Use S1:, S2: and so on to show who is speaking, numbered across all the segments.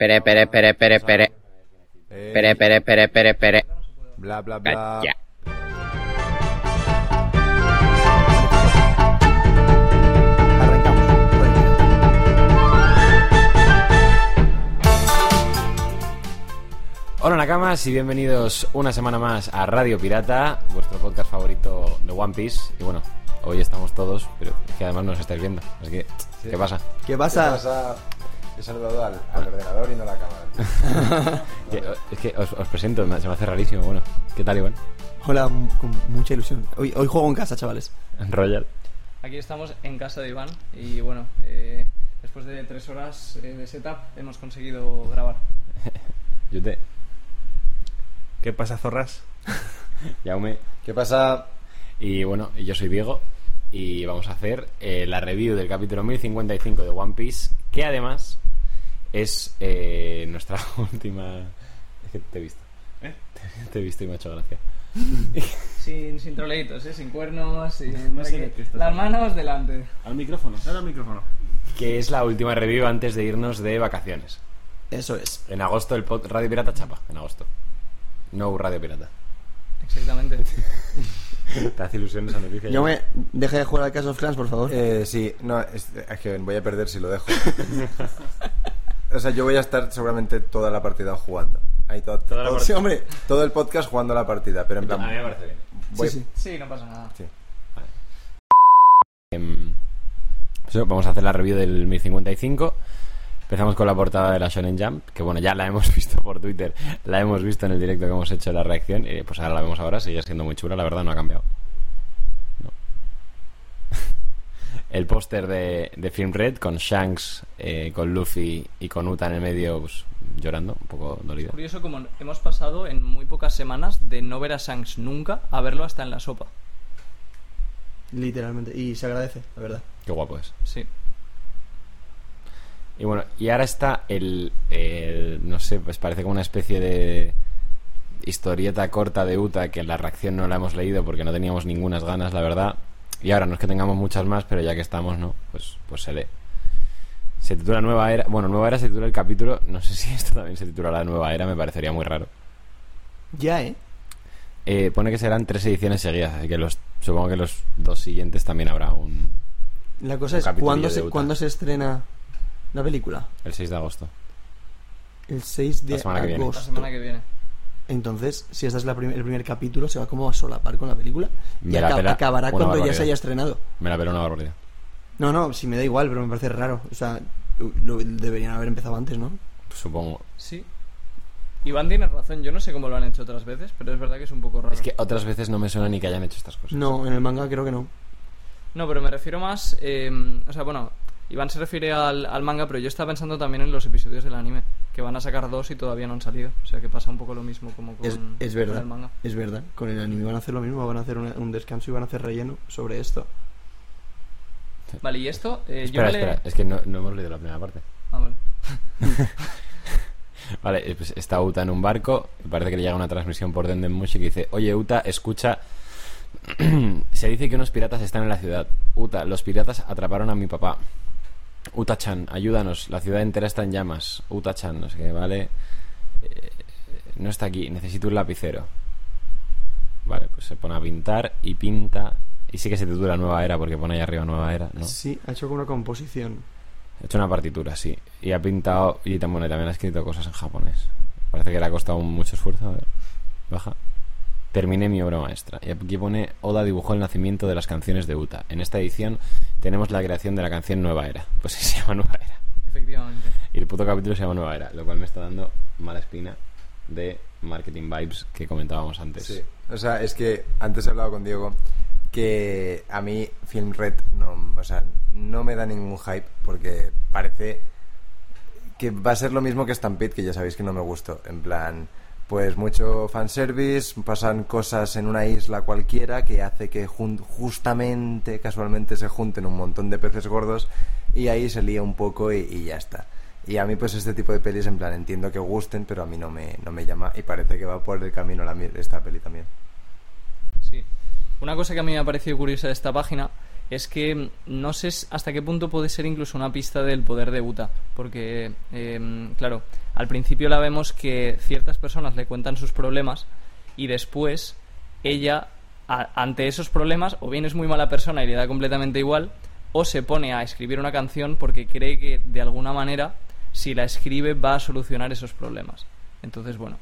S1: Pere, pere, pere, pere, pere.
S2: Eh,
S1: Pere, pere, pere, pere, pere.
S2: Bla, bla, bla.
S1: Calla.
S3: Arrancamos.
S4: Hola Nakamas y bienvenidos una semana más a Radio Pirata, vuestro podcast favorito de One Piece. Y bueno, hoy estamos todos, pero es que además nos estáis viendo. Así que, ¿qué pasa?
S3: ¿Qué
S2: ¿Qué
S3: pasa?
S2: pasa? He saludado al, al ordenador y no a la cámara. tío.
S4: Que- es que os, os presento, me- se me hace rarísimo. Bueno, ¿qué tal, Iván?
S3: Hola, m- con mucha ilusión. Hoy, hoy juego en casa, chavales.
S4: Royal.
S5: Aquí estamos en casa de Iván y bueno, eh, después de tres horas eh, de setup hemos conseguido grabar.
S4: Yo te.
S6: ¿Qué pasa, zorras?
S4: Yaume.
S2: ¿Qué pasa?
S4: Y bueno, yo soy Diego y vamos a hacer eh, la review del capítulo 1055 de One Piece, que además es eh, nuestra última... Es que te he visto. Te, te he visto y me ha hecho gracia.
S5: Sin, sin troleitos, ¿eh? sin cuernos, sin
S6: No sé
S5: aquí,
S6: de qué estás
S5: las
S6: hablando.
S5: manos delante.
S6: Al micrófono, sal al micrófono.
S4: Que es la última review antes de irnos de vacaciones.
S3: Eso es.
S4: En agosto el pod Radio Pirata chapa, en agosto. No Radio Pirata.
S5: Exactamente.
S4: ¿Te hace ilusión esa noticia? ¿eh?
S3: Yo me dejé de jugar al Clash of Clans, por favor.
S2: Eh, sí, no, es, es que voy a perder si lo dejo. o sea, yo voy a estar seguramente toda la partida jugando. Ahí toda,
S4: Toda la
S2: todo-
S4: partida.
S2: sí, hombre, todo el podcast jugando la partida, pero en
S4: A mí me
S2: plan.
S4: parece bien.
S2: voy-
S3: Sí, sí.
S5: Sí, no pasa nada.
S2: sí.
S4: Em, pues eso, vamos a hacer la review del 1055. Empezamos con la portada de la Shonen Jump, que bueno, ya la hemos visto por Twitter, la hemos visto en el directo que hemos hecho la reacción, y pues ahora la vemos ahora, sigue siendo muy chula, la verdad no ha cambiado. No. el póster de, de Film Red con Shanks, eh, con Luffy y con Uta en el medio pues, llorando, un poco dolido.
S5: Curioso como hemos pasado en muy pocas semanas de no ver a Shanks nunca a verlo hasta en la sopa.
S3: Literalmente. Y se agradece, la verdad.
S4: Qué guapo es.
S5: Sí.
S4: Y bueno, y ahora está el, el- No sé, pues parece como una especie de historieta corta de Uta que en la reacción no la hemos leído porque no teníamos ningunas ganas, la verdad. Y ahora no es que tengamos muchas más, pero ya que estamos, ¿no? Pues, pues se lee. Se titula Nueva Era. Bueno, Nueva Era se titula el capítulo. No sé si esto también se titula La Nueva Era, me parecería muy raro.
S3: Ya, ¿eh?
S4: Eh, pone que serán tres ediciones seguidas, así que los, supongo que los dos siguientes también habrá un.
S3: La cosa
S4: Un
S3: es,
S4: capitulillo
S3: ¿cuándo
S4: de
S3: se,
S4: Utah.
S3: ¿cuándo se estrena la película?
S4: el 6 de agosto.
S3: El 6 de
S4: La semana que viene.
S5: La
S3: agosto.
S5: semana que viene.
S3: Entonces, si este es la prim- el primer capítulo, se va como a solapar con la película. Y
S4: Me la
S3: aca-
S4: pela
S3: acabará
S4: una
S3: cuando ya
S4: barbaridad.
S3: se haya estrenado.
S4: Me la pelo una barbaridad.
S3: No, no, si me da igual, pero me parece raro. O sea, lo- deberían haber empezado antes, ¿no?
S4: Supongo.
S5: Sí. Iván tiene razón, yo no sé cómo lo han hecho otras veces, pero es verdad que es un poco raro.
S4: Es que otras veces no me suena ni que hayan hecho estas cosas.
S3: No, en el manga creo que no.
S5: No, pero me refiero más... eh, o sea, bueno, Iván se refiere al, al manga, pero yo estaba pensando también en los episodios del anime, que van a sacar dos y todavía no han salido. O sea, que pasa un poco lo mismo como con,
S3: Es, es verdad.
S5: con el manga.
S3: Es verdad. Con el anime van a hacer lo mismo, van a hacer una- un descanso y van a hacer relleno sobre esto.
S5: Vale, y esto... eh,
S4: espera,
S5: yo me le-
S4: espera, es que no, no hemos leído la primera parte.
S5: Ah, vale.
S4: Vale, eh, pues está Uta en un barco, y parece que le llega una transmisión por Dendemushi que dice, oye Uta, escucha, se dice que unos piratas están en la ciudad. Uta, los piratas atraparon a mi papá. Uta-chan, ayúdanos, la ciudad entera está en llamas. Uta-chan, no sé qué, vale. Eh, no está aquí, necesito un lapicero. Vale, pues se pone a pintar y pinta. Y sí que se titula Nueva Era porque pone ahí arriba Nueva Era, ¿no?
S3: Sí, ha hecho como una composición.
S4: Ha hecho una partitura, sí. Y ha pintado. Y tam- bueno, también ha escrito cosas en japonés. Parece que le ha costado mucho esfuerzo. A ver. Baja. Terminé mi obra maestra. Y aquí pone: Oda dibujó el nacimiento de las canciones de Uta. En esta edición tenemos la creación de la canción Nueva Era. Pues sí, se llama Nueva Era.
S5: Efectivamente.
S4: Y el puto capítulo se llama Nueva Era, lo cual me está dando mala espina de marketing vibes que comentábamos antes.
S2: Sí. O sea, es que antes he hablado con Diego que a mí Film Red no, o sea, no me da ningún hype porque parece que va a ser lo mismo que Stampede, que ya sabéis que no me gustó. En plan, pues mucho fanservice, pasan cosas en una isla cualquiera que hace que jun- justamente, casualmente, se junten un montón de peces gordos y ahí se lía un poco y, y ya está. Y a mí pues este tipo de pelis, en plan, entiendo que gusten, pero a mí no me, no me llama y parece que va por el camino la, mi- esta peli también.
S5: Sí. Una cosa que a mí me ha parecido curiosa de esta página es que mm, no sé s- hasta qué punto puede ser incluso una pista del poder de Uta, porque, em, claro, al principio la vemos que ciertas personas le cuentan sus problemas y después ella, a- ante esos problemas, o bien es muy mala persona y le da completamente igual, o se pone a escribir una canción porque cree que de alguna manera, si la escribe, va a solucionar esos problemas. Entonces, bueno,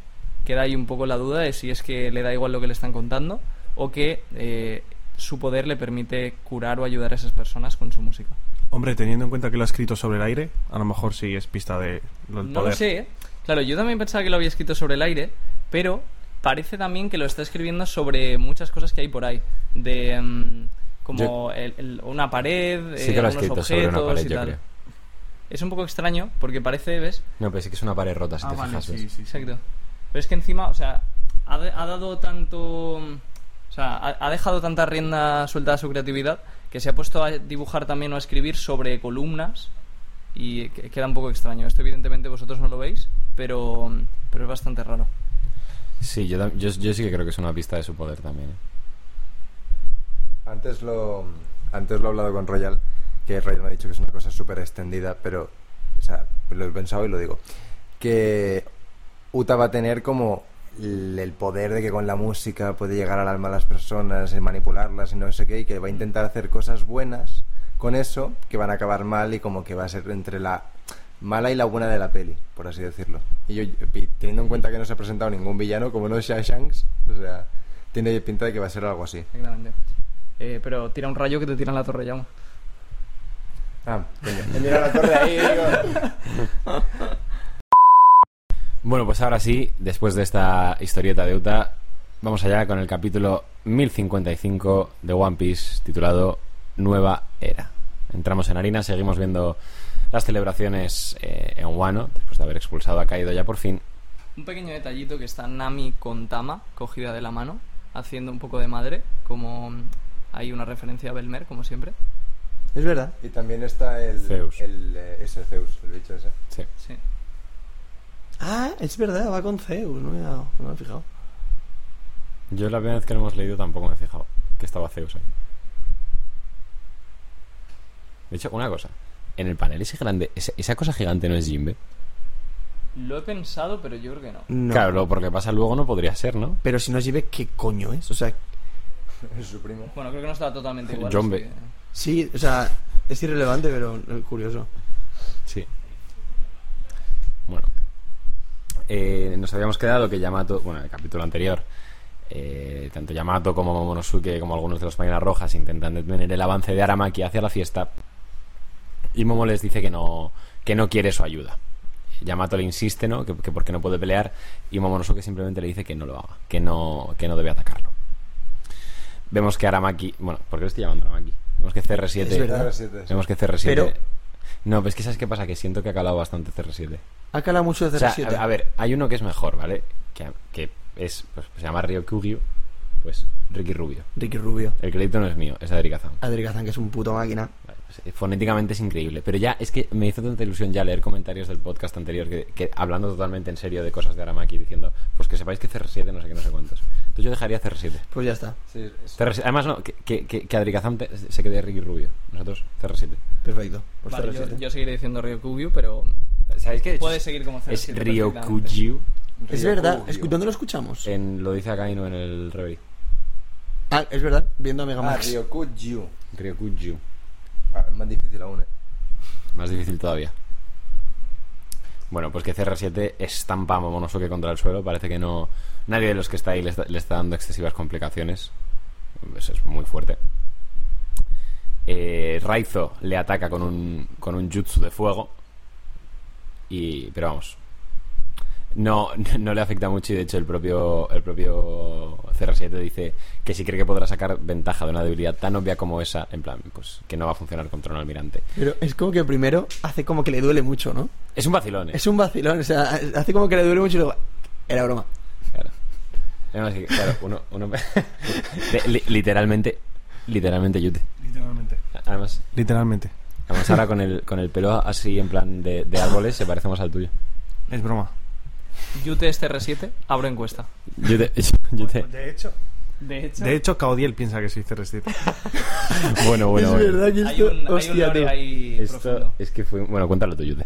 S5: queda ahí un poco la duda de si es que le da igual lo que le están contando o que eh, su poder le permite curar o ayudar a esas personas con su música.
S6: Hombre, teniendo en cuenta que lo ha escrito sobre el aire, a lo mejor sí es pista de lo del
S5: No
S6: poder.
S5: lo sé. ¿eh? Claro, yo también pensaba que lo había escrito sobre el aire, pero parece también que lo está escribiendo sobre muchas cosas que hay por ahí. De. mm, como el- el- una pared,
S4: Sí
S5: eh,
S4: que lo ha
S5: algunos
S4: escrito
S5: objetos
S4: sobre una pared,
S5: y
S4: yo
S5: tal.
S4: creo.
S5: Es un poco extraño porque parece, ¿ves?
S4: No, pero sí que es una pared rota, si
S6: Ah,
S4: te
S6: vale,
S4: fijas.
S6: sí,
S4: ¿ves?
S6: sí, sí.
S5: Exacto. Pero es que encima, o sea, ha, de- ha dado tanto. O sea, ha, ha dejado tanta rienda suelta a su creatividad que se ha puesto a dibujar también o a escribir sobre columnas y que- queda un poco extraño. Esto, evidentemente, vosotros no lo veis, pero, pero es bastante raro.
S4: Sí, yo, tam- yo, yo sí que creo que es una pista de su poder también. ¿eh?
S2: Antes lo, antes lo he hablado con Royal, que Royal me ha dicho que es una cosa súper extendida, pero o sea, lo he pensado y lo digo. Que Uta va a tener como el el poder de que con la música puede llegar al alma de las personas y manipularlas y no sé qué, y que va a intentar hacer cosas buenas con eso que van a acabar mal y como que va a ser entre la mala y la buena de la peli, por así decirlo. Y yo, y teniendo en cuenta que no se ha presentado ningún villano, como no sea Shanks, o sea, tiene pinta de que va a ser algo así.
S5: Exactamente. Eh, pero tira un rayo que te tira en la torre ya.
S2: Ah, coño. He mirado la torre ahí, digo.
S4: Bueno, pues ahora sí, después de esta historieta de Utah, vamos allá con el capítulo 1055 de One Piece titulado Nueva Era. Entramos en harina, seguimos viendo las celebraciones eh, en Wano, después de haber expulsado a Kaido ya por fin.
S5: Un pequeño detallito que está Nami con Tama, cogida de la mano, haciendo un poco de madre, como mm, hay una referencia a Belmer, como siempre.
S3: Es verdad.
S2: Y también está el.
S4: Zeus.
S2: El, eh, ese Zeus, el bicho ese.
S4: Sí.
S5: Sí.
S3: Ah, es verdad, va con Zeus, no me he, dado- no me he fijado.
S4: Yo la primera vez que lo hemos leído tampoco me he fijado que estaba Zeus ahí. De hecho, una cosa. En el panel ese grande, ese- esa cosa gigante no es Jimbe.
S5: Lo he pensado, pero yo creo que no.
S3: No.
S4: Claro, lo- porque pasa luego no podría ser, ¿no?
S3: Pero si no lleve, ¿qué coño es? O sea,
S2: Es su primo.
S5: Bueno, creo que no está totalmente igual.
S4: John
S5: así
S4: B.
S5: que-
S3: sí, o sea, es irrelevante, pero eh, curioso.
S4: Sí. Bueno. Eh, nos habíamos quedado que Yamato, bueno, en el capítulo anterior, eh, tanto Yamato como Momonosuke, como algunos de los Páginas Rojas, intentan detener el avance de Aramaki hacia la fiesta. Y Momo les dice que no, que no quiere su ayuda. Yamato le insiste, ¿no? Que, que porque no puede pelear. Y Momonosuke simplemente le dice que no lo haga, que no, que no debe atacarlo. Vemos que Aramaki. Bueno, ¿por qué lo estoy llamando Aramaki? Vemos que CR7.
S3: Es verdad.
S2: Ahora sí te-
S4: Vemos que CR7.
S3: Pero-
S4: No, pero es que ¿sabes qué pasa? Que siento que ha calado bastante CR7.
S3: Ha calado mucho
S4: O
S3: de
S4: sea,
S3: 07.
S4: a, a ver, hay uno que es mejor, ¿vale? Que, que es, pues, se llama Ryokugyu, pues Ricky Rubio.
S3: Ricky Rubio.
S4: El crédito no es mío, es de Adri Kazan.
S3: Adri Kazan, que es un puto máquina.
S4: Vale, pues, eh, fonéticamente es increíble, pero ya es que me hizo tanta ilusión ya leer comentarios del podcast anterior que, que hablando totalmente en serio de cosas de Aramaki diciendo, pues que sepáis que CR7 no sé qué, no sé cuántos. Entonces yo dejaría CR7.
S3: Pues ya está.
S2: Sí, es-
S4: CR7 además, no, que, que, que, que Adri Kazan te- se quede Ricky Rubio. Nosotros, CR7.
S3: Perfecto. Pues
S5: Vale, yo,
S3: 07.
S5: yo seguiré diciendo Ryokugyu, pero
S4: ¿Sabéis qué?
S5: puede seguir como
S4: Es
S5: 07 perfectamente.
S4: Ryokugyu.
S3: Es
S2: Ryokugyu.
S3: verdad. escu- ¿Dónde lo escuchamos?
S4: En, lo dice Akainu en el Reverie.
S3: Ah, es verdad. Viendo a Mega
S2: Ah,
S3: Max.
S2: Ryokugyu.
S4: Ryokugyu.
S2: Ah, más difícil aún. eh.
S4: Más difícil todavía. Bueno, pues que CR7 estampa a Momonosuke contra el suelo. Parece que no. Nadie de los que está ahí le está, le está dando excesivas complicaciones. Eso es muy fuerte. Eh, Raizo le ataca con un, con un jutsu de fuego. Y. Pero vamos. No, no le afecta mucho y de hecho el propio, el propio CR7 dice que si cree que podrá sacar ventaja de una debilidad tan obvia como esa, en plan, pues que no va a funcionar contra un almirante.
S3: Pero es como que primero hace como que le duele mucho, ¿no?
S4: Es un vacilón, ¿eh?
S3: Es un vacilón, o sea, hace como que le duele mucho y luego. Era broma.
S4: Claro. Además que, claro, uno, uno- De- li- literalmente, literalmente yute.
S6: Literalmente.
S4: Además,
S6: Literalmente.
S4: además ahora con el, con el pelo así en plan de, de árboles se parece más al tuyo.
S6: Es broma.
S5: Yute es CR7, abro encuesta.
S4: Yute, yute.
S6: De hecho.
S5: De hecho,
S6: De hecho, Caudiel piensa que se hizo restit.
S4: Bueno, bueno, bueno.
S3: que
S5: hay un, hay un lore ahí
S4: Esto
S5: profundo.
S4: es que fue... Bueno, cuéntalo tú, Yute.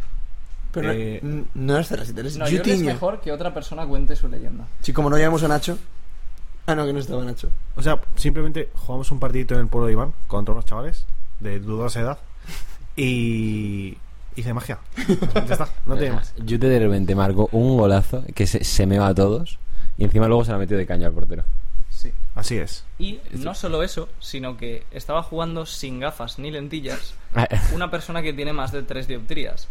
S3: Pero
S6: Eh,
S3: n- no eres Cerrasita, eres
S5: No, yo creo que es
S3: Yutiño.
S5: mejor que otra persona cuente su leyenda.
S3: Si como no llamamos a Nacho. Ah, no, que no estaba Nacho.
S6: O sea, simplemente jugamos un partidito en el pueblo de Iván contra unos chavales de dudosa edad y hice magia. Ya está, no tiene más.
S4: Yute de repente marcó un golazo que se, se me va a todos y encima luego se la metió de caña al portero.
S5: Sí.
S6: Así es.
S5: Y no solo eso, sino que estaba jugando sin gafas ni lentillas una persona que tiene más de tres dioptrías.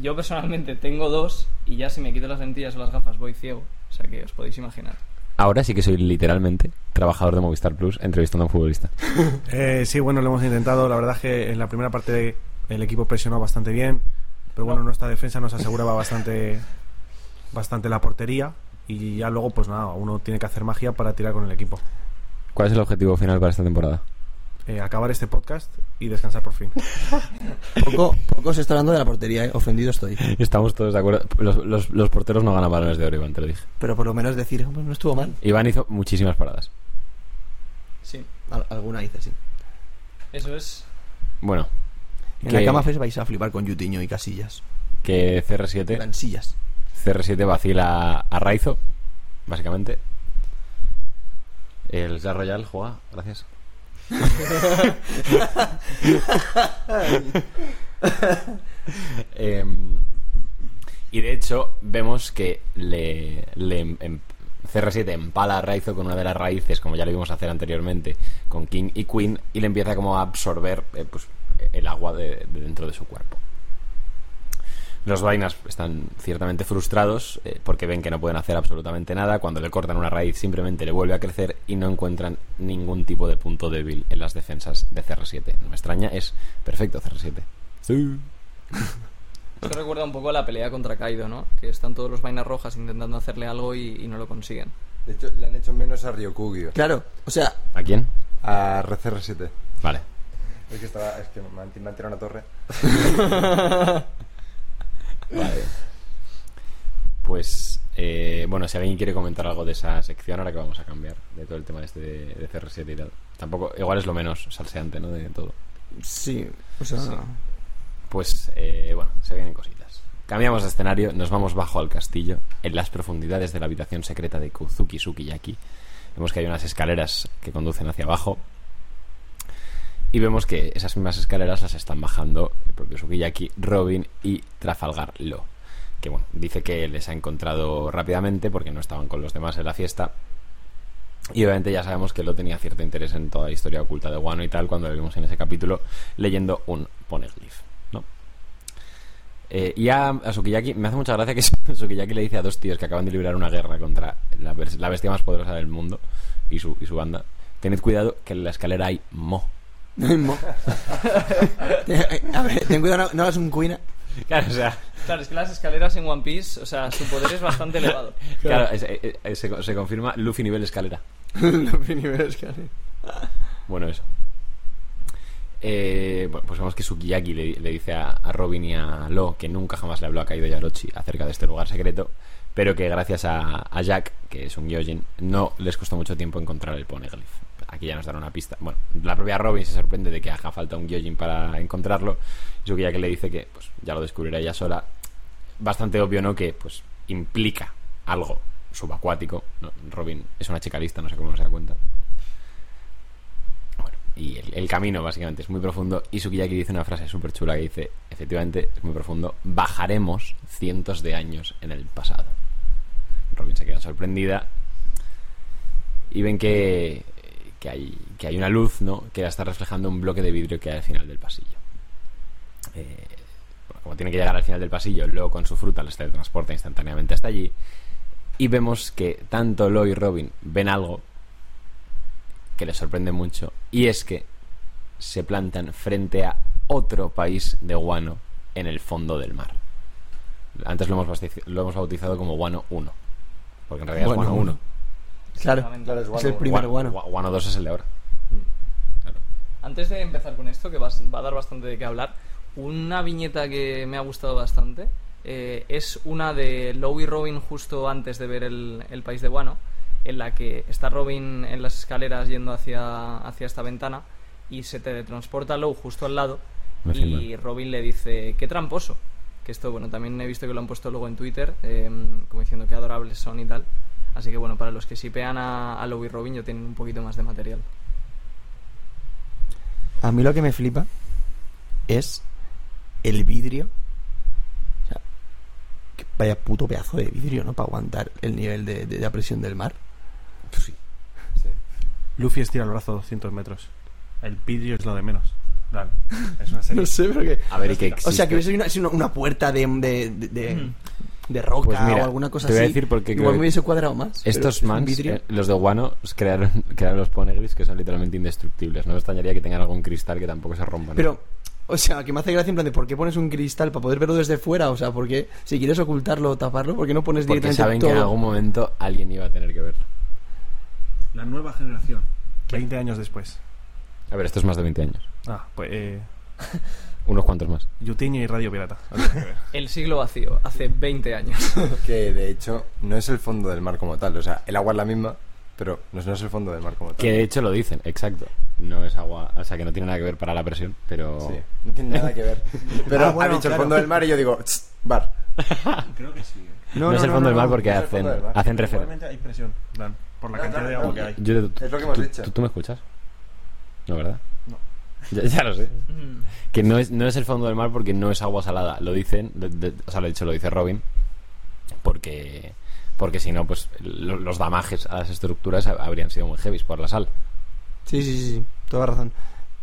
S5: Yo personalmente tengo dos y ya si me quito las lentillas o las gafas voy ciego. O sea que os podéis imaginar.
S4: Ahora sí que soy literalmente trabajador de Movistar Plus entrevistando a un futbolista.
S6: Eh, sí, bueno, lo hemos intentado. La verdad es que en la primera parte el equipo presionó bastante bien, pero bueno, nuestra defensa nos aseguraba bastante, bastante la portería y ya luego, pues nada, uno tiene que hacer magia para tirar con el equipo.
S4: ¿Cuál es el objetivo final para esta temporada?
S6: Eh, acabar este podcast y descansar por fin.
S3: Poco, poco se está hablando de la portería, ¿eh? ofendido estoy.
S4: Estamos todos de acuerdo. Los, los- los porteros no ganan balones de oro, Iván, te lo dije.
S3: Pero por lo menos decir, "Hombre, no estuvo mal.
S4: Iván hizo muchísimas paradas.
S5: Sí,
S3: Al- alguna hice, sí.
S5: eso es.
S4: Bueno,
S3: En
S4: que,
S3: la cama Fest vais a flipar con Yutiño y Casillas.
S4: que CR7,
S3: Eran sillas.
S4: CR7 vacila a Raizo, básicamente. El Clash Royale juega, gracias. Em, y de hecho, vemos que le, le em- em- CR7 empala a Raizo con una de las raíces, como ya lo vimos hacer anteriormente, con King y Queen, y le empieza como a absorber eh, pues, el agua de, de dentro de su cuerpo. Los vainas están ciertamente frustrados eh, porque ven que no pueden hacer absolutamente nada. Cuando le cortan una raíz, simplemente le vuelve a crecer y no encuentran ningún tipo de punto débil en las defensas de CR7. No me extraña, es perfecto CR7. Sí.
S5: Esto recuerda un poco a la pelea contra Kaido, ¿no? Que están todos los vainas rojas intentando hacerle algo y, y no lo consiguen.
S2: De hecho, le han hecho menos a Ryokugyo.
S3: Claro, o sea,
S4: ¿A quién?
S2: A RCR7.
S4: Vale.
S2: Es que estaba. Es que me han, me han tirado una torre.
S4: Pues, eh, bueno, si alguien quiere comentar algo de esa sección, ahora que vamos a cambiar, de todo el tema este de, de CR7 y tal. Tampoco, igual es lo menos salseante, ¿no? De todo.
S3: sí. O sea,
S4: Pues, eh, bueno, se vienen cositas. Cambiamos de escenario, nos vamos bajo al castillo, en las profundidades de la habitación secreta de Kuzuki Sukiyaki. Vemos que hay unas escaleras que conducen hacia abajo. Y vemos que esas mismas escaleras las están bajando el propio Sukiyaki, Robin y Trafalgar Law. Que bueno, dice que les ha encontrado rápidamente porque no estaban con los demás en la fiesta. Y obviamente ya sabemos que Lo tenía cierto interés en toda la historia oculta de Wano y tal cuando lo vimos en ese capítulo leyendo un poneglyph, ¿no? Eh, y a, a Sukiyaki me hace mucha gracia que Sukiyaki le dice a dos tíos que acaban de librar una guerra contra la, vers- la bestia más poderosa del mundo y su, y su banda. Tened cuidado que en la escalera hay mo.
S3: mo- eh, a ver, ten cuidado, no, no hagas un cuina.
S4: Claro, o sea,
S5: Claro, es que las escaleras en One Piece, o sea, su poder es bastante elevado.
S4: claro, es- eh, eh, se, se confirma Luffy nivel escalera.
S3: Lo primero es que haré.
S4: Bueno, eso. Eh, bueno, pues vemos que Sukiyaki le, le dice a, a Robin y a Lo que nunca jamás le habló a Kaido Yarochi acerca de este lugar secreto, pero que gracias a, a Jack, que es un Gyojin, no les costó mucho tiempo encontrar el Poneglyph. Aquí ya nos dan una pista. Bueno, la propia Robin se sorprende de que haga falta un Gyojin para encontrarlo. Y Sukiyaki le dice que pues, ya lo descubrirá ella sola. Bastante obvio, ¿no? Que pues implica algo subacuático. ¿no? Robin es una chica lista, no sé cómo no se da cuenta. Bueno, y el, el camino básicamente es muy profundo. Y Sukiyaki dice una frase súper chula que dice, efectivamente, es muy profundo, bajaremos cientos de años en el pasado. Robin se queda sorprendida y ven que, que, hay, que hay una luz, ¿no? Que la está reflejando un bloque de vidrio que hay al final del pasillo. Eh, bueno, como tiene que llegar al final del pasillo, luego con su fruta les teletransporta instantáneamente hasta allí. Y vemos que tanto Lo y Robin ven algo que les sorprende mucho, y es que se plantan frente a otro país de Guano en el fondo del mar. Antes lo hemos bautiz- lo hemos bautizado como Guano 1, porque en realidad
S3: Guano
S4: es Guano 1.
S3: uno. Claro,
S5: Exactamente.
S2: es
S3: el primer- Primero Guano.
S4: Gua- Guano 2 es el de ahora. Claro.
S5: Antes de empezar con esto, que vas- va a dar bastante de qué hablar, una viñeta que me ha gustado bastante eh, es una de Lowe y Robin justo antes de ver el, el país de Guano, en la que está Robin en las escaleras yendo hacia, hacia esta ventana y se teletransporta Lowe justo al lado
S4: Me
S5: y
S4: filman.
S5: Robin le dice, qué tramposo. Que esto, bueno, también he visto que lo han puesto luego en Twitter, eh, como diciendo que adorables son y tal. Así que bueno, para los que sipean a, a Lowe y Robin ya tienen un poquito más de material.
S3: A mí lo que me flipa es el vidrio. O sea, que vaya puto pedazo de vidrio, ¿no? Para aguantar el nivel de, de- de la presión del mar.
S6: Luffy estira el brazo 200 metros. El vidrio es lo de menos. En plan, Es una serie.
S3: No sé, pero que...
S4: A ver, ¿y qué existe?
S3: O sea, que hubiese una, sido una, una puerta de, de, de- de- de roca
S4: Pues mira,
S3: o alguna cosa
S4: te voy a
S3: así.
S4: decir por qué
S3: Igual
S4: creo
S3: me
S4: que-
S3: hubiese cuadrado más. pero es
S4: Estos
S3: un
S4: mans,
S3: vidrio.
S4: eh, los de Guano, crearon, crearon los ponegris que son literalmente indestructibles. No me extrañaría que tengan algún cristal que tampoco se rompa. ¿no?
S3: Pero, o sea, que me hace gracia en plan de por qué pones un cristal para poder verlo desde fuera. O sea, porque si quieres ocultarlo o taparlo, ¿por qué no pones
S4: Porque
S3: directamente
S4: saben que en
S3: todo?
S4: algún momento alguien iba a tener que verlo.
S6: La nueva generación. 20 años después.
S4: A ver, esto es más de 20 años.
S6: Ah, pues. Eh,
S4: Unos cuantos más.
S6: Yutiño y Radio Pirata.
S5: El siglo vacío, hace 20 años.
S2: Que de hecho no es el fondo del mar como tal. O sea, el agua es la misma, pero no no es el fondo del mar como tal.
S4: Que de hecho lo dicen, exacto. No es agua, o sea, que no tiene nada que ver para la presión, pero...
S2: Sí, no tiene nada que ver. Pero
S6: Ah, bueno,
S2: ha dicho
S6: claro.
S2: el fondo del mar y yo digo, "Tss, bar.
S6: Creo que sí. eh.
S4: No, es el fondo del mar porque
S2: no es el
S4: hacen,
S2: fondo del mar.
S4: hacen referencia.
S6: Igualmente hay presión. en plan, por la
S2: No,
S6: cantidad
S2: no,
S6: de
S2: no,
S6: agua
S2: no.
S6: que hay.
S4: Yo-
S2: Ah, Es lo que hemos
S4: tú-
S2: dicho.
S4: tú- ¿Tú me escuchas? No, ¿verdad?
S6: No.
S4: Ya, ya lo sé.
S5: Mm.
S4: Que no es, no es el fondo del mar porque no es agua salada. Lo dicen, de- de- o sea, lo he dicho, lo dice Robin. Porque, porque si no, pues lo- los damajes a las estructuras ha- habrían sido muy heavy por la sal.
S3: Sí, sí, sí, sí, toda razón.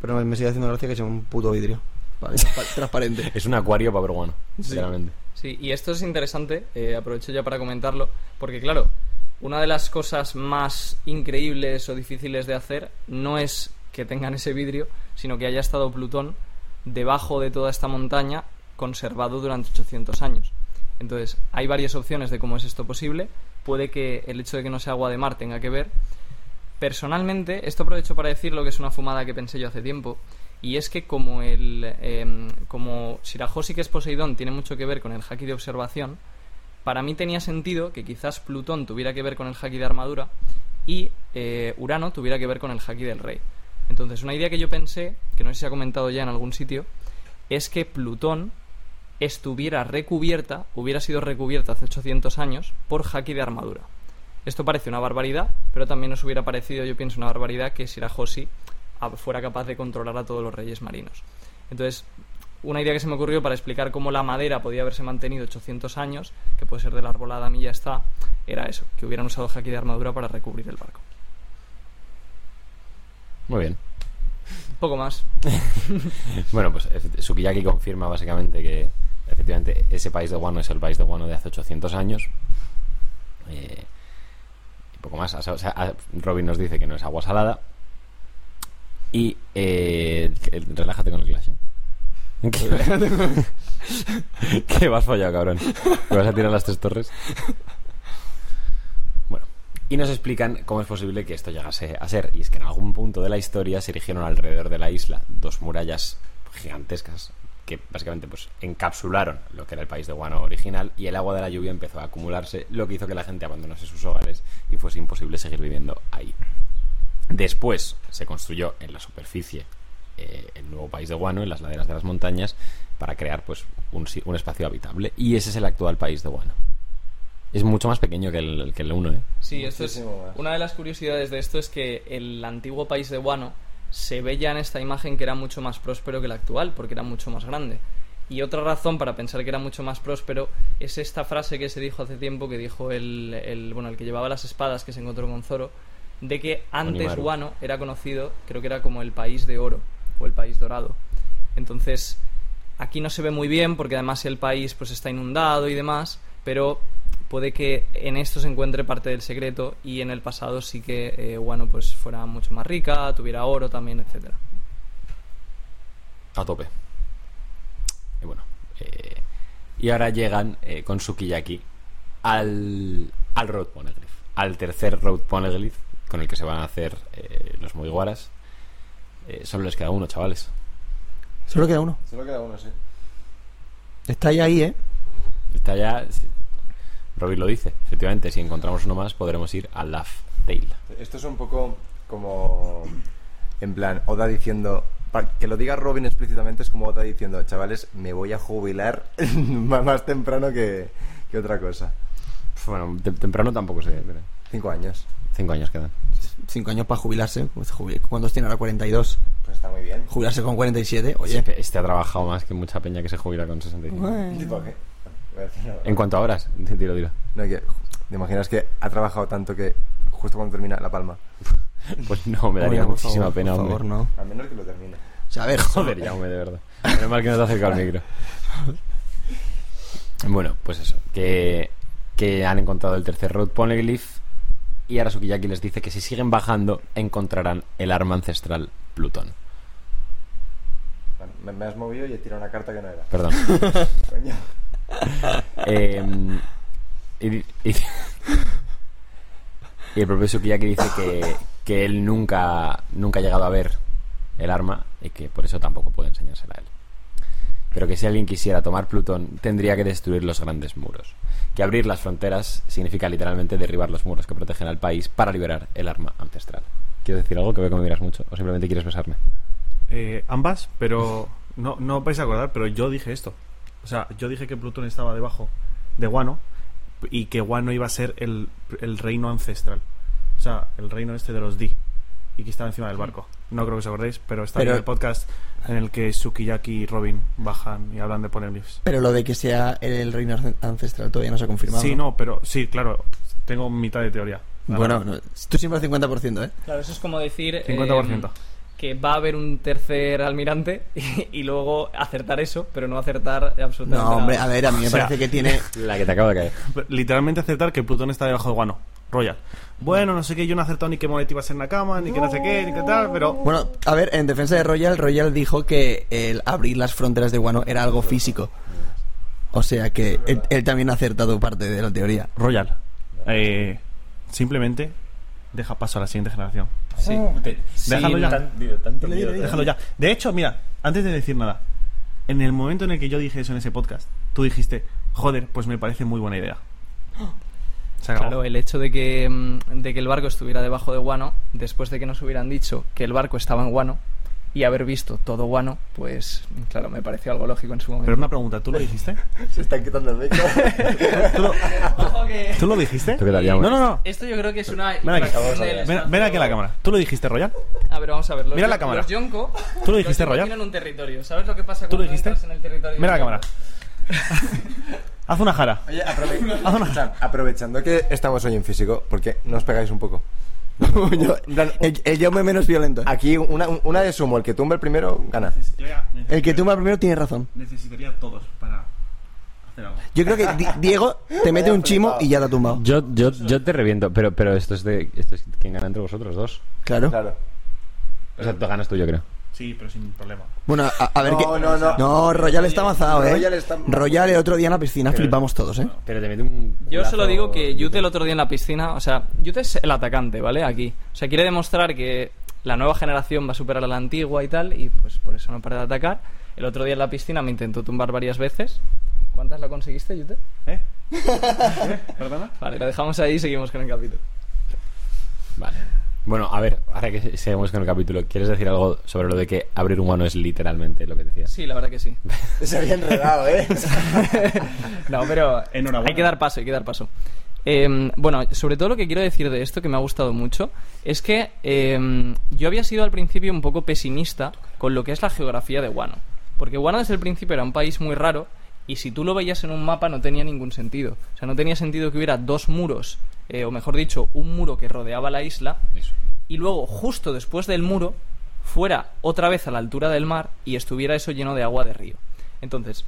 S3: Pero me, me sigue haciendo gracia que sea un puto vidrio. Vale, transpa- transparente.
S4: Es un acuario para peruano,
S3: Sí.
S4: sinceramente.
S5: Sí, y esto es interesante, eh, aprovecho ya para comentarlo, porque claro, una de las cosas más increíbles o difíciles de hacer no es que tengan ese vidrio, sino que haya estado Plutón debajo de toda esta montaña conservado durante 800 años. Entonces, hay varias opciones de cómo es esto posible. Puede que el hecho de que no sea agua de mar tenga que ver, Personalmente, esto aprovecho para decir lo que es una fumada que pensé yo hace tiempo, y es que como el em, como Shirahoshi que es Poseidón tiene mucho que ver con el haki de observación, para mí tenía sentido que quizás Plutón tuviera que ver con el haki de armadura y eh, Urano tuviera que ver con el haki del rey. Entonces, una idea que yo pensé, que no sé si se ha comentado ya en algún sitio, es que Plutón estuviera recubierta, hubiera sido recubierta hace 800 años por haki de armadura. Esto parece una barbaridad, pero también nos hubiera parecido, yo pienso, una barbaridad que Shirahoshi a- fuera capaz de controlar a todos los reyes marinos. Entonces, una idea que se me ocurrió para explicar cómo la madera podía haberse mantenido 800 años, que puede ser de la arbolada a mí ya está, era eso, que hubieran usado haki de armadura para recubrir el barco.
S4: Muy bien.
S5: Poco más.
S4: Bueno, pues efe- Sukiyaki confirma básicamente que efectivamente ese país de Guano es el país de Guano de hace 800 años. Eh, y poco más. O sea, o sea, a- Robin nos dice que no es agua salada. Y eh, el- relájate con el clash. ¿eh? Que- Que vas follado, cabrón. ¿Me vas a tirar las tres torres? Bueno, y nos explican cómo es posible que esto llegase a ser. Y es que en algún punto de la historia se erigieron alrededor de la isla dos murallas gigantescas que básicamente pues encapsularon lo que era el país de Guano original y el agua de la lluvia empezó a acumularse, lo que hizo que la gente abandonase sus hogares y fuese imposible seguir viviendo ahí. Después se construyó en la superficie eh, el nuevo país de Guano, en las laderas de las montañas, para crear pues un, si- un espacio habitable. Y ese es el actual país de Guano. Es mucho más pequeño que el, que el 1, ¿eh?
S5: Sí, esto es.
S2: Muchísimo más.
S5: Una de las curiosidades de esto es que el antiguo país de Guano se ve ya en esta imagen que era mucho más próspero que el actual, porque era mucho más grande. Y otra razón para pensar que era mucho más próspero es esta frase que se dijo hace tiempo, que dijo el, el- bueno, el que llevaba las espadas que se encontró con Zoro, de que antes
S4: Onimaru.
S5: Guano era conocido, creo que era como el país de oro o el país dorado. Entonces, aquí no se ve muy bien porque además el país pues está inundado y demás, pero puede que en esto se encuentre parte del secreto y en el pasado sí que eh, Guano pues fuera mucho más rica, tuviera oro también, etcétera.
S4: A tope. Y bueno. eh, y ahora llegan eh, con Sukiyaki al, al Road Poneglyph. Al tercer Road Poneglyph con el que se van a hacer eh, los Mugiwaras. Eh, solo les queda uno, chavales.
S3: Solo queda uno.
S2: Solo queda uno, sí.
S3: Está ahí, ahí, ¿eh?
S4: Está ya. si- Robin lo dice, efectivamente. Si encontramos uno más, podremos ir al LAF. Tale.
S2: Esto es un poco como. En plan, Oda diciendo. pa- Que lo diga Robin explícitamente es como Oda diciendo, chavales, me voy a jubilar más más temprano que, que otra cosa.
S4: Pf, Bueno, te- temprano tampoco sé, pero
S2: Cinco años.
S4: cinco años quedan.
S3: Cinco años para jubilarse. pues, jubi- ¿Cuántos tiene ahora? 42.
S2: Pues está muy bien.
S3: Jubilarse con 47. Oye,
S4: Este, este ha trabajado más que mucha peña que se jubila con 65.
S2: Tipo, ¿qué? Iba a decir una
S4: En cuanto a horas, te tiro, tiro.
S2: No, que, ¿Te imaginas que ha trabajado tanto que justo cuando termina La Palma?
S4: Pues no, me daría
S3: Oye, por
S4: muchísima
S3: favor,
S4: pena,
S3: Por
S4: hombre.
S3: favor, no.
S2: Al menos que lo termine.
S3: O sea, a ver, joder.
S4: Joder, ya, hombre, de verdad. Menos mal que no te acerca al micro. Bueno, pues eso. Que, que han encontrado el tercer road poneglyph. Y ahora Sukiyaki les dice que si siguen bajando, encontrarán el arma ancestral Plutón.
S2: Me, me has movido y he tirado una carta que no era.
S4: Perdón.
S2: Coño.
S4: Eh, y, di- y di- y el propio Sukiyaki dice que, que él nunca, nunca ha llegado a ver el arma y que por eso tampoco puede enseñársela a él. Pero que si alguien quisiera tomar Plutón, tendría que destruir los grandes muros. Que abrir las fronteras significa literalmente derribar los muros que protegen al país para liberar el arma ancestral. ¿Quieres decir algo que veo que me miras mucho o simplemente quieres besarme?
S6: Eh, ambas, pero no, no os vais a acordar, pero yo dije esto. O sea, yo dije que Plutón estaba debajo de Guano y que Guano iba a ser el, el reino ancestral. O sea, el reino este de los Di. Y que estaba encima del barco. No creo que os acordéis, pero está
S3: Pero-
S6: en el podcast en el que Sukiyaki y Robin bajan y hablan de poneglyphs.
S3: Pero lo de que sea el reino an- ancestral todavía no se ha confirmado.
S6: Sí, no, pero sí, claro, tengo mitad de teoría.
S3: Bueno, no, tú siempre al 50%, ¿eh?
S5: Claro, eso es como decir... eh,
S6: 50%.
S5: que va a haber un tercer almirante y, y luego acertar eso, pero no acertar absolutamente
S3: No,
S5: nada.
S3: hombre, a ver, a mí me
S6: O sea,
S3: parece que tiene.
S4: La que te acaba de caer.
S6: literalmente aceptar que Plutón está debajo de Guano. Royal. Bueno, no sé qué, yo no he acertado ni que Monet iba a ser Nakama, ni que no sé qué, ni que tal, pero...
S3: Bueno, a ver, en defensa de Royal, Royal dijo que el abrir las fronteras de Guano era algo físico. O sea que él, él también ha acertado parte de la teoría.
S6: Royal. eh, simplemente deja paso a la siguiente generación.
S5: Sí.
S6: Oh, Déjalo
S5: Sí,
S6: ya.
S5: tan-
S6: Déjalo ya. De hecho, mira, antes de decir nada, en el momento en el que yo dije eso en ese podcast, tú dijiste, joder, pues me parece muy buena idea. eh. Se acabó.
S5: Claro, el hecho de que, mm, de que el barco estuviera debajo de Guano, después de que nos hubieran dicho que el barco estaba en Guano y haber visto todo Guano, pues claro, me pareció algo lógico en su momento.
S6: Pero una pregunta, ¿tú lo dijiste?
S2: Se están quitando el micro.
S6: ¿Tú lo,
S5: Ojo que- Eh,
S6: tú lo dijiste?
S4: ¿Tú qué tal, Yago?
S6: No, no, no.
S5: Esto yo creo que es una...
S6: Ven aquí,
S5: infracción del
S6: ven,
S5: espacio-
S6: ven aquí a la cámara. ¿Tú lo dijiste, Royal?
S5: A ver, vamos a verlo.
S6: Mira la cámara.
S5: Los Yonko...
S6: ¿Tú lo dijiste,
S5: los Yonko
S6: Royal?
S5: tienen un territorio. ¿Sabes lo que pasa
S6: ¿Tú lo
S5: cuando
S6: dijiste?
S5: entras en el territorio?
S6: Mira la
S5: de un
S6: cámara. Haz una jara.
S2: Oye, aprove- Aprovechando, que estamos hoy en físico, porque nos pegáis un poco.
S3: Yo- el, el yo me menos violento.
S2: Aquí una, una de sumo, el que tumba el primero gana.
S3: El que tumba primero tiene razón.
S6: Necesitaría todos para hacer algo.
S3: Yo creo que Di- Diego te mete un chimo y ya te ha tumbado.
S4: Yo, yo, yo te reviento, pero, pero esto es de esto es quien gana entre vosotros dos.
S3: Claro.
S2: Claro.
S4: O sea, tú ganas tú, yo creo.
S6: Sí, pero sin problema.
S3: Bueno, a, a ver
S2: No,
S3: qué.
S2: no, no.
S3: Royal está mazado, ¿eh?
S2: Royal está-
S3: Royal el otro día en la piscina flipamos todos, ¿eh?
S4: Pero te mete un.
S5: Yo
S4: lazo-
S5: solo digo que Yute el otro día en la piscina, o sea, Yute es el atacante, ¿vale? Aquí. O sea, quiere demostrar que la nueva generación va a superar a la antigua y tal, y pues por eso no para de atacar. El otro día en la piscina me intentó tumbar varias veces. ¿Cuántas la conseguiste, Yute?
S6: ¿Eh? ¿Eh? ¿Perdona?
S5: Vale, la dejamos ahí y seguimos con el capítulo.
S4: Vale. Bueno, a ver, ahora que seguimos con el capítulo, ¿quieres decir algo sobre lo de que abrir un guano es literalmente lo que decías?
S5: Sí, la verdad que sí.
S2: Se había enredado, ¿eh?
S5: No, pero
S6: Enhorabuena.
S5: hay que dar paso, hay que dar paso. Eh, bueno, sobre todo lo que quiero decir de esto, que me ha gustado mucho, es que eh, yo había sido al principio un poco pesimista con lo que es la geografía de Guano. Porque Guano desde el principio era un país muy raro y si tú lo veías en un mapa no tenía ningún sentido. O sea, no tenía sentido que hubiera dos muros, eh, o mejor dicho, un muro que rodeaba la isla
S4: Eso.
S5: y luego justo después del muro fuera otra vez a la altura del mar y estuviera eso lleno de agua de río. Entonces,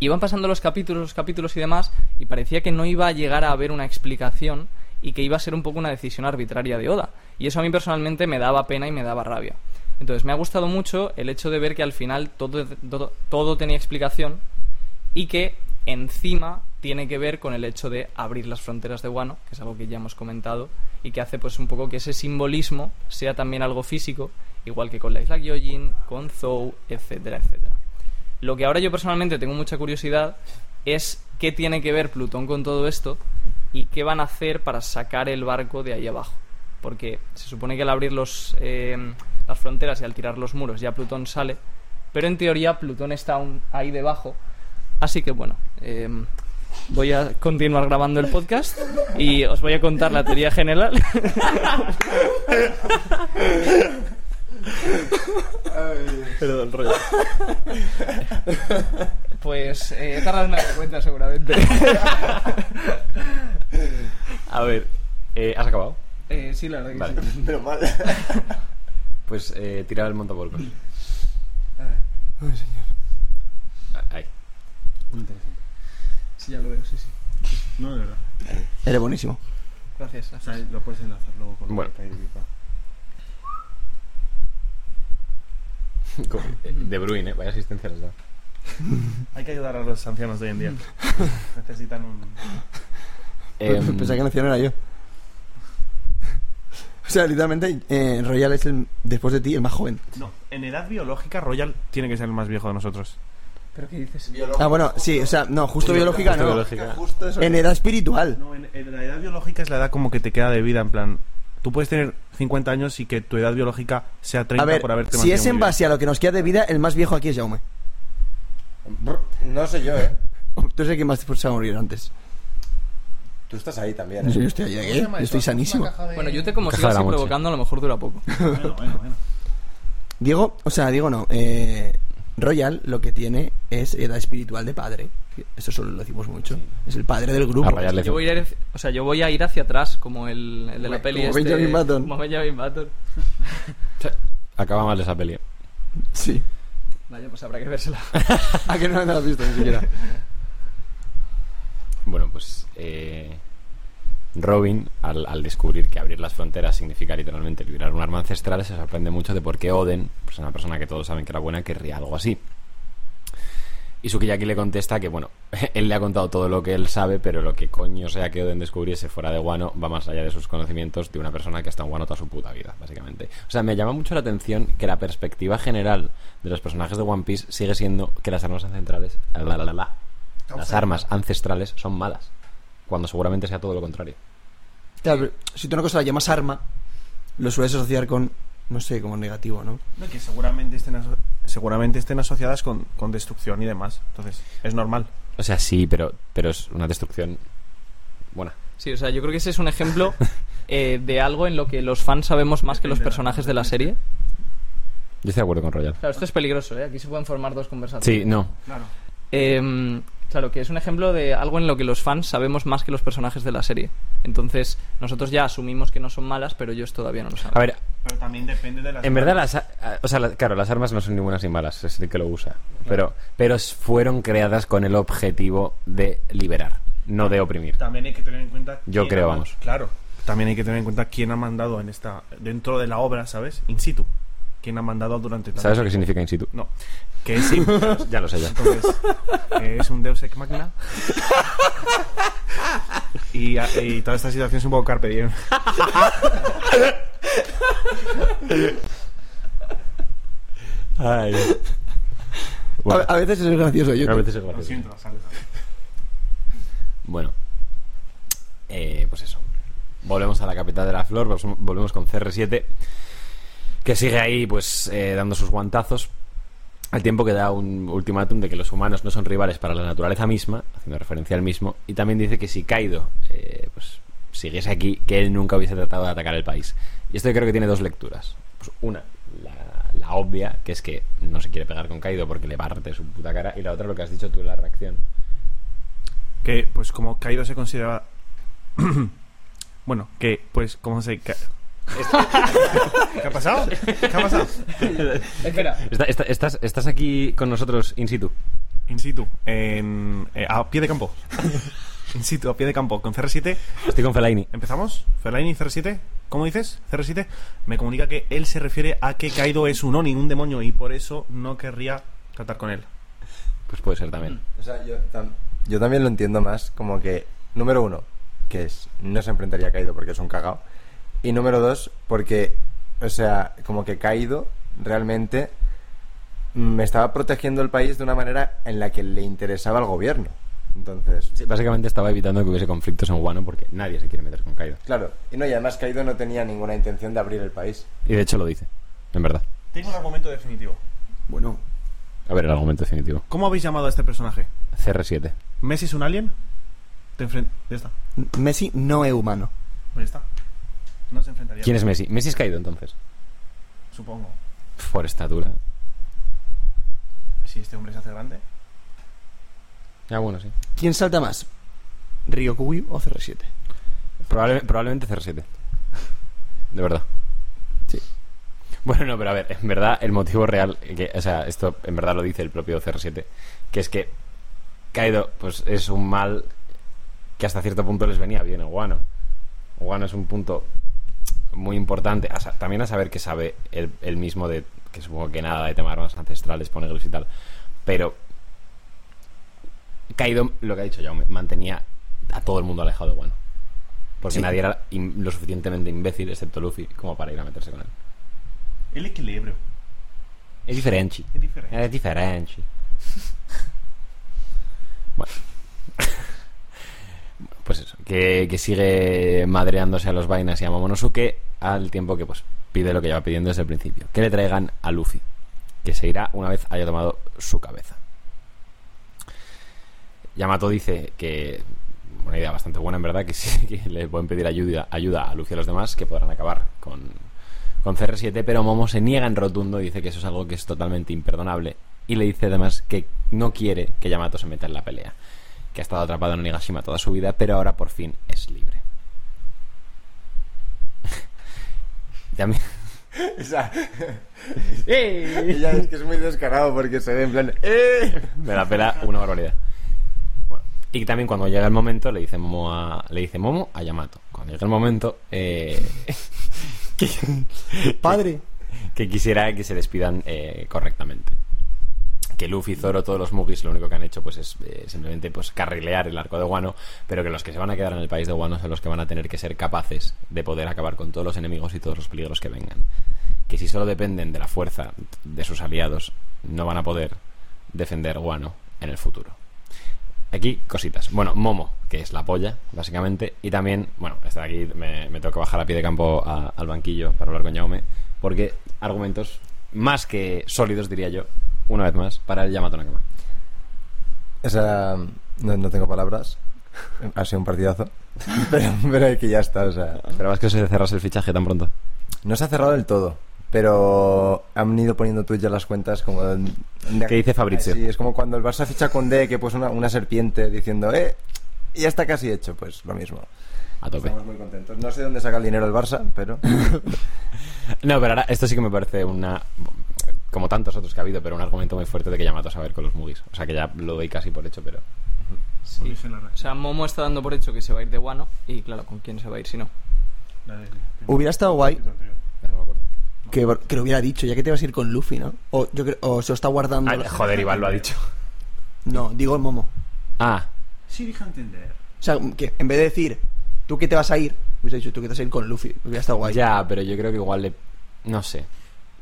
S5: iban pasando los capítulos, los capítulos y demás, y parecía que no iba a llegar a haber una explicación y que iba a ser un poco una decisión arbitraria de Oda. Y eso a mí personalmente me daba pena y me daba rabia. Entonces, me ha gustado mucho el hecho de ver que al final todo, todo, todo tenía explicación y que encima tiene que ver con el hecho de abrir las fronteras de Guano, que es algo que ya hemos comentado, y que hace pues un poco que ese simbolismo sea también algo físico, igual que con la isla Gyojin, con Zou, etcétera, etcétera. Lo que ahora yo personalmente tengo mucha curiosidad es qué tiene que ver Plutón con todo esto y qué van a hacer para sacar el barco de ahí abajo. Porque se supone que al abrir los, eh, las fronteras y al tirar los muros ya Plutón sale, pero en teoría Plutón está aún ahí debajo. Así que bueno, eh, voy a continuar grabando el podcast y os voy a contar la teoría general. Perdón, rollo. Pues eh, he tardado en darme cuenta seguramente.
S4: A ver, eh, ¿has acabado?
S5: Eh, sí, la verdad que
S4: Vale.
S5: sí.
S2: Pero mal.
S4: Pues eh, tirar el montavolcos.
S2: Ay, señor.
S4: Ah, Ahí.
S5: Sí, ya lo veo, sí, sí.
S6: No, de verdad.
S3: Eres buenísimo.
S5: Gracias.
S6: O sea, lo puedes enlazar luego con
S4: Bueno.
S6: Kairi Pipa.
S4: Como- eh, De Bruin, ¿eh? Vaya asistencia les da.
S6: Hay que ayudar a los ancianos de hoy en día. Necesitan un.
S4: Em,
S3: Pensaba que la canción era yo. O sea, literalmente, eh, Royal es el, después de ti el más joven.
S6: No, en edad biológica, Royal tiene que ser el más viejo de nosotros.
S5: ¿Pero qué dices?
S3: Ah, bueno, sí, o sea, no, justo biológica
S4: Justo
S3: no.
S4: biológica.
S2: Justo eso.
S3: En edad espiritual.
S6: No, en, en la edad biológica es la edad como que te queda de vida, en plan. Tú puedes tener 50 años y que tu edad biológica sea 30
S3: A ver,
S6: por haberte
S3: si es
S6: mantenido
S3: en
S6: muy
S3: base a lo que nos queda de vida, el más viejo aquí es Jaume.
S2: No sé yo, ¿eh?
S3: Tú sé quién más se va a morir antes.
S2: Tú estás ahí también.
S3: No sé,
S2: ¿eh?
S3: yo estoy ahí, ¿eh? Yo estoy sanísimo.
S5: Bueno, yo te como
S4: Caja
S5: sigo
S4: de la
S5: así
S4: mocha.
S5: provocando, a lo mejor dura poco.
S6: bien. Bueno, bueno, bueno.
S3: Diego, o sea, Diego no. eh, Royal lo que tiene es edad espiritual de padre. Eso solo lo decimos mucho. Es el padre del grupo.
S4: A Royal le-
S5: Yo voy a ir, o sea, yo voy a ir hacia atrás, como el, el de la
S3: Como
S5: peli. este,
S3: Benjamin Button.
S5: Como Benjamin Button.
S4: Acaba mal esa peli.
S3: Sí.
S5: Vaya, pues habrá que vérsela.
S3: ¿A que no me has visto ni siquiera?
S4: Bueno, pues eh, Robin, al, al descubrir que abrir las fronteras significa literalmente liberar un arma ancestral, se sorprende mucho de por qué Oden, pues una persona que todos saben que era buena, querría algo así. Y Sukiyaki le contesta que, bueno, él le ha contado todo lo que él sabe, pero lo que coño sea que Oden descubriese fuera de Guano va más allá de sus conocimientos de una persona que ha estado en Guano toda su puta vida, básicamente. O sea, me llama mucho la atención que la perspectiva general de los personajes de One Piece sigue siendo que las armas ancestrales. la, la, la, la, las armas ancestrales son malas. Cuando seguramente sea todo lo contrario.
S3: Claro, pero si tú una cosa la llamas arma, lo sueles asociar con, no sé, como negativo, ¿no?
S6: No, que seguramente estén, aso- seguramente estén asociadas con, con destrucción y demás. Entonces, es normal.
S4: O sea, sí, pero, pero es una destrucción buena.
S5: Sí, o sea, yo creo que ese es un ejemplo eh, de algo en lo que los fans sabemos más que los personajes de la serie.
S4: Yo estoy de acuerdo con Royal.
S5: Claro, esto es peligroso, ¿eh? Aquí se pueden formar dos conversaciones.
S4: Sí, no.
S6: Claro.
S5: Eh, claro, que es un ejemplo de algo en lo que los fans sabemos más que los personajes de la serie. Entonces, nosotros ya asumimos que no son malas, pero ellos todavía no lo saben.
S4: A ver,
S6: Pero también depende de las.
S4: en verdad las... a- O sea, la- claro, las armas no son ni buenas ni malas, es el que lo usa. Pero, pero s- fueron creadas con el objetivo de liberar, no de oprimir.
S6: También hay que tener en cuenta.
S4: Yo
S6: quién
S4: creo,
S6: ha-
S4: vamos.
S6: Claro. También hay que tener en cuenta quién ha mandado en esta. dentro de la obra, ¿sabes? In situ. Quién ha mandado durante tanto
S4: ¿Sabes lo que
S6: tiempo.
S4: significa in situ?
S6: No. Que es in-
S4: Ya lo sé ya.
S6: Entonces, eh, es un Deus Ex Magna. Y, a- y toda esta situación es un poco carpe diem.
S4: Bueno,
S3: A, a veces es gracioso. Yo
S4: a veces es
S6: Lo
S4: gracioso.
S6: siento, sale.
S4: Bueno, eh, pues eso. Volvemos a la capital de la flor, vol- volvemos con CR7, que sigue ahí pues eh, dando sus guantazos, al tiempo que da un ultimátum de que los humanos no son rivales para la naturaleza misma, haciendo referencia al mismo, y también dice que si Kaido eh, pues, siguiese aquí, que él nunca hubiese tratado de atacar el país. Y esto yo creo que tiene dos lecturas. Pues una, la, la obvia, que es que no se quiere pegar con Kaido porque le parte su puta cara, y la otra, lo que has dicho tú, la reacción.
S6: que pues como Kaido se considera bueno que pues como se ca- ¿Qué ha pasado? ¿Qué ha pasado?
S5: Espera,
S4: Está- está- estás, estás aquí con nosotros in situ.
S6: In situ, en- eh, a pie de campo. In situ, a pie de campo, con CR7.
S4: Estoy con Felaini.
S6: ¿Empezamos? Ferlaini, CR7. ¿Cómo dices? CR7. Me comunica que él se refiere a que Kaido es un Oni, un demonio, y por eso no querría tratar con él.
S4: Pues puede ser también.
S2: O sea, yo, tam- yo también lo entiendo más como que, número uno, que es, no se enfrentaría a Kaido porque es un cagao. Y número dos, porque, o sea, como que Kaido realmente mm, me estaba protegiendo el país de una manera en la que le interesaba al gobierno. Entonces,
S4: Sí, básicamente estaba evitando que hubiese conflictos en Guano porque nadie se quiere meter con Kaido.
S2: claro. Y no, y además Kaido no tenía ninguna intención de abrir el país.
S4: Y de hecho lo dice, en verdad.
S6: Tengo un argumento definitivo.
S3: Bueno,
S4: A ver el argumento definitivo.
S6: ¿Cómo habéis llamado a este personaje?
S4: CR7.
S6: ¿Messi es un alien? Te enfren- Ya está.
S3: Messi no es humano.
S6: Pues ya está. No se enfrentaría.
S4: ¿Quién es Messi? Messi es Kaido entonces.
S6: Supongo.
S4: Por estatura.
S6: Si este hombre se hace grande.
S4: Ah, bueno, sí.
S3: ¿Quién salta más? ¿Ryokuyu o CR7?
S4: Probable- probablemente CR7. De verdad.
S3: Sí.
S4: Bueno, no, pero a ver, en verdad el motivo real, que, o sea, esto en verdad lo dice el propio CR7, que es que Kaido pues es un mal que hasta cierto punto les venía bien a Guano. Guano es un punto muy importante, a sa- también a saber que sabe el mismo de, que supongo que nada de temas armas ancestrales, ponerlos y tal, pero Kaido, lo que ha dicho Jaume, mantenía a todo el mundo alejado de Guano. Porque
S3: Sí.
S4: nadie era in- lo suficientemente imbécil, excepto Luffy, como para ir a meterse con él.
S6: El equilibrio.
S4: Es diferente.
S6: Es diferente.
S4: Es diferente. bueno. pues eso, que, que sigue madreándose a los vainas y a Momonosuke al tiempo que pues pide lo que lleva pidiendo desde el principio. Que le traigan a Luffy, que se irá una vez haya tomado su cabeza. Yamato dice que una idea bastante buena en verdad, que sí, que le pueden pedir ayuda, ayuda a Luffy y a los demás, que podrán acabar con, con CR7, pero Momo se niega en rotundo, dice que eso es algo que es totalmente imperdonable. Y le dice además que no quiere que Yamato se meta en la pelea, que ha estado atrapado en Onigashima toda su vida, pero ahora por fin es libre. Yami-
S2: O sea, y ya es que es muy descarado porque se ve en plan, ¡eh!
S4: Me la pela una barbaridad. Bueno, y también cuando llega el momento le dice Momo a, le dice Momo a Yamato. Cuando llega el momento, eh,
S3: Padre.
S4: que quisiera que se despidan eh, correctamente. Que Luffy, Zoro, todos los Mugis lo único que han hecho pues es eh, simplemente pues carrilear el arco de Guano, pero que los que se van a quedar en el país de Guano son los que van a tener que ser capaces de poder acabar con todos los enemigos y todos los peligros que vengan. Que si solo dependen de la fuerza de sus aliados, no van a poder defender Guano en el futuro. Aquí cositas. Bueno, Momo, que es la polla, básicamente. Y también, bueno, hasta aquí me, me tengo que bajar a pie de campo a- al banquillo para hablar con Jaume. Porque argumentos más que sólidos, diría yo, una vez más, para el Yamato Nakama.
S2: O sea, no, no tengo palabras. Ha sido un partidazo. Pero, pero es que ya está, o sea.
S4: Esperabas que se cerrase el fichaje tan pronto.
S2: No se ha cerrado del todo, pero han ido poniendo tú ya las cuentas como... de-
S4: ¿Qué dice Fabrizio?
S2: Sí, es como cuando el Barça ficha con D, que pues una, una serpiente diciendo, ¡eh! Y ya está casi hecho, pues lo mismo.
S4: A tope.
S2: Estamos muy contentos. No sé dónde saca el dinero el Barça, pero...
S4: No, pero ahora esto sí que me parece una. Como tantos otros que ha habido, pero un argumento muy fuerte de que Yamato se va a ver con los Mugis. O sea que ya lo doy casi por hecho, pero.
S5: Sí.
S6: Corrige la
S5: O sea, Momo está dando por hecho que se va a ir de Guano y claro, ¿con quién se va a ir si no?
S6: La de-
S3: Hubiera estado guay
S6: anterior.
S4: No me acuerdo.
S3: que, que lo hubiera dicho, ya que te vas a ir con Luffy, ¿no? O, yo creo- o se lo está guardando.
S4: Ah, joder, Iván lo ha dicho.
S3: No, digo el Momo.
S4: Ah,
S6: Sí, dije entender.
S3: O sea, que en vez de decir, tú que te vas a ir, hubiese dicho, tú que te vas a ir con Luffy. Hubiera estado guay.
S4: ya, pero yo creo que igual le. No sé.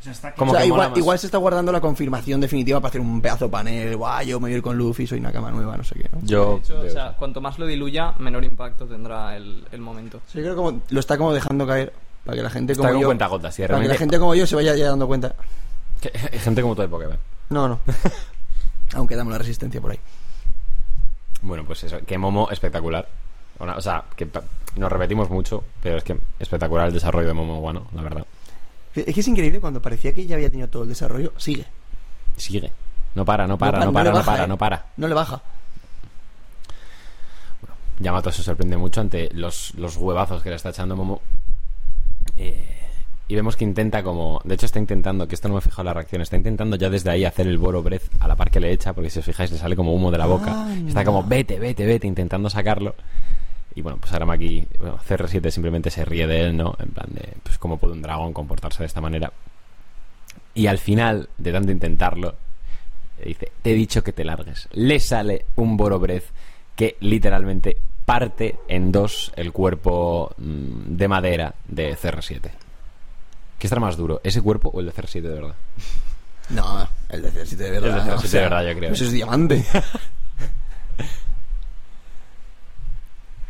S6: O sea, está
S3: O
S4: Como
S3: sea,
S4: que mola
S3: igual,
S4: más.
S3: igual se está guardando la confirmación definitiva para hacer un pedazo de panel. Guay, yo me voy a ir con Luffy, soy una cama nueva, no sé qué. ¿no?
S4: Yo.
S5: De hecho, o
S4: veo
S5: sea,
S4: eso.
S5: cuanto más lo diluya, menor impacto tendrá el, el momento.
S3: Sí, yo creo que como, lo está como dejando caer para que la gente como
S4: Está con
S3: yo.
S4: cuentagotas, sí,
S3: para que la
S4: realmente.
S3: gente como yo se vaya ya dando cuenta.
S4: Que- gente como todo de ¿eh? Pokémon.
S3: No, no. Aunque damos la resistencia por ahí.
S4: Bueno, pues eso, que Momo espectacular. Una- o sea, que pa- nos repetimos mucho, pero es que espectacular el desarrollo de Momo Guano, la verdad.
S3: Es que es increíble cuando parecía que ya había tenido todo el desarrollo, sigue.
S4: Sigue. No para, no para,
S3: pa-
S4: no, para,
S3: le
S4: no,
S3: baja,
S4: para,
S3: ¿eh?
S4: no para.
S3: No le baja.
S4: Yamato se sorprende mucho ante los, los huevazos que le está echando Momo. Eh, y vemos que intenta como... De hecho está intentando, que esto no me he fijado en la reacción, está intentando ya desde ahí hacer el Boro Breath a la par que le echa, porque si os fijáis le sale como humo de la boca.
S3: Anda.
S4: Está como vete, vete, vete, intentando sacarlo. Y bueno, pues ahora Maki, bueno, CR7 simplemente se ríe de él, ¿no? En plan de, pues cómo puede un dragón comportarse de esta manera. Y al final, de tanto intentarlo, le dice, te he dicho que te largues. Le sale un borobrez que literalmente parte en dos el cuerpo mm, de madera de CR7. ¿Qué estará más duro? ¿Ese cuerpo o el de CR7 de verdad?
S3: No, el de CR7 de verdad.
S4: El de CR7 de
S3: o sea, pues
S4: verdad, yo creo.
S3: Eso es diamante.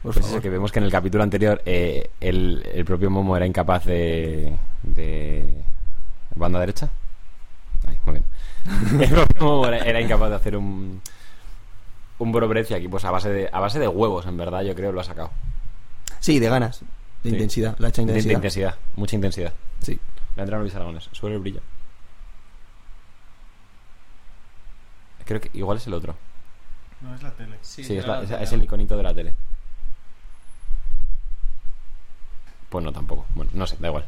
S3: Por
S4: Pues eso,
S3: favor.
S4: que vemos que en el capítulo anterior eh, el, el propio Momo era incapaz de, de- ¿Banda derecha? Ahí, muy bien. El propio Momo era, era incapaz de hacer un... Un Borobreath y aquí pues a base, de, a base de huevos, en verdad, yo creo, lo ha sacado.
S3: Sí, de ganas. De
S4: Sí.
S3: intensidad. La hecha
S4: De
S3: intensidad.
S4: intensidad, mucha intensidad.
S3: Sí.
S4: Le ha entrado Luis Aragones. Sube el brillo. Creo que igual es el otro.
S6: No, es la tele.
S5: Sí,
S4: Sí, es,
S5: era
S4: la-
S5: la
S4: es-
S5: tele.
S4: es el iconito de la tele. Pues no, tampoco. Bueno, no sé, da igual.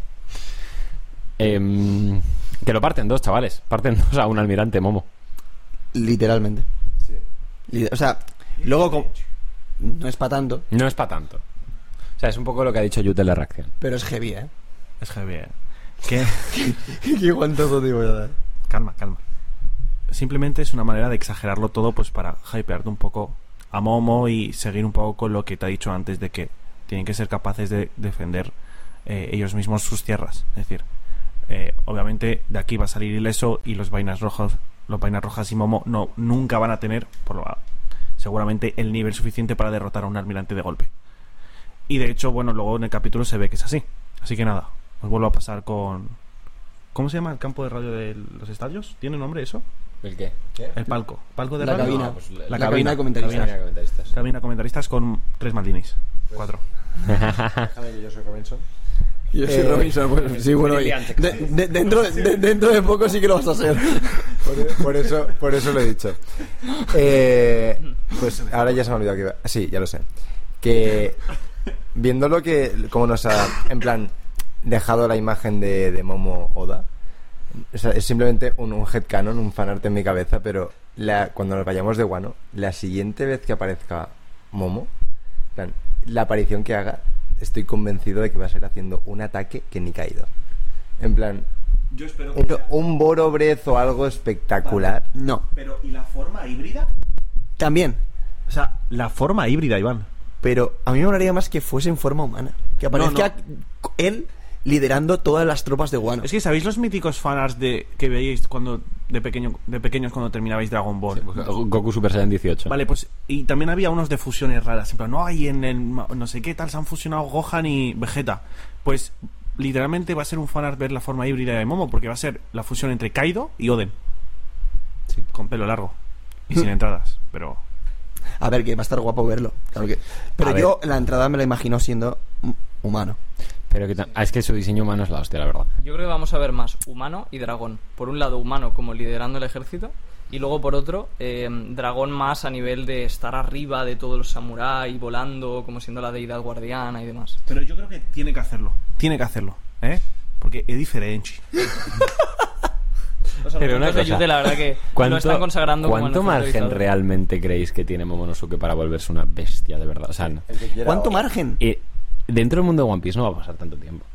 S4: Em, que lo parten dos, chavales. Parten dos a un almirante, Momo.
S3: Literalmente.
S2: Sí.
S3: Liter- O sea, luego como- no es para tanto,
S4: No es para tanto. O sea, es un poco lo que ha dicho Jude de la reacción.
S3: pero es heavy, ¿eh?
S6: Es heavy, ¿eh? Que-
S3: Qué guantazo te voy a dar.
S6: Calma, calma. Simplemente es una manera de exagerarlo todo, pues para hypearte un poco a Momo y seguir un poco con lo que te he dicho antes de que tienen que ser capaces de defender eh, ellos mismos sus tierras. Es decir, eh, obviamente de aquí va a salir ileso y los vainas rojas, los vainas rojas y Momo no nunca van a tener, por lo seguramente el nivel suficiente para derrotar a un almirante de golpe. Y de hecho, bueno, luego en el capítulo se ve que es así. Así que nada, os vuelvo a pasar con ¿Cómo se llama el campo de radio de los estadios? ¿Tiene nombre eso?
S4: ¿El qué?
S6: El palco. ¿Palco de
S3: La
S6: radio?
S3: cabina.
S6: No,
S4: pues la-
S3: la, cabina de comentaristas.
S4: Cabina de comentaristas.
S6: Cabina comentaristas con tres Maldinis. Cuatro.
S2: Déjame que yo soy Robinson.
S3: Yo soy
S2: Eh,
S3: Robinson, pues, sí, bueno, y- de- de- dentro, de, dentro de poco sí que lo vas a hacer.
S2: Por, e, por eso, por eso lo he dicho. Eh, pues ahora ya se me ha olvidado que iba. Sí, ya lo sé. Que viendo lo que. Como nos ha. En plan, dejado la imagen de, de Momo Oda. O sea, es simplemente un, un headcanon, un fanart en mi cabeza, pero la, cuando nos vayamos de Guano, la siguiente vez que aparezca Momo, en plan, la aparición que haga, estoy convencido de que va a ser haciendo un ataque que ni caído. En plan,
S6: Yo espero
S2: un, un borobrezo o algo espectacular.
S3: No,
S6: Pero, ¿y la forma híbrida?
S3: también.
S6: O sea, la forma híbrida, Iván.
S3: Pero a mí me molaría más que fuese en forma humana. Que aparezca él liderando todas las tropas de Guano.
S6: Es que sabéis los míticos fanarts de que veíais cuando de pequeño de pequeños cuando terminabais Dragon Ball.
S4: pues, Goku Super Saiyan 18.
S6: Vale, pues y también había unos de fusiones raras, en plan, no hay en el ma- no sé qué tal se han fusionado Gohan y Vegeta. Pues literalmente va a ser un fanart ver la forma híbrida de Momo porque va a ser la fusión entre Kaido y Oden. Con pelo largo y sin entradas, pero
S3: A ver, que va a estar guapo verlo. claro que- Pero
S4: A
S3: yo la entrada me la imagino siendo mm, humano.
S4: Pero que ta- ah, es que su diseño humano es la hostia, la verdad.
S5: Yo creo que vamos a ver más humano y dragón. Por un lado, humano como liderando el ejército. Y luego, por otro, eh, dragón más a nivel de estar arriba de todos los samuráis, volando, como siendo la deidad guardiana y demás.
S6: pero yo creo que tiene que hacerlo. Tiene que hacerlo, ¿eh? Porque es diferente.
S5: Los
S4: Pero una
S5: argumentos de
S4: cosa,
S5: Yude, la verdad que lo están consagrando como
S4: ¿cuánto
S5: el mejor
S4: margen
S5: realizador.
S4: realmente creéis que tiene Momonosuke para volverse una bestia de verdad? O sea, no-
S2: El que quiera.
S3: ¿Cuánto
S2: O-
S3: margen?
S4: eh, dentro del mundo de One Piece no va a pasar tanto tiempo.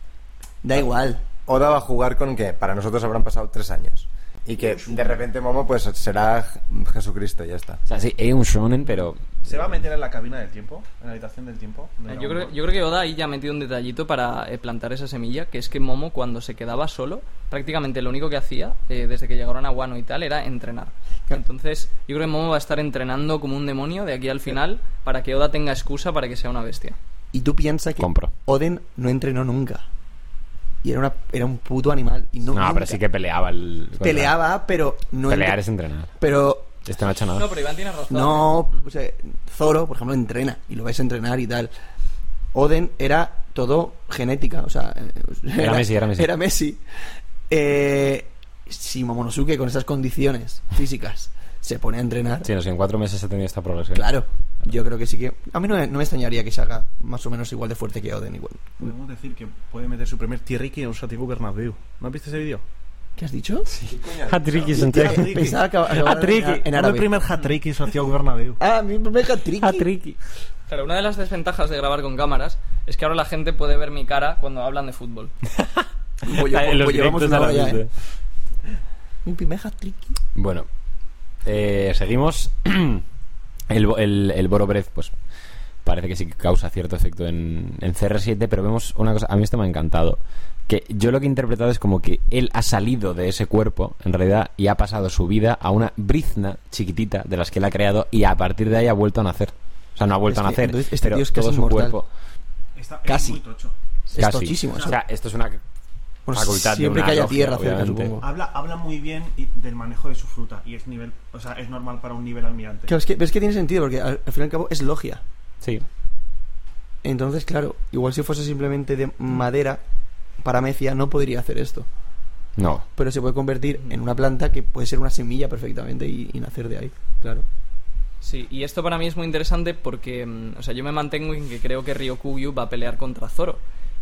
S3: Da igual.
S2: Oda va a jugar con que para nosotros habrán pasado tres años. Y que de repente Momo pues será Jesucristo, ya está.
S4: O sea, sí, es un shonen, pero
S6: ¿Se va a meter en la cabina del tiempo? ¿En la habitación del tiempo?
S5: Eh, Yo creo, yo creo que Oda ahí ya ha metido un detallito para eh, plantar esa semilla, que es que Momo cuando se quedaba solo, prácticamente lo único que hacía eh, desde que llegaron a Wano y tal era entrenar. Entonces yo creo que Momo va a estar entrenando como un demonio de aquí al final para que Oda tenga excusa para que sea una bestia.
S3: Y tú piensas que
S4: compro.
S3: Oden no entrenó nunca. Y era, una, era un puto animal. Y no,
S4: No,
S3: nunca.
S4: pero sí que peleaba el... contra-
S3: Peleaba, pero no
S4: Pelear
S3: entre-
S4: es entrenar.
S3: Pero
S4: Este no ha hecho nada.
S5: No, pero Iván tiene razón. ¿eh?
S3: no, o sea, Zoro, por ejemplo, entrena y lo ves entrenar y tal. Oden era todo genética, o sea, eh,
S4: Era Messi, era Messi.
S3: Era Messi. Eh, si Momonosuke con esas condiciones físicas se pone a entrenar,
S4: Sí, no sé, en cuatro meses ha tenido esta progresión.
S3: claro, yo creo que sí que a mí no me, no me extrañaría que se haga más o menos igual de fuerte que Oden igual.
S6: Podemos decir que puede meter su primer Tiriki en un Satibu Bernabéu. ¿No has visto ese vídeo?
S3: ¿Qué has dicho?
S4: Hatriki Santiago.
S6: Santiago. Hat-tricky.
S3: Pensaba que acababa de
S6: Hat-tricky.
S3: en, en
S6: Fue
S3: árabe.
S6: el primer hat-trick en Santiago Bernabéu.
S3: Ah, mi primer hat-trick.
S5: Claro, una de las desventajas de grabar con cámaras es que ahora la gente puede ver mi cara cuando hablan de fútbol.
S3: Pues
S4: Ah,
S3: llevo- pues llevamos una hora ya, ¿eh? Mi primer hat-trick.
S4: Bueno, eh, seguimos. El, bo- el, el Borobreath, pues parece que sí que causa cierto efecto en, en CR7, pero vemos una cosa. A mí esto me ha encantado. Que yo lo que he interpretado es como que él ha salido de ese cuerpo, en realidad, y ha pasado su vida a una brizna chiquitita de las que él ha creado, y a partir de ahí ha vuelto a nacer. O sea, no ha vuelto
S3: Es
S4: a
S3: que,
S4: nacer.
S3: entonces, este
S4: pero
S3: tío es casi
S4: todo su
S3: inmortal.
S4: cuerpo.
S6: Está,
S3: Casi.
S6: muy tocho.
S3: Es
S4: casi.
S3: tochísimo
S4: O
S3: eso.
S4: sea, esto es una
S3: Bueno,
S4: facultad de
S3: siempre
S4: una
S3: que haya
S4: logia,
S3: tierra cerca,
S4: obviamente.
S3: supongo.
S6: Habla, habla muy bien y- del manejo de su fruta y es nivel, o sea, es normal para un nivel almirante.
S3: Claro, es que, pero es que tiene sentido, porque al, al fin y al cabo es logia.
S4: Sí.
S3: Entonces, claro, igual si fuese simplemente de madera, paramecia, no podría hacer esto.
S4: No.
S3: Pero se puede convertir en una planta que puede ser una semilla perfectamente y, y nacer de ahí, claro.
S5: Sí, y esto para mí es muy interesante porque, mm, o sea, yo me mantengo en que creo que Ryokugyu va a pelear contra Zoro.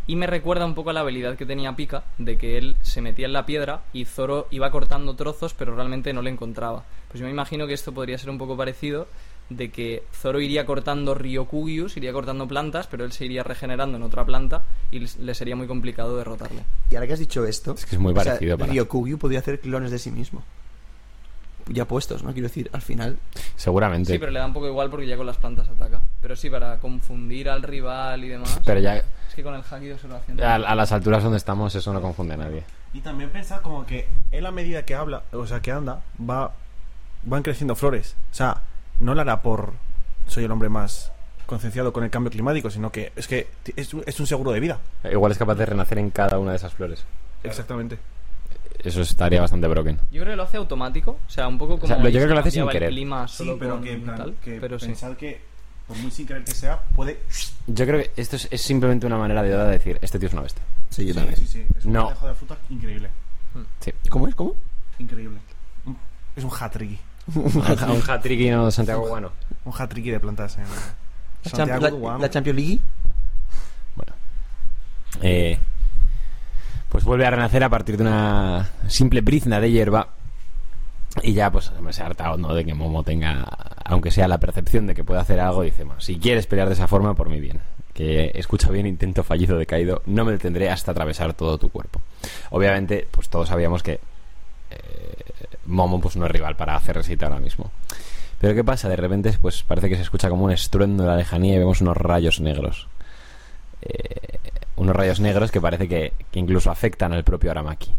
S5: Y me recuerda un poco a la habilidad que tenía Pika, de que él se metía en la piedra y Zoro iba cortando trozos, pero realmente no le encontraba. Pues yo me imagino que esto podría ser un poco parecido, de que Zoro iría cortando Ryokugyus, iría cortando plantas, pero él se iría regenerando en otra planta y les- le sería muy complicado derrotarle.
S3: Y ahora que has dicho esto,
S4: Es que es muy
S3: o sea,
S4: parecido para-
S3: Ryokugyu podría hacer clones de sí mismo. Ya puestos, ¿no? Quiero decir, al final.
S4: Seguramente.
S5: Sí, pero le da un poco igual porque ya con las plantas ataca. Pero sí, para confundir al rival y demás.
S4: Pero ya
S5: Es que con el hack de observación.
S4: a, a las alturas donde estamos eso no confunde a nadie.
S6: Y también pensar como que él a medida que habla, o sea, que anda, va van creciendo flores. O sea, no la hará por soy el hombre más concienciado con el cambio climático, sino que es que t- es, un- es un seguro de vida.
S4: Igual es capaz de renacer en cada una de esas flores.
S6: Exactamente.
S4: Eso estaría bastante broken.
S5: Yo creo que lo hace automático, o sea, un poco como.
S4: sea, lo- yo
S5: se
S4: creo que lo hace sin
S5: cambiaba el
S4: querer.
S5: clima solo con tal, pero sí.
S6: que por muy sin creer que sea, puede
S4: Yo creo que esto es, es simplemente una manera de Oda decir, este tío es una bestia.
S3: Sí, yo
S6: es
S4: un No.
S6: manejo
S4: manejo
S6: de fruta increíble,
S4: Sí.
S3: ¿Cómo es? ¿Cómo?
S6: increíble. Es un hat-trick,
S4: un hat-trick y no Santiago Guano.
S6: un hat-trick de plantas. eh.
S3: La,
S6: Santiago
S3: Champions- la-
S6: Guam.
S3: la Champions League.
S4: Bueno. Eh, pues vuelve a renacer a partir de una simple brizna de hierba. Y ya, pues, me se ha hartado, ¿no? De que Momo tenga, aunque sea la percepción de que puede hacer algo, dice, "Bueno, si quieres pelear de esa forma, por mi bien. Que escucha bien, intento fallido de caído, no me detendré hasta atravesar todo tu cuerpo. Obviamente, pues todos sabíamos que eh, Momo, pues, no es rival para hacer resita ahora mismo. Pero ¿qué pasa? De repente, pues, parece que se escucha como un estruendo en la lejanía y vemos unos rayos negros eh, unos rayos negros que parece que, que incluso afectan al propio Aramaki.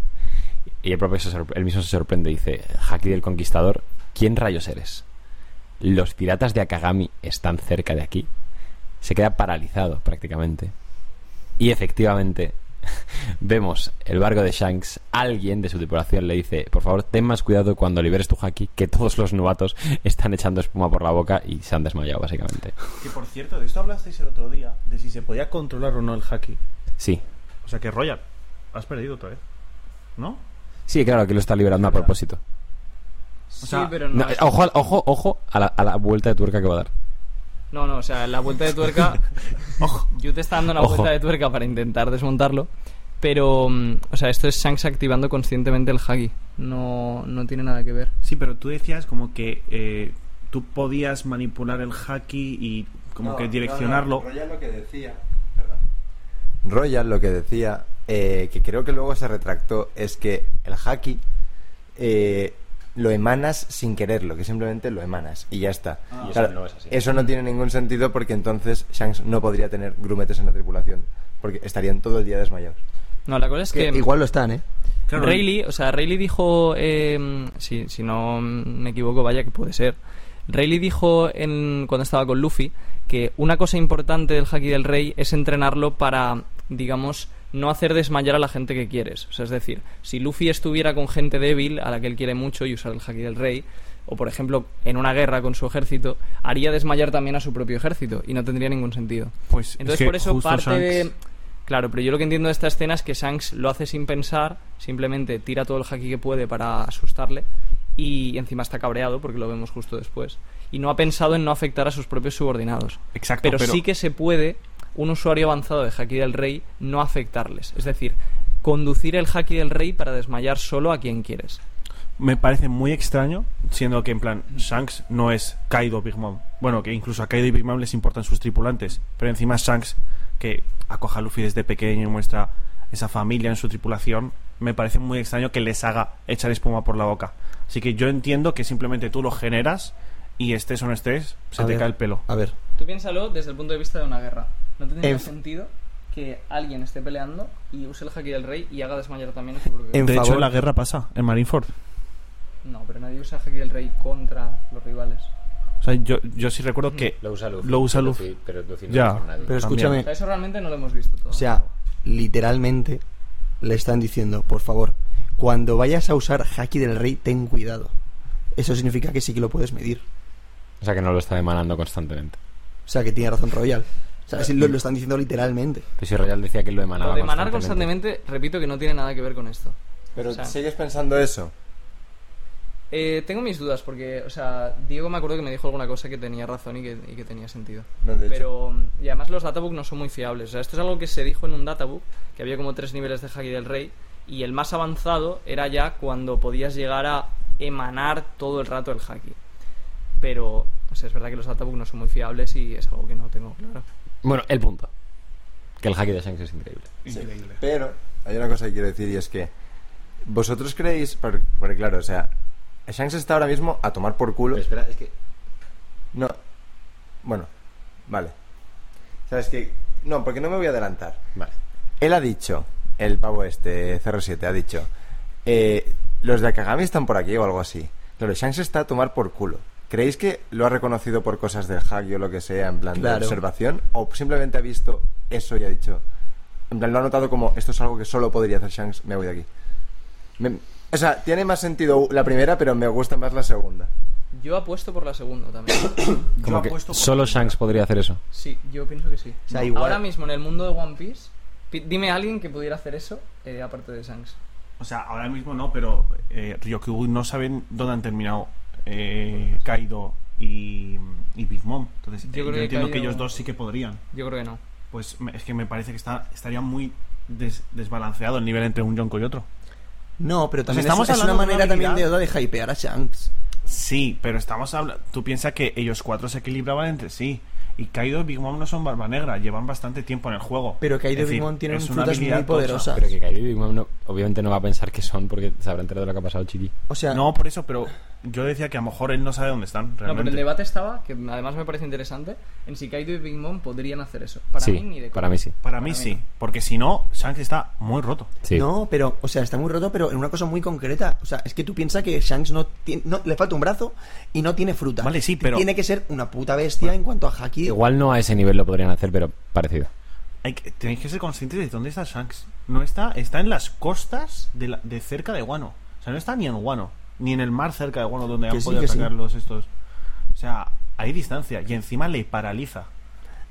S4: Y el propio se sorpre- él mismo se sorprende y dice, Haki del Conquistador, ¿quién rayos eres? Los piratas de Akagami están cerca de aquí. Se queda paralizado prácticamente. Y efectivamente vemos el barco de Shanks, alguien de su tripulación le dice, por favor, ten más cuidado cuando liberes tu haki, que todos los novatos están echando espuma por la boca y se han desmayado básicamente.
S6: Que por cierto, de esto hablasteis el otro día, de si se podía controlar o no el haki.
S4: Sí,
S6: O sea que Royal, has perdido otra vez. ¿No?
S4: sí, claro que lo está liberando a propósito.
S6: sea,
S5: sí, pero no.
S4: No, eh,
S5: es-
S4: ojo, al- ojo, ojo a la, a la vuelta de tuerca que va a dar.
S5: No, no, o sea, la vuelta de tuerca.
S6: Ojo.
S5: Yo te está dando una
S4: Ojo.
S5: vuelta de tuerca para intentar desmontarlo. Pero, mm, o sea, esto es Shanks activando conscientemente el Hagi. No, no tiene nada que ver.
S6: Sí, pero tú decías como que eh, tú podías manipular el haki y como
S2: No,
S6: que
S2: no, no,
S6: direccionarlo.
S2: Royal lo que decía. perdón. Royal lo que decía, eh, que creo que luego se retractó, es que el haki eh, lo emanas sin quererlo, que simplemente lo emanas y ya está.
S6: Ah. Y eso
S4: no es así.
S2: eso no tiene ningún sentido porque entonces Shanks no podría tener grumetes en la tripulación, porque estarían todo el día desmayados.
S5: No, la cosa es que. mm,
S3: Que igual lo están, ¿eh?
S6: Claro,
S5: Rayleigh, o sea, Rayleigh dijo, eh, si, si no me equivoco, vaya que puede ser. Rayleigh dijo en, cuando estaba con Luffy que una cosa importante del Haki del Rey es entrenarlo para, digamos, no hacer desmayar a la gente que quieres. O sea, es decir, si Luffy estuviera con gente débil a la que él quiere mucho y usar el Haki del Rey, o por ejemplo en una guerra con su ejército, haría desmayar también a su propio ejército y no tendría ningún sentido.
S6: Pues es
S5: Entonces
S6: que
S5: por eso
S6: justo
S5: parte
S6: Shanks-
S5: de... Claro, pero yo lo que entiendo de esta escena es que Shanks lo hace sin pensar, simplemente tira todo el haki que puede para asustarle y encima está cabreado porque lo vemos justo después. Y no ha pensado en no afectar a sus propios subordinados.
S6: Exacto,
S5: Pero, sí que se puede un usuario avanzado de haki del rey no afectarles. Es decir, conducir el haki del rey para desmayar solo a quien quieres.
S6: me parece muy extraño, siendo que en plan Shanks no es Kaido Big Mom. Bueno, que incluso a Kaido y Big Mom les importan sus tripulantes, pero encima Shanks que acoja a Luffy desde pequeño y muestra esa familia en su tripulación, me parece muy extraño que les haga echar espuma por la boca. Así que yo entiendo que simplemente tú lo generas y estés o no estés, se
S3: A
S6: te
S3: ver,
S6: cae el pelo.
S3: A ver.
S5: Tú piénsalo desde el punto de vista de una guerra. No tendría
S3: En-
S5: sentido que alguien esté peleando y use el haki del rey y haga desmayar también a su propio
S3: En
S6: De hecho,
S3: favor-
S6: la guerra pasa en Marineford.
S5: No, pero nadie usa Haki del Rey contra los rivales.
S6: O sea, yo, yo sí recuerdo que
S4: Lo usa Luffy.
S6: Lo usa
S4: Luffy,
S6: Luffy.
S4: pero Luffy no
S6: Ya,
S4: lo usa nadie.
S3: Pero
S6: También.
S3: escúchame,
S5: O sea, eso realmente no lo hemos visto todo.
S3: o sea, literalmente le están diciendo, por favor, cuando vayas a usar Haki del Rey, ten cuidado. Eso significa que sí que lo puedes medir.
S4: O sea que no lo está demandando constantemente.
S3: O sea, que tiene razón Royal. O sea, sí, lo, lo están diciendo literalmente.
S4: Pero si Royal decía que lo emanaba
S5: lo de manar
S4: constantemente.
S5: constantemente, repito que no tiene nada que ver con esto.
S2: Pero
S5: O sea,
S2: sigues pensando eso.
S5: Eh, tengo mis dudas porque, o sea, Diego me acuerdo que me dijo alguna cosa que tenía razón y que, y que tenía sentido.
S2: No, de hecho.
S5: Pero, mm, y además los databook no son muy fiables. O sea, esto es algo que se dijo en un databook, que había como tres niveles de Haki del Rey, y el más avanzado era ya cuando podías llegar a emanar todo el rato el Haki. Pero, o sea, es verdad que los databook no son muy fiables y es algo que no tengo claro.
S4: Bueno, el punto. Que el hacky de Shanks es increíble.
S2: Sí. Pero hay una cosa que quiero decir y es que vosotros creéis, por- porque claro, o sea, Shanks está ahora mismo a tomar por culo.
S4: espera, es que.
S2: No. Bueno, vale. ¿Sabes que No, porque no me voy a adelantar.
S4: Vale.
S2: Él ha dicho, el pavo este, CR7, ha dicho, eh, los de Akagami están por aquí o algo así. Claro, Shanks está a tomar por culo. ¿Creéis que lo ha reconocido por cosas del hack o lo que sea, en plan
S3: Claro.
S2: de observación? ¿O simplemente ha visto eso y ha dicho, en plan, lo ha notado como, esto es algo que solo podría hacer Shanks, me voy de aquí? Me- o sea, tiene más sentido la primera, pero me gusta más la segunda.
S5: Yo apuesto por la segunda también.
S4: Como que solo Shanks podría hacer eso.
S5: Sí, yo pienso que sí.
S3: O sea, igual-
S5: Ahora mismo en el mundo de One Piece, pi- dime a alguien que pudiera hacer eso eh, aparte de Shanks.
S6: O sea, ahora mismo no, pero eh, Ryokugui no saben dónde han terminado eh, Kaido y, y Big Mom. Entonces, eh,
S5: Yo
S6: yo,
S5: creo que
S6: entiendo que
S5: Kaido-
S6: ellos dos sí que podrían.
S5: Yo creo que no.
S6: Pues me- es que me parece que está, estaría muy des- desbalanceado el nivel entre un Yonko y otro.
S3: No, pero también
S6: estamos
S3: es, es una
S6: hablando de
S3: manera
S6: una
S3: también de Oda
S6: habilidad.
S3: de hypear a Shanks.
S6: Sí, pero estamos hablando. Tú piensas que ellos cuatro se equilibraban entre sí. Y Kaido y Big Mom no son barba negra, llevan bastante tiempo en el juego.
S3: Pero Kaido y
S6: Es
S3: Big
S6: decir,
S3: Mom tienen
S6: es una
S3: frutas muy
S6: habilidad tocha.
S3: poderosas.
S4: Pero que Kaido y Big Mom no- obviamente no va a pensar que son porque se habrá enterado de lo que ha pasado Chiqui.
S3: O sea,
S6: No, por eso, pero yo decía que a lo mejor él no sabe dónde están. Realmente.
S5: No, pero el debate estaba, que además me parece interesante, en si Kaido y Big Mom podrían hacer eso. Para
S4: sí,
S5: mí ni de
S4: para
S5: coña.
S4: mí sí.
S6: Para mí sí, porque si no, Shanks está muy roto.
S4: Sí.
S3: No, pero, o sea, está muy roto, pero en una cosa muy concreta. O sea, es que tú piensas que Shanks no, tiene, no- le falta un brazo y no tiene fruta.
S6: Vale, sí, pero-
S3: Tiene que ser una puta bestia en cuanto a Haki.
S4: Igual no a ese nivel lo podrían hacer, pero parecido.
S6: Hay que, tenéis que ser conscientes de dónde está Shanks. No está, está en las costas de, la- de cerca de Guano. O sea, no está ni en Guano, ni en el mar cerca de Guano donde
S3: Que
S6: han
S3: sí,
S6: podido
S3: que sí.
S6: atacar los estos. O sea, hay distancia y encima le paraliza.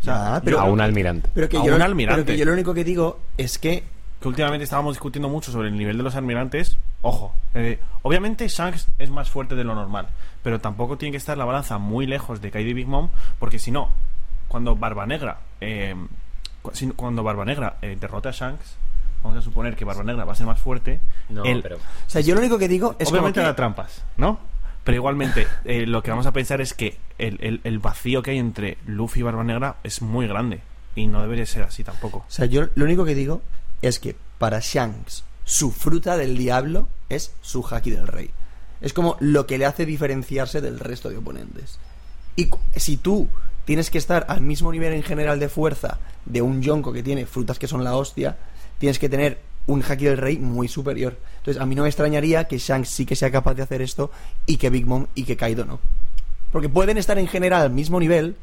S6: O sea,
S3: Ah, pero-
S4: a un almirante.
S3: pero que
S6: a
S3: yo
S6: un
S3: lo,
S6: almirante.
S3: Pero que yo lo único que digo es que.
S6: que últimamente estábamos discutiendo mucho sobre el nivel de los almirantes, ojo, eh, obviamente Shanks es más fuerte de lo normal, pero tampoco tiene que estar la balanza muy lejos de Kaido y Big Mom, porque si no, cuando Barba Negra, eh, cu- si- cuando Barba Negra eh, derrota a Shanks, vamos a suponer que Barba Negra va a ser más fuerte, él-
S3: O sea, yo lo único que digo es como
S6: obviamente
S3: que-
S6: da trampas, ¿no? Pero igualmente, eh, lo que vamos a pensar es que el, el- el vacío que hay entre Luffy y Barba Negra es muy grande, y no debería ser así tampoco.
S3: O sea, yo lo único que digo es que para Shanks, su fruta del diablo es su haki del rey. Es como lo que le hace diferenciarse del resto de oponentes. Y cu- si tú tienes que estar al mismo nivel en general de fuerza de un Yonko que tiene frutas que son la hostia, tienes que tener un haki del rey muy superior. Entonces, a mí no me extrañaría que Shanks sí que sea capaz de hacer esto y que Big Mom y que Kaido no. Porque pueden estar en general al mismo nivel,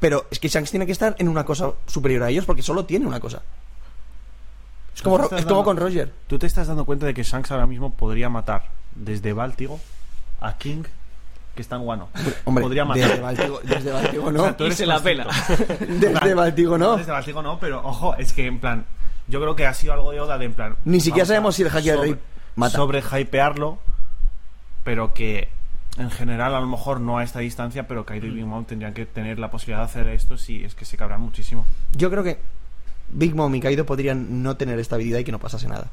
S3: pero es que Shanks tiene que estar en una cosa superior a ellos porque solo tiene una cosa. Es como, Ro-
S6: Estás
S3: es como
S6: dando-
S3: con Roger.
S6: ¿Tú te estás dando cuenta de que Shanks ahora mismo podría matar desde Báltigo a King, que está en Guano?
S3: Hombre,
S6: podría matar.
S3: desde Baltigo, desde Baltigo no.
S6: O sea, tú
S5: Y
S6: eres
S5: se la
S6: consciente.
S5: pela.
S3: Desde Baltigo no.
S6: Desde Báltigo no, pero ojo, es que en plan, yo creo que ha sido algo de Oda de en plan.
S3: Ni siquiera
S6: vamos a
S3: sabemos si el Haki del
S6: sobre-
S3: Rey mata.
S6: Sobre hypearlo, pero que en general a lo mejor no a esta distancia, pero Kaido y Big Mom tendrían que tener la posibilidad de hacer esto si es que se cabrán muchísimo.
S3: Yo creo que Big Mom y Kaido podrían no tener esta habilidad y que no pasase nada.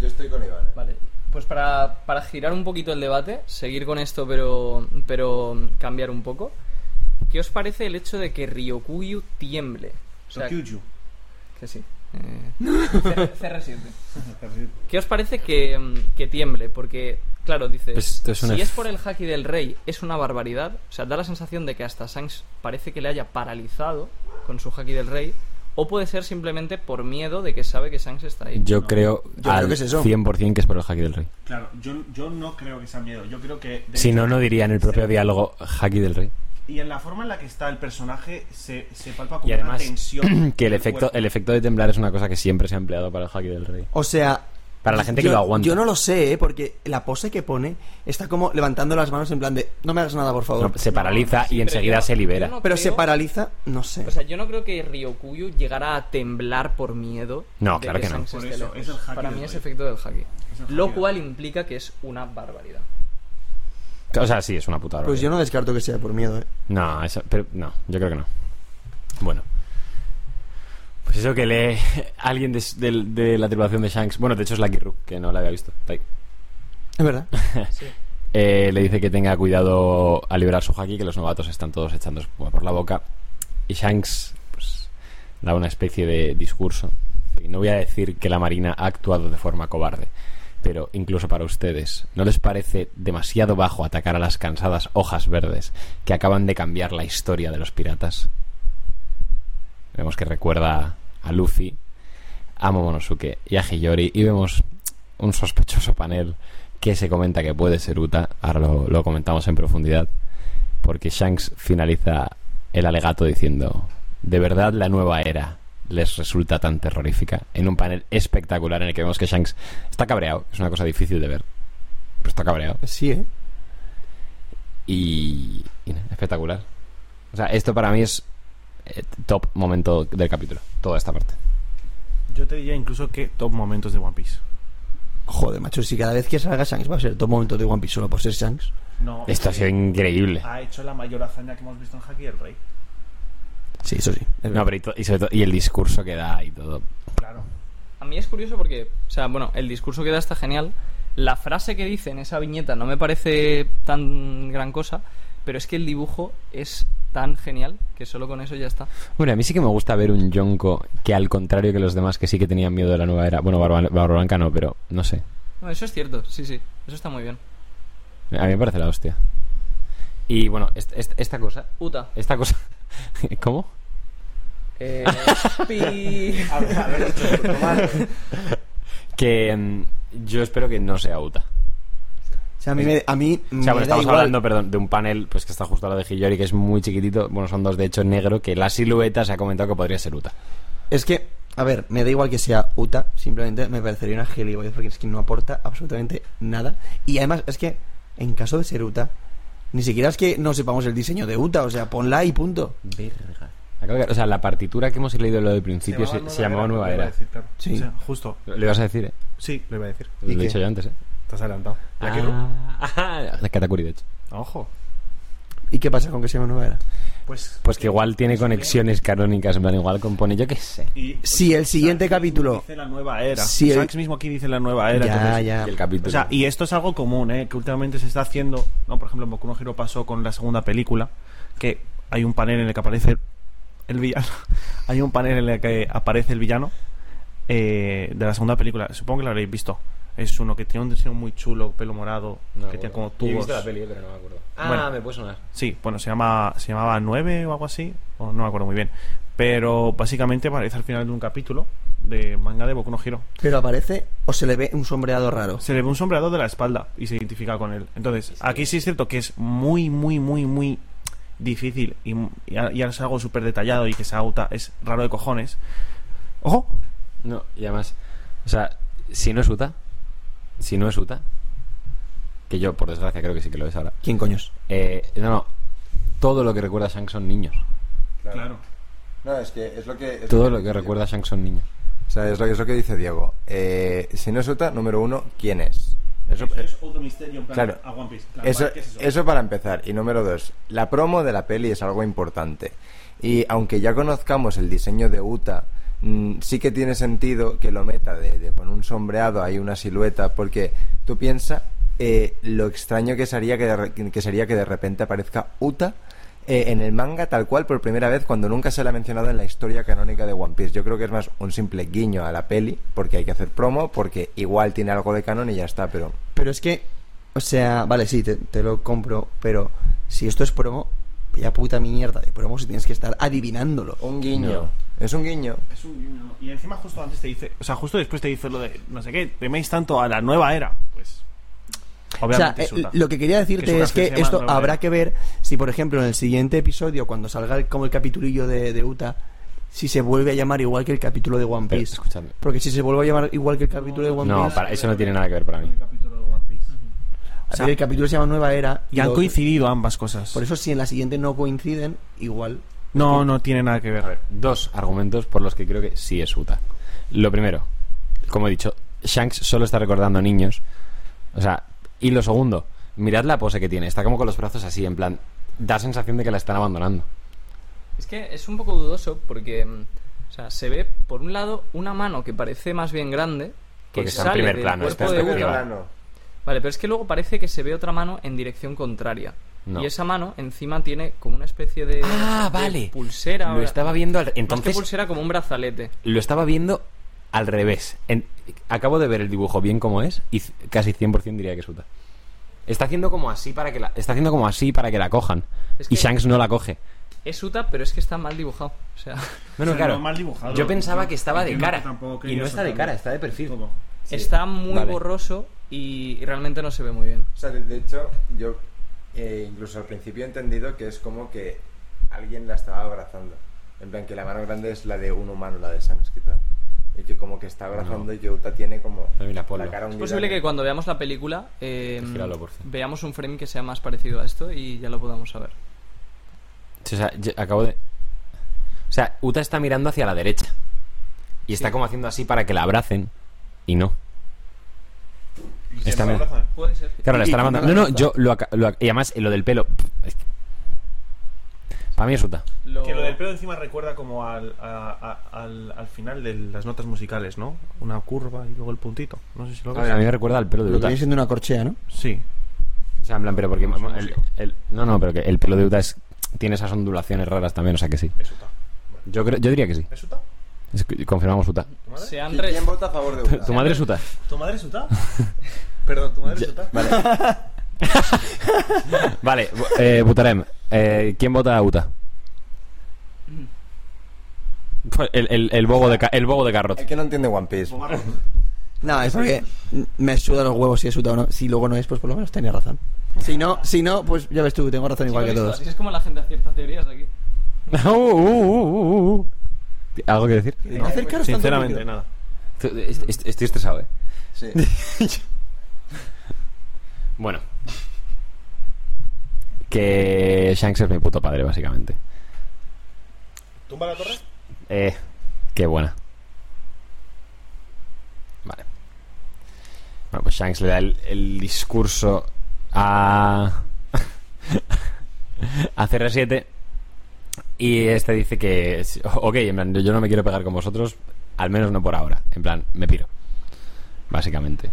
S2: Yo estoy con Iván. ¿eh?
S5: Vale, pues para, para girar un poquito el debate, seguir con esto pero, pero cambiar un poco, ¿qué os parece el hecho de que Ryokuyu tiemble? O sea,
S6: Kyuju.
S5: que sí. eh, CR7. ¿Qué os parece que, mm, que tiemble? Porque, claro, dices,
S4: Pues esto es una
S5: si
S4: f-
S5: es por el haki del rey, es una barbaridad. O sea, da la sensación de que hasta Shanks parece que le haya paralizado con su haki del rey. O puede ser simplemente por miedo de que sabe que Shanks está ahí.
S4: Yo creo
S3: creo
S4: al
S3: que es eso.
S4: 100% que es por el Haki del Rey.
S7: Claro, yo, yo no creo que sea miedo. Yo creo que. de
S4: Si
S7: hecho,
S4: no, no diría en el propio
S7: se-
S4: diálogo Haki del Rey.
S7: Y en la forma en la que está el personaje se, se palpa como
S4: Y además,
S7: una tensión.
S4: que el
S7: del
S4: efecto,
S7: cuerpo.
S4: el efecto de temblar es una cosa que siempre se ha empleado para el Haki del Rey.
S3: O sea,
S4: Para la gente
S3: yo,
S4: que lo aguanta.
S3: Yo no lo sé, ¿eh? porque la pose que pone está como levantando las manos en plan de no me hagas nada, por favor.
S4: No, pues, se paraliza
S5: sí,
S4: y
S5: pero
S4: enseguida
S5: yo-
S4: se libera.
S5: yo no
S3: pero se
S5: creo-
S3: paraliza, no sé.
S5: O sea, yo no creo que Ryokuyu llegara a temblar por miedo.
S4: No,
S5: de
S4: claro que no.
S5: Shanks
S7: Por
S5: esté
S7: eso,
S5: lejos.
S7: es el haki
S5: Para mí
S7: del
S5: es
S7: rey.
S5: efecto del haki.
S7: Es el haki
S5: Lo
S7: del
S5: cual
S7: rey.
S5: implica que es una barbaridad.
S4: O sea, sí, es una puta
S3: pues
S4: barbaridad.
S3: yo no descarto que sea por miedo, ¿eh?
S4: No, eso- pero no, yo creo que no. Bueno. Pues eso que lee alguien de, del- de la tripulación de Shanks. Bueno, de hecho es Lucky Rook, que no la había visto. Está ahí.
S3: Es verdad.
S4: Eh, le dice que tenga cuidado al liberar su haki, que los novatos están todos echando espuma por la boca. Y Shanks pues, da una especie de discurso. Dice, No voy a decir que la Marina ha actuado de forma cobarde, pero incluso para ustedes, ¿no les parece demasiado bajo atacar a las cansadas hojas verdes que acaban de cambiar la historia de los piratas? Vemos que recuerda a Luffy, a Momonosuke y a Hiyori y vemos un sospechoso panel que se comenta que puede ser Uta. Ahora lo, lo comentamos en profundidad. Porque Shanks finaliza el alegato diciendo: De verdad, la nueva era les resulta tan terrorífica. En un panel espectacular en el que vemos que Shanks está cabreado. Es una cosa difícil de ver. Pero está cabreado.
S3: Sí, ¿eh?
S4: Y. y nada, espectacular. O sea, esto para mí es eh, top momento del capítulo. Toda esta parte.
S6: Yo te diría incluso que top momentos de One Piece.
S3: Joder, macho, si cada vez que salga Shanks va a ser todo momento de One Piece solo por ser Shanks.
S7: No,
S4: Esto ha
S7: sí.
S4: sido increíble.
S7: Ha hecho la mayor hazaña que hemos visto en Haki del Rey.
S3: Sí, eso sí. es verdad.
S4: No, pero y, to- y sobre todo- y el discurso que da y todo.
S7: Claro.
S5: A mí es curioso porque, o sea, bueno, el discurso que da está genial. La frase que dice en esa viñeta no me parece tan gran cosa, pero es que el dibujo es tan genial que solo con eso ya está.
S4: Bueno, a mí sí que me gusta ver un Yonko que al contrario que los demás que sí que tenían miedo de la nueva era. Bueno, Barba, Barba Blanca no, pero no sé.
S5: No, eso es cierto, sí, sí, eso está muy bien.
S4: A mí me parece la hostia. Y bueno, est- est- esta cosa.
S5: Uta.
S4: Esta cosa. ¿Cómo?
S5: Eh, pi.
S7: A ver, a ver, esto es todo mal.
S4: Que mm, yo espero que no sea Uta.
S3: O sea, a mí me, a mí
S4: O sea,
S3: me
S4: bueno,
S3: da
S4: estamos
S3: igual.
S4: hablando, perdón, de un panel pues que está justo al lado de Hiyori, que es muy chiquitito. Bueno, son dos de hecho en negro, que la silueta se ha comentado que podría ser Uta.
S3: Es que, a ver, me da igual que sea Uta, simplemente me parecería una gilipollez porque es que no aporta absolutamente nada. Y además, es que, en caso de ser Uta, ni siquiera es que no sepamos el diseño de Uta, o sea, ponla y punto.
S4: Acabo de- O sea, la partitura que hemos leído lo del principio se, se llamaba Nueva
S6: lo iba a
S4: Era.
S6: decir, claro.
S3: Sí.
S6: O sea, justo.
S4: Lo ibas a decir, ¿eh?
S6: Sí, lo iba a decir.
S4: Lo he
S3: qué?
S4: dicho yo antes, ¿eh?
S6: Estás adelantado.
S4: Ah, la Katakuri, de hecho.
S6: Ojo.
S3: ¿Y qué pasa con que se llama Nueva Era?
S7: Pues,
S4: Pues que igual tiene conexiones canónicas, en plan, igual compone, yo qué sé.
S7: y-
S3: Si el siguiente
S7: Shanks
S3: capítulo-
S7: Dice la nueva era.
S3: Si
S4: eh.
S3: el-
S6: Shanks mismo aquí dice la nueva era.
S3: ya,
S6: entonces-
S3: ya.
S4: Y el capítulo.
S6: O sea, y esto es algo común, ¿eh? Que últimamente se está haciendo, ¿no? Por ejemplo, en Boku no Hero pasó con la segunda película, que hay un panel en el que aparece el villano. hay un panel en el que aparece el villano eh, de la segunda película. Supongo que lo habréis visto. Es uno que tiene un diseño muy chulo, pelo morado, que tiene como tubos.
S4: eh, pero no me acuerdo.
S6: Ah, Bueno.
S4: me puede sonar.
S6: Sí, bueno, se, llama, se llamaba 9 o algo así, o no me acuerdo muy bien. Pero básicamente aparece al final de un capítulo de manga de Boku no Hero.
S3: Pero aparece o se le ve un sombreado raro.
S6: Se le ve un sombreado de la espalda y se identifica con él. Entonces, aquí sí es cierto que es muy, muy, muy, muy difícil y, y a- y es algo súper detallado y que se auta, es raro de cojones. ¡Ojo!
S4: No, y además, o sea, si no es Uta, si no es Uta, que yo por desgracia creo que sí que lo es ahora.
S3: ¿Quién coño es?
S4: Eh, no, no, todo lo que recuerda a Shanks son niños.
S7: Claro.
S2: No, es que es lo que... es
S4: Todo lo que
S2: dice
S4: recuerda a Shanks son niños.
S2: Diego. O sea, es lo, es lo que dice Diego. Eh, si no es Uta, número uno, ¿quién es? Eso,
S7: Eso
S6: eh,
S7: es otro misterio en plan
S2: Claro.
S7: a One Piece. Claro,
S2: Eso,
S7: ¿qué es eso?
S2: eso para empezar. Y número dos, la promo de la peli es algo importante. Y aunque ya conozcamos el diseño de Uta, mm, sí que tiene sentido que lo meta de, de poner un sombreado, hay una silueta, porque tú piensas eh, lo extraño que sería que, de re- que sería que de repente aparezca Uta eh, en el manga tal cual por primera vez cuando nunca se la ha mencionado en la historia canónica de One Piece. Yo creo que es más un simple guiño a la peli, porque hay que hacer promo, porque igual tiene algo de canon y ya está, pero...
S3: Pero es que, o sea, vale, sí, te, te lo compro, pero si esto es promo, ya puta mierda de promo si tienes que estar adivinándolo.
S2: Un guiño.
S4: No.
S2: Es Es un guiño.
S7: Es un guiño. Y encima justo antes te dice, o sea, justo después te dice lo de, no sé qué, teméis tanto a la nueva era. Pues, obviamente
S3: o sea, eh,
S7: insulta.
S3: lo que quería decirte
S7: Que es una
S3: es que
S7: frase
S3: esto
S7: más, ¿no?
S3: habrá que ver si, por ejemplo, en el siguiente episodio, cuando salga el- como el capitulillo de, de Utah, si se vuelve a llamar igual que el capítulo de One
S4: Pero,
S3: Piece.
S4: escuchadme.
S3: Porque si se vuelve a llamar igual que el capítulo de One
S4: No,
S3: Piece,
S4: para, eso no tiene nada que ver para mí.
S7: El capítulo de One Piece.
S3: o sea, el capítulo se llama Nueva Era
S6: Y han
S3: lo-
S6: coincidido ambas cosas.
S3: Por eso, si en la siguiente no coinciden, igual.
S6: No, no tiene nada que ver.
S4: A ver, dos argumentos por los que creo que sí es Uta. Lo primero, como he dicho, Shanks solo está recordando niños. O sea, y lo segundo, mirad la pose que tiene. Está como con los brazos así, en plan, da sensación de que la están abandonando.
S5: Es que es un poco dudoso porque mm, o sea, se ve, por un lado, una mano que parece más bien grande. Que
S4: Porque está en
S5: sale
S4: primer
S5: del
S4: plano,
S5: cuerpo
S4: está en
S5: de
S4: primer
S5: Uta.
S4: plano.
S5: Vale, pero es que luego parece que se ve otra mano en dirección contraria.
S4: No.
S5: Y esa mano encima tiene como una especie de,
S4: Ah,
S5: Eh, de
S4: vale.
S5: pulsera.
S4: Lo estaba viendo al-
S5: Más que
S4: entonces
S5: pulsera como un brazalete.
S4: lo estaba viendo al revés. En- acabo de ver el dibujo bien como es y c- casi 100% diría que es Uta. Está haciendo como así para que la está haciendo como así para que la cojan.
S5: Es
S4: Y
S5: que-
S4: Shanks no la coge.
S5: Es Uta, pero es que está mal dibujado. O sea,
S4: Bueno,
S7: O sea,
S4: claro.
S7: no, mal dibujado.
S4: yo pensaba
S7: Yo
S4: que estaba de
S7: entiendo
S4: cara
S7: que tampoco
S4: y
S7: quería
S4: no está de
S7: soltarlo.
S4: cara, está de perfil.
S7: Todo.
S5: está muy
S4: Vale.
S5: borroso y, y realmente no se ve muy bien.
S2: O sea, de, de hecho, yo eh, incluso al principio he entendido que es como que alguien la estaba abrazando. En plan, que la mano grande es la de un humano, la de Sans, quizá. Y que como que está abrazando y que Uta tiene como
S4: Pero mira, ponlo.
S2: la cara
S5: Es
S2: hundida.
S5: posible que cuando veamos la película eh,
S4: Gíralo, por fin.
S5: veamos un frame que sea más parecido a esto y ya lo podamos saber.
S4: Sí, o sea, yo acabo de. O sea, Uta está mirando hacia la derecha. Y está como haciendo así para que la abracen. Y no.
S7: Y se
S4: Está
S7: me
S4: bien.
S7: abraza, ¿eh?
S5: Puede ser.
S4: Claro, la
S3: Y- y
S4: están
S3: con
S4: mandando.
S3: una
S4: No, no,
S3: lanza.
S4: yo lo, aca- lo ac- Y además, lo del pelo. pff, es que- Para mí es Uta.
S5: Lo-
S7: Que lo del pelo encima recuerda como al, a- a- al, al final de las notas musicales, ¿no? Una curva y luego el puntito. No sé si lo
S4: A
S7: ves.
S4: ver, a mí me recuerda al pelo de
S3: Lo que
S4: Uta.
S3: viene siendo una corchea, ¿no?
S7: Sí.
S4: O sea, en plan, pero porque.
S7: Vamos, vamos,
S4: el-
S7: vamos.
S4: el- no, no, pero que el pelo de Uta es- tiene esas ondulaciones raras también, o sea que sí.
S7: Es Uta.
S4: Yo, creo, yo diría que sí.
S7: ¿Es Uta?
S4: Es que Confirmamos Uta.
S7: ¿Tu madre?
S5: se han
S2: ¿Qui-
S5: re-
S2: ¿Quién vota a favor de Uta?
S4: ¿Tu madre es Uta?
S7: ¿Tu madre es Uta? Perdón, ¿tu madre es Uta?
S4: Vale, bu- eh, Butarem, eh, ¿quién vota a Uta? Pues El, el, el bogo de, ca- el bogo de
S2: El
S4: Carrot.
S2: que no entiende One Piece.
S7: Boba Ross.
S3: No, es porque me suda los huevos si es Utah o no. Si luego no es, pues por lo menos tenía razón. Si no, si no, pues ya ves tú, tengo razón
S5: Sí,
S3: igual
S5: lo
S3: que
S5: he visto,
S3: todos.
S5: Así es como la gente acierta teorías aquí.
S4: Uh, uh, uh, uh, uh. ¿Algo que decir?
S3: No acercaros tanto al
S7: Sinceramente,
S3: micro.
S7: nada.
S4: Estoy estoy estresado, ¿eh?
S2: Sí.
S4: Bueno. Que Shanks es mi puto padre, básicamente.
S7: ¿Tumba la torre?
S4: Eh, qué buena. Vale. Bueno, pues Shanks le da el, el discurso a. a CR7. Y este dice que. es- Ok, en plan, yo no me quiero pegar con vosotros. Al menos no por ahora. En plan, me piro. Básicamente.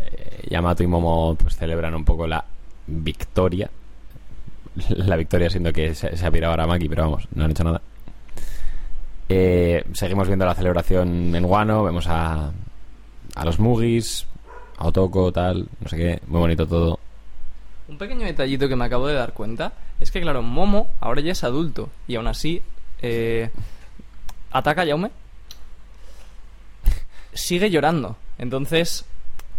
S4: Eh, Yamato y Momo pues celebran un poco la victoria. La victoria siendo que se, se ha pirado ahora Maki, pero vamos, no han hecho nada. Eh, seguimos viendo la celebración en Guano, vemos a, a los Mugis, a Otoko, tal, no sé qué, muy bonito todo.
S5: Un pequeño detallito que me acabo de dar cuenta es que, claro, Momo ahora ya es adulto y aún así eh, ataca a Yaume. Sigue llorando. Entonces,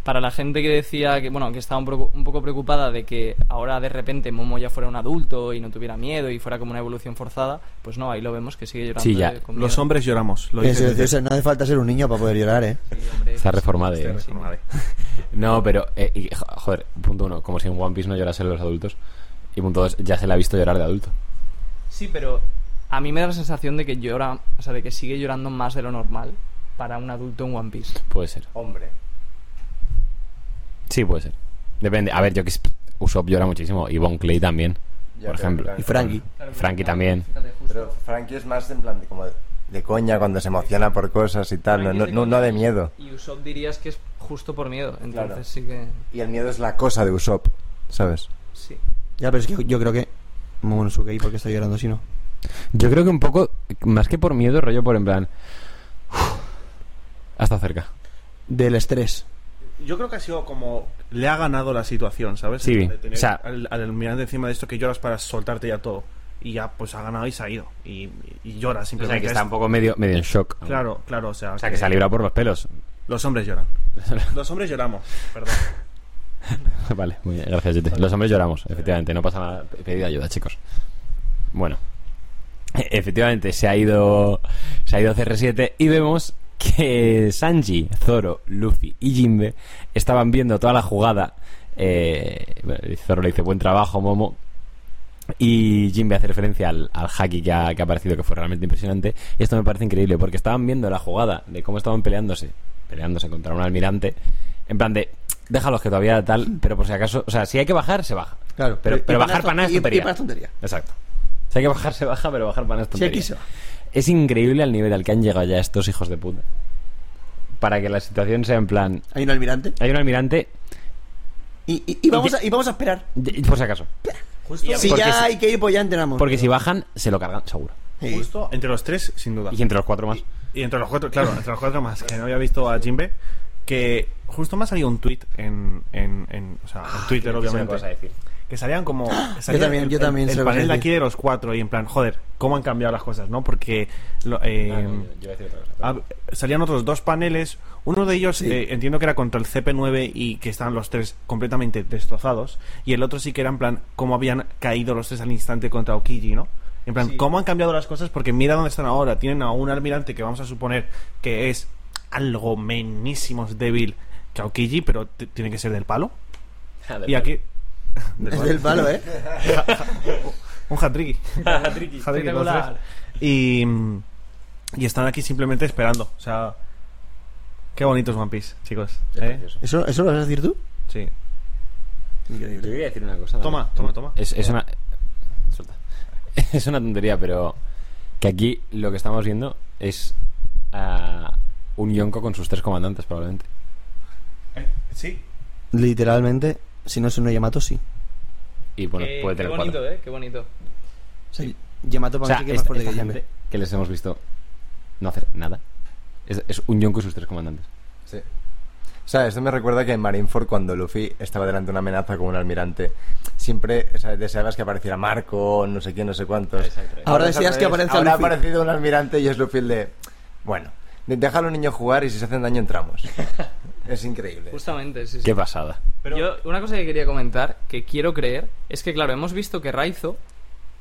S5: para la gente que decía que, bueno, que estaba un, procu- un poco preocupada de que ahora de repente Momo ya fuera un adulto y no tuviera miedo y fuera como una evolución forzada, pues no, ahí lo vemos que sigue llorando.
S4: Sí, ya.
S5: eh, con
S6: Los
S5: miedo.
S6: hombres lloramos. Lo
S3: Es
S6: dice-
S3: decir, o sea, no hace falta ser un niño para poder llorar, ¿eh?
S5: Sí, hombre,
S4: Está
S5: sí,
S4: reformado.
S5: sí,
S4: eh.
S5: sí.
S4: No, pero, eh, y, jo- joder, punto uno, como si en One Piece no llorasen los adultos. Y punto dos, ya se le ha visto llorar de adulto.
S5: Sí, pero a mí me da la sensación de que llora, o sea, de que sigue llorando más de lo normal para un adulto en One Piece.
S4: Puede ser.
S2: Hombre.
S4: Sí, puede ser. Depende. A ver, yo que es- Usopp llora muchísimo y Bon Clay también.
S2: Ya,
S4: Por
S2: pero
S4: ejemplo.
S2: claro.
S3: Y Frankie.
S4: Frankie también.
S2: Pero Frankie es más en plan de, como de coña cuando se emociona por cosas y tal, no, no, no- no de miedo.
S5: Y Usopp dirías que es justo por miedo, entonces
S2: Claro.
S5: sí que...
S2: Y el miedo es la cosa de Usopp, ¿sabes?
S5: Sí.
S3: Ya, pero es que yo creo que. Momonosuke, ¿y por qué está llorando si no?
S4: Yo creo que un poco, más que por miedo, rollo por en plan. uf, hasta cerca.
S3: Del estrés.
S7: Yo creo que ha sido como. Le ha ganado la situación, ¿sabes?
S4: Sí,
S7: De tener
S4: o sea-
S7: al, al mirante encima de esto que lloras para soltarte ya todo.
S6: y ya pues ha ganado y se ha ido. Y, y llora
S4: O sea,
S6: simplemente.
S4: que
S6: Es-
S4: está un poco medio, medio en shock.
S6: Claro, claro, o sea,
S4: O sea, que se ha librado por los pelos.
S6: los hombres lloran. Los hombres lloramos, perdón.
S4: vale, muy bien, gracias, Yete. Los hombres lloramos, efectivamente, no pasa nada. Pedid ayuda, chicos. Bueno, E- efectivamente, se ha ido, se ha ido CR7 y vemos que Sanji, Zoro, Luffy y Jinbe estaban viendo toda la jugada. Eh, bueno, Zoro le dice, buen trabajo, Momo. Y Jinbe hace referencia al, al haki que ha, que ha aparecido, que fue realmente impresionante. Y esto me parece increíble, porque estaban viendo la jugada de cómo estaban peleándose, peleándose contra un almirante. En plan de, déjalos que todavía tal, pero por si acaso, o sea, si hay que bajar, se baja.
S3: Claro.
S4: Pero,
S3: Y
S4: pero bajar
S3: esto-
S4: para nada es
S3: y- y
S4: tontería.
S3: para tontería.
S4: Exacto. Si hay que bajar, se baja, pero bajar para nada es
S3: Se
S4: tontería.
S3: quiso.
S4: Es increíble al nivel al que han llegado ya estos hijos de puta. Para que la situación sea en plan.
S3: Hay un almirante.
S4: Hay un almirante,
S3: Y, y- y vamos, a, y vamos a esperar.
S4: y- por si acaso.
S6: Justo,
S3: Si
S4: Porque
S3: ya
S4: si-
S3: hay que ir, pues ya entrenamos.
S4: Porque si bajan, se lo cargan, seguro.
S3: Sí.
S6: justo entre los tres, sin duda.
S4: Y entre los cuatro más.
S6: Y entre los cuatro, claro, entre los cuatro más, que no había visto a Jimbe, que justo me ha salido un tweet en, en, en, o sea,
S4: Ah,
S6: en Twitter, obviamente. Que salían como. salía
S3: también-
S6: el,
S3: Ah, yo también
S6: el-
S3: sé
S6: el
S3: lo que
S6: panel de
S3: decir.
S6: aquí de los cuatro, y en plan, joder, cómo han cambiado las cosas, ¿no? Porque. lo- eh, hab- salían otros dos paneles. Uno de ellos
S3: Sí.
S6: eh, entiendo que era contra el CP9 y que estaban los tres completamente destrozados. Y el otro sí que era en plan cómo habían caído los tres al instante contra Okiji, ¿no? En plan, cómo han cambiado las cosas porque mira dónde están ahora. Tienen a un almirante que vamos a suponer que es algo menísimos débil que Aokiji, pero t- tiene que ser del palo. y aquí... del
S3: Es
S6: palo.
S3: del palo, ¿eh?
S6: Un hat-tricky. Hat-tricky, los tres.
S5: Espectacular.
S6: Y, y están aquí simplemente esperando. O sea, qué bonitos One Piece, chicos. ¿eh?
S3: ¿Eso, ¿Eso lo vas a decir tú?
S6: Sí.
S4: Yo quería decir una cosa. ¿vale?
S6: Toma, toma, toma.
S4: Es, es una. Suelta. Es una tontería, pero. Que aquí lo que estamos viendo es. a un Yonko con sus tres comandantes, probablemente.
S6: Eh, Sí.
S3: Literalmente, si no es un Yamato, sí.
S4: Y bueno,
S5: Eh,
S4: puede
S5: qué
S4: tener
S5: bonito,
S4: cuatro.
S5: eh, qué bonito.
S3: O sea, Yamato
S4: O
S3: para
S4: sea,
S3: mí sí que es
S4: esta-
S3: más fuerte
S4: esta
S3: que
S4: gente
S3: Jinbe.
S4: que les hemos visto no hacer nada. Es, es un Yonko y sus tres comandantes.
S2: Sí. O sea, esto me recuerda que en Marineford, cuando Luffy estaba delante de una amenaza con un almirante, siempre o sea, deseabas que apareciera Marco, no sé quién, no sé cuántos.
S3: Ahora
S2: es
S3: deseas
S2: al
S3: que
S2: revés.
S3: aparezca
S2: Ahora
S3: Luffy.
S2: ha aparecido un almirante y es Luffy el de. Bueno, de- deja a los niños jugar y si se hacen daño entramos. es increíble.
S5: Justamente, sí, sí.
S4: Qué pasada.
S5: Yo, una cosa que quería comentar, que quiero creer, es que, claro, hemos visto que Raizo,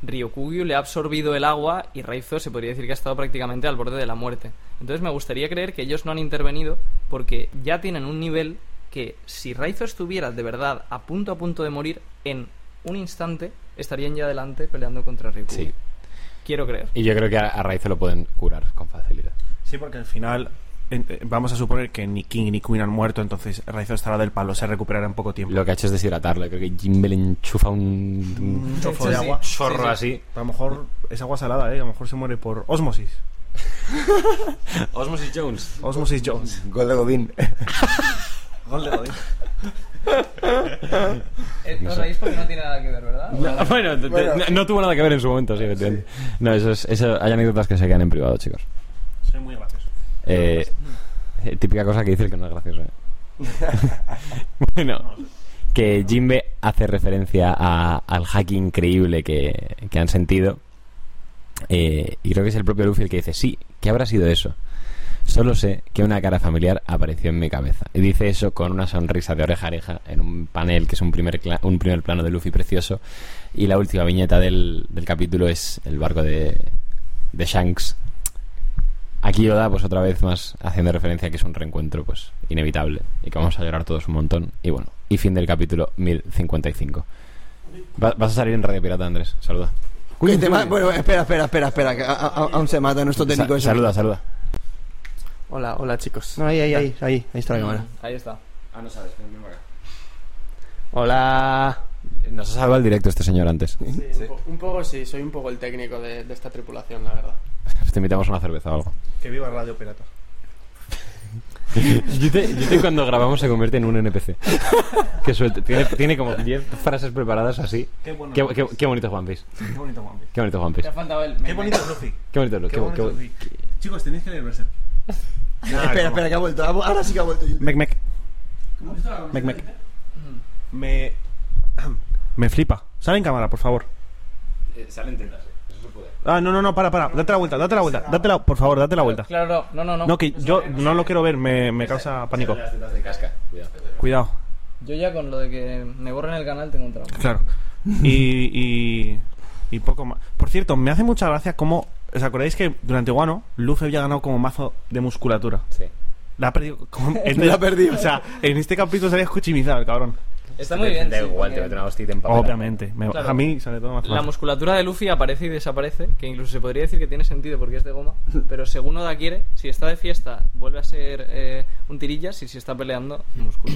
S5: Ryokugyu le ha absorbido el agua y Raizo se podría decir que ha estado prácticamente al borde de la muerte. Entonces me gustaría creer que ellos no han intervenido porque ya tienen un nivel que si Raizo estuviera de verdad a punto a punto de morir, en un instante estarían ya adelante peleando contra Ryokugyu.
S4: Sí.
S5: Quiero creer.
S4: Y yo creo que a, a Raíz se lo pueden curar con facilidad.
S6: Sí, porque al final en- eh, vamos a suponer que ni King ni Queen han muerto, entonces Raizo estará del palo, se recuperará en poco tiempo.
S4: Lo que ha hecho es deshidratarlo. Creo que Jimbe le enchufa un, un
S6: Un chorro
S5: Sí,
S6: de
S5: sí.
S6: agua.
S4: chorro así.
S6: A lo mejor es agua salada, ¿eh? A lo mejor se muere por Osmosis.
S3: Mm.
S4: Osmosis Jones.
S6: Osmosis Jones.
S2: Gol de Godín.
S6: Gol de Godín.
S5: Os reís porque no tiene nada que ver, ¿verdad?
S4: bueno, te- te- no, no tuvo nada que ver en su momento, sí, efectivamente. No, eso es, eso, hay anécdotas que se quedan en privado, chicos.
S6: Soy muy gracioso.
S4: Eh, eh, típica cosa que dice el que no es gracioso. ¿eh? bueno, que Jimbe hace referencia a- al hack increíble que, que han sentido. Eh, y creo que es el propio Luffy el que dice, sí, ¿qué habrá sido eso? Solo sé que una cara familiar apareció en mi cabeza. Y dice eso con una sonrisa de oreja a oreja en un panel que es un primer, cla- un primer plano de Luffy precioso. Y la última viñeta del, del capítulo es el barco de, de Shanks Aquí Yoda, pues otra vez más haciendo referencia a que es un reencuentro, pues inevitable y que vamos a llorar todos un montón. Y bueno, y fin del capítulo 1055. Va- vas a salir en Radio Pirata, Andrés. Saluda.
S3: ¿Qué tema? Bueno, espera, espera, espera, espera. que a- a- a- aún se mata nuestro técnico.
S4: Sa-
S3: ese.
S4: saluda, saluda.
S3: Hola, hola, chicos. No, ahí, ahí, ahí, ahí, ahí está la cámara.
S5: Ahí está.
S4: Ah, no sabes.
S8: Hola.
S4: Nos ha salvado el directo este señor antes.
S8: Sí, Un, po- un poco sí, soy un poco el técnico de, de esta tripulación, la verdad.
S4: Te invitamos a una cerveza o algo.
S6: Que viva Radio Pirata.
S4: Yo te, yo te cuando grabamos se convierte en un NPC. Qué suerte. Tiene, tiene como 10 frases preparadas así.
S6: Qué, bueno
S4: Qué, qué- qué bonito Juan Pis.
S6: Qué bonito One Piece.
S4: Qué bonito Juan Pis.
S5: Te ha faltado el...
S6: Qué bonito Luffy.
S4: Qué bonito lo.
S6: Qué
S4: qué bo- qué
S6: bonito
S4: bo-
S6: Luffy. Chicos, tenéis que leer Berserk.
S3: espera, espera, que ha vuelto. Ha vu- Ahora sí que ha vuelto.
S6: Mec, mec. Mec, mec. Me. Me flipa. Sal en cámara, por favor.
S4: salen tetas. Eso se puede.
S6: Ah, no, no, no, para, para. Date la vuelta, date la vuelta. Date la, por favor, date la vuelta.
S5: Claro, no, no, no.
S6: No, que yo no lo quiero ver, me, me causa pánico.
S4: Las tetas de casca. Cuidado.
S6: Cuidado.
S5: Yo ya con lo de que me borren el canal tengo un trauma.
S6: Claro. Y, y, y poco más. Por cierto, me hace mucha gracia cómo. ¿Os acordáis que durante Guano, Luffy había ganado como mazo de musculatura?
S4: Sí.
S6: La ha perdido. como-
S2: La ha perdido.
S6: O sea, en este capítulo se había escuchimizado el cabrón.
S5: Está muy bien.
S4: Da
S5: sí, Eh,
S4: igual, te
S5: porque
S4: mete una hostia y te empapela.
S6: Obviamente. Me-
S5: Claro.
S6: A mí, sobre todo, me hace
S5: La
S6: gracia.
S5: musculatura de Luffy aparece y desaparece, que incluso se podría decir que tiene sentido porque es de goma, pero según Oda quiere, si está de fiesta vuelve a ser eh, un tirillas y si está peleando, músculo.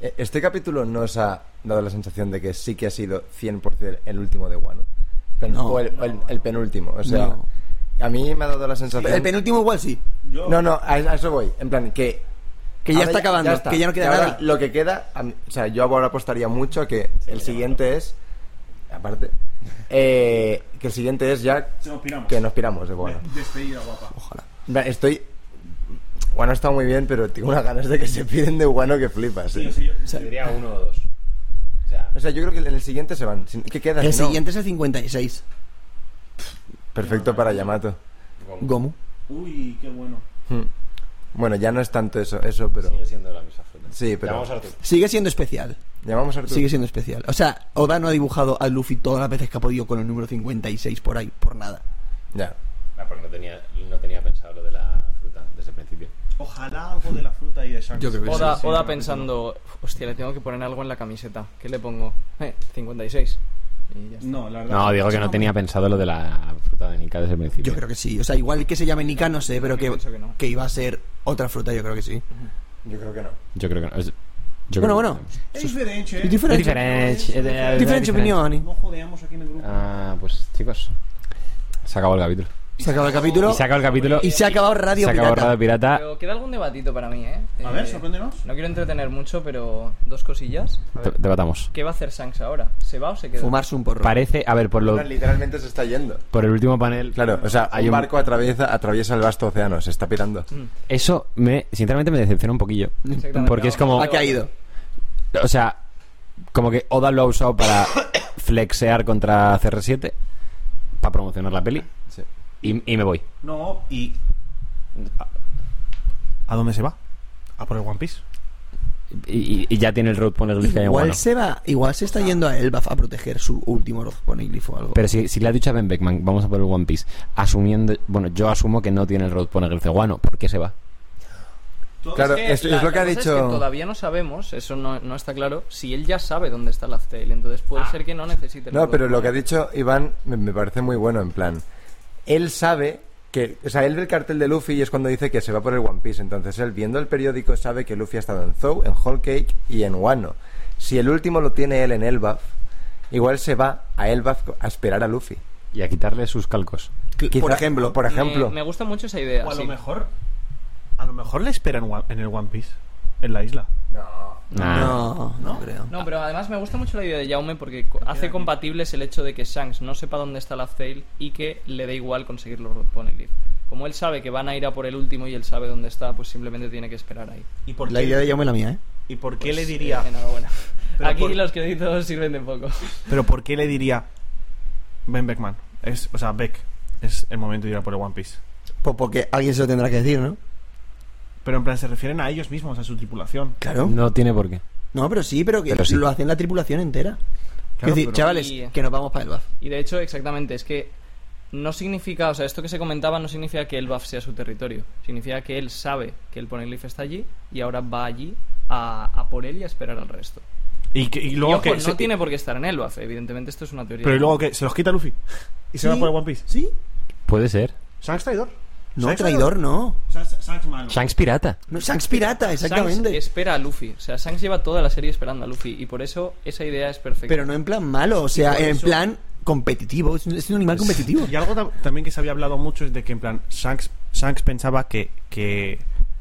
S2: Eh, Este capítulo no os ha dado la sensación de que sí que ha sido 100% el último de Wano. Pen-
S3: No.
S2: o el, o el- el penúltimo. O sea,
S3: No.
S2: a mí me ha dado la sensación.
S3: El penúltimo igual sí.
S2: No, no, a, a eso voy. En plan, que.
S3: Que ya
S2: ahora
S3: está acabando, que ya no queda
S2: Y ahora
S3: nada.
S2: Lo que queda. a mí- o sea, yo ahora apostaría mucho a que el siguiente es. Aparte. eh, que el siguiente es ya. Que nos piramos de Wano. Ojalá. Estoy. Wano está muy bien, pero tengo unas ganas de que se piden de Wano que flipas. eh.
S4: Te diría uno o dos. O sea,
S2: O sea, yo creo que en el siguiente se van. Si- ¿Qué queda?
S3: El
S2: Si no,
S3: siguiente es el 56.
S2: Perfecto para Yamato.
S3: Gomu.
S6: Uy, qué bueno.
S2: Hmm. Bueno, ya no es tanto eso, eso pero...
S4: sigue siendo la misma fruta.
S2: Sí, pero-
S4: Llamamos a Artur.
S3: Sigue siendo especial.
S2: Llamamos a Arturo.
S3: Sigue siendo especial. O sea, Oda no ha dibujado a Luffy todas las veces que ha podido con el número 56 por ahí, por nada.
S2: Ya.
S4: Ah, porque no tenía, no tenía pensado lo de la fruta desde el principio.
S6: Ojalá algo de la fruta y de Shanks.
S3: Yo creo que sí.
S5: Oda, Oda pensando, hostia, le tengo que poner algo en la camiseta, ¿qué le pongo? Eh, 56. Y ya está.
S6: No, la verdad.
S4: No, digo que no tenía pensado lo de la fruta de Nika desde el principio.
S3: Yo creo que sí. O sea, igual que se llame Nika, no sé, pero que,
S5: Pienso que no.
S3: que iba a ser otra fruta, yo creo que sí.
S2: Yo creo que no.
S4: Yo creo que no. es- yo
S3: Bueno,
S4: creo que
S3: bueno.
S6: Es diferente,
S3: Es diferente.
S4: Diferente.
S3: Diferentes opiniones.
S6: No jodeamos aquí en el grupo.
S4: Ah, pues chicos. Se acabó el capítulo.
S3: Se acaba el capítulo.
S4: Y se acabó el capítulo.
S3: Y se ha acabado Radio
S4: se acabó
S3: Pirata.
S4: Radio Pirata.
S5: Pero queda algún debatito para mí, ¿eh?
S6: A
S5: Eh,
S6: ver, sorpréndenos.
S5: No quiero entretener mucho, pero dos cosillas.
S4: Te- Debatamos.
S5: ¿Qué va a hacer Shanks ahora? ¿Se va o se queda?
S3: Fumarse un porro.
S4: Parece, a ver, por lo,
S2: Literalmente se está yendo.
S4: por el último panel.
S2: Claro, o sea,
S4: Hay
S2: un
S4: un-
S2: barco atraviesa, atraviesa el vasto océano, se está pirando.
S4: Eso me, sinceramente, me decepciona un poquillo.
S5: Exactamente.
S4: Porque es como,
S3: Ha caído.
S4: o sea, como que Oda lo ha usado para flexear contra CR7 para promocionar la peli
S2: Sí.
S4: y, y me voy.
S6: No, y. ¿A dónde se va? ¿A por el One Piece?
S4: Y, y- y ya tiene el road poner que hay en
S3: Igual
S4: Wano.
S3: se va, igual se está yendo a Elbaf a proteger su último rozoponeglyph o algo.
S4: Pero si, si le ha dicho a Ben Beckman, vamos a por el One Piece, asumiendo, bueno, yo asumo que no tiene el road poner el Wano, ¿por qué se va?
S2: Claro,
S5: que
S2: es,
S5: Eh, la-
S2: es lo que
S5: la
S2: ha
S5: cosa es
S2: dicho...
S5: todavía no sabemos, eso no, no está claro, si él ya sabe dónde está Laugh Tale, entonces puede ser que no necesite. el
S2: No, pero lo
S5: producto.
S2: que ha dicho Iván me, me parece muy bueno, en plan... Él sabe que... O sea, él ve el cartel de Luffy y es cuando dice que se va por el One Piece. Entonces él, viendo el periódico, sabe que Luffy ha estado en Zou, en Whole Cake y en Wano. Si el último lo tiene él en Elbaf, igual se va a Elbaf a esperar a Luffy.
S4: Y a quitarle sus calcos.
S2: Quizá-
S3: por ejemplo,
S2: Por
S5: Me-
S2: ejemplo.
S5: Mm, Me, gusta mucho esa idea.
S6: O a
S5: sí.
S6: lo mejor. A lo mejor le esperan wa- en el One Piece. En la isla.
S4: Nah.
S3: No, no creo.
S5: No, pero además me gusta mucho la idea de Jaume porque co- hace compatibles el hecho de que Shanks no sepa dónde está Laugh Tale y que le da igual conseguir los Road Poneglyph. Como él sabe que van a ir a por el último y él sabe dónde está, pues simplemente tiene que esperar ahí.
S6: ¿Y por
S3: La idea de llamo es la mía, ¿eh?
S6: ¿Y por qué
S5: Pues,
S6: le diría?
S5: eh, enhorabuena.
S6: Pero
S5: Aquí
S6: por-
S5: los créditos sirven de poco.
S6: Pero ¿por qué le diría Ben Beckman? Es, o sea, Beck es el momento de ir a por el One Piece.
S3: Pues porque alguien se lo tendrá que decir, ¿no?
S6: Pero en plan, se refieren a ellos mismos, a su tripulación.
S3: Claro. No,
S4: No tiene por qué.
S3: pero sí, pero que
S4: Pero sí.
S3: lo hacen la tripulación entera. Quiero decir,
S6: pero-
S3: chavales,
S5: Y-
S3: que nos vamos para Elbaf.
S5: Y de hecho, exactamente, es que no significa, o sea, esto que se comentaba no significa que Elbaf sea su territorio, significa que él sabe que el Poneglyph está allí y ahora va allí a, a por él y a esperar al resto.
S6: Y, que- y
S5: Y
S6: luego
S5: ojo,
S6: que.
S5: no
S6: se-
S5: tiene por qué estar en Elbaf, evidentemente esto es una teoría.
S6: Pero y luego que se los quita Luffy. Y se va
S3: Sí.
S6: por el One Piece.
S3: ¿Sí?
S4: Puede ser.
S6: ¿Shanks traidor?
S3: No, traidor no.
S6: Shanks malo.
S4: Shanks pirata.
S3: no Shanks pirata,
S5: Shanks
S3: exactamente.
S5: espera a Luffy, o sea, Shanks lleva toda la serie esperando a Luffy y por eso esa idea es perfecta.
S3: Pero no en plan malo, o sea,
S5: por
S3: en
S5: eso-
S3: plan competitivo. Es un, es un animal
S4: Pues
S3: competitivo.
S6: Pues, Y algo tam- también que se había hablado mucho es de que, en plan, Shanks, Shanks pensaba que, que,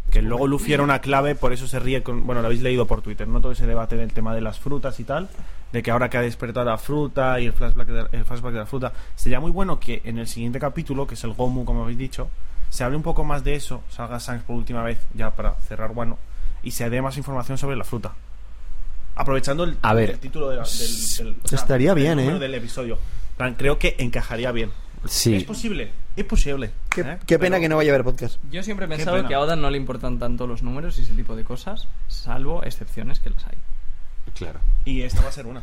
S6: que luego Luffy era una clave, por eso se ríe con... Bueno, lo habéis leído por Twitter, ¿no? Todo ese debate del tema de las frutas y tal, de que ahora que ha despertado la fruta y el flashback de, el flashback de la fruta, sería muy bueno que en el siguiente capítulo, que es el Gomu, como habéis dicho, se hable un poco más de eso, salga Shanks por última vez, ya para cerrar Wano, y se dé más información sobre la fruta. Aprovechando el,
S4: A ver,
S6: Ah, el título de la- del, del- o sea,
S3: estaría
S6: del
S3: bien,
S6: número
S3: ¿eh?
S6: del episodio. plan, creo que encajaría bien. Es
S4: Sí.
S6: posible, es posible.
S3: Qué,
S6: ¿eh?
S3: qué pena
S6: Pero-
S3: que no vaya a haber podcast.
S5: Yo siempre he pensado
S6: pena.
S5: que a Oda no le importan tanto los números y ese tipo de cosas, salvo excepciones que las hay.
S4: Claro.
S6: Y esta va a ser una.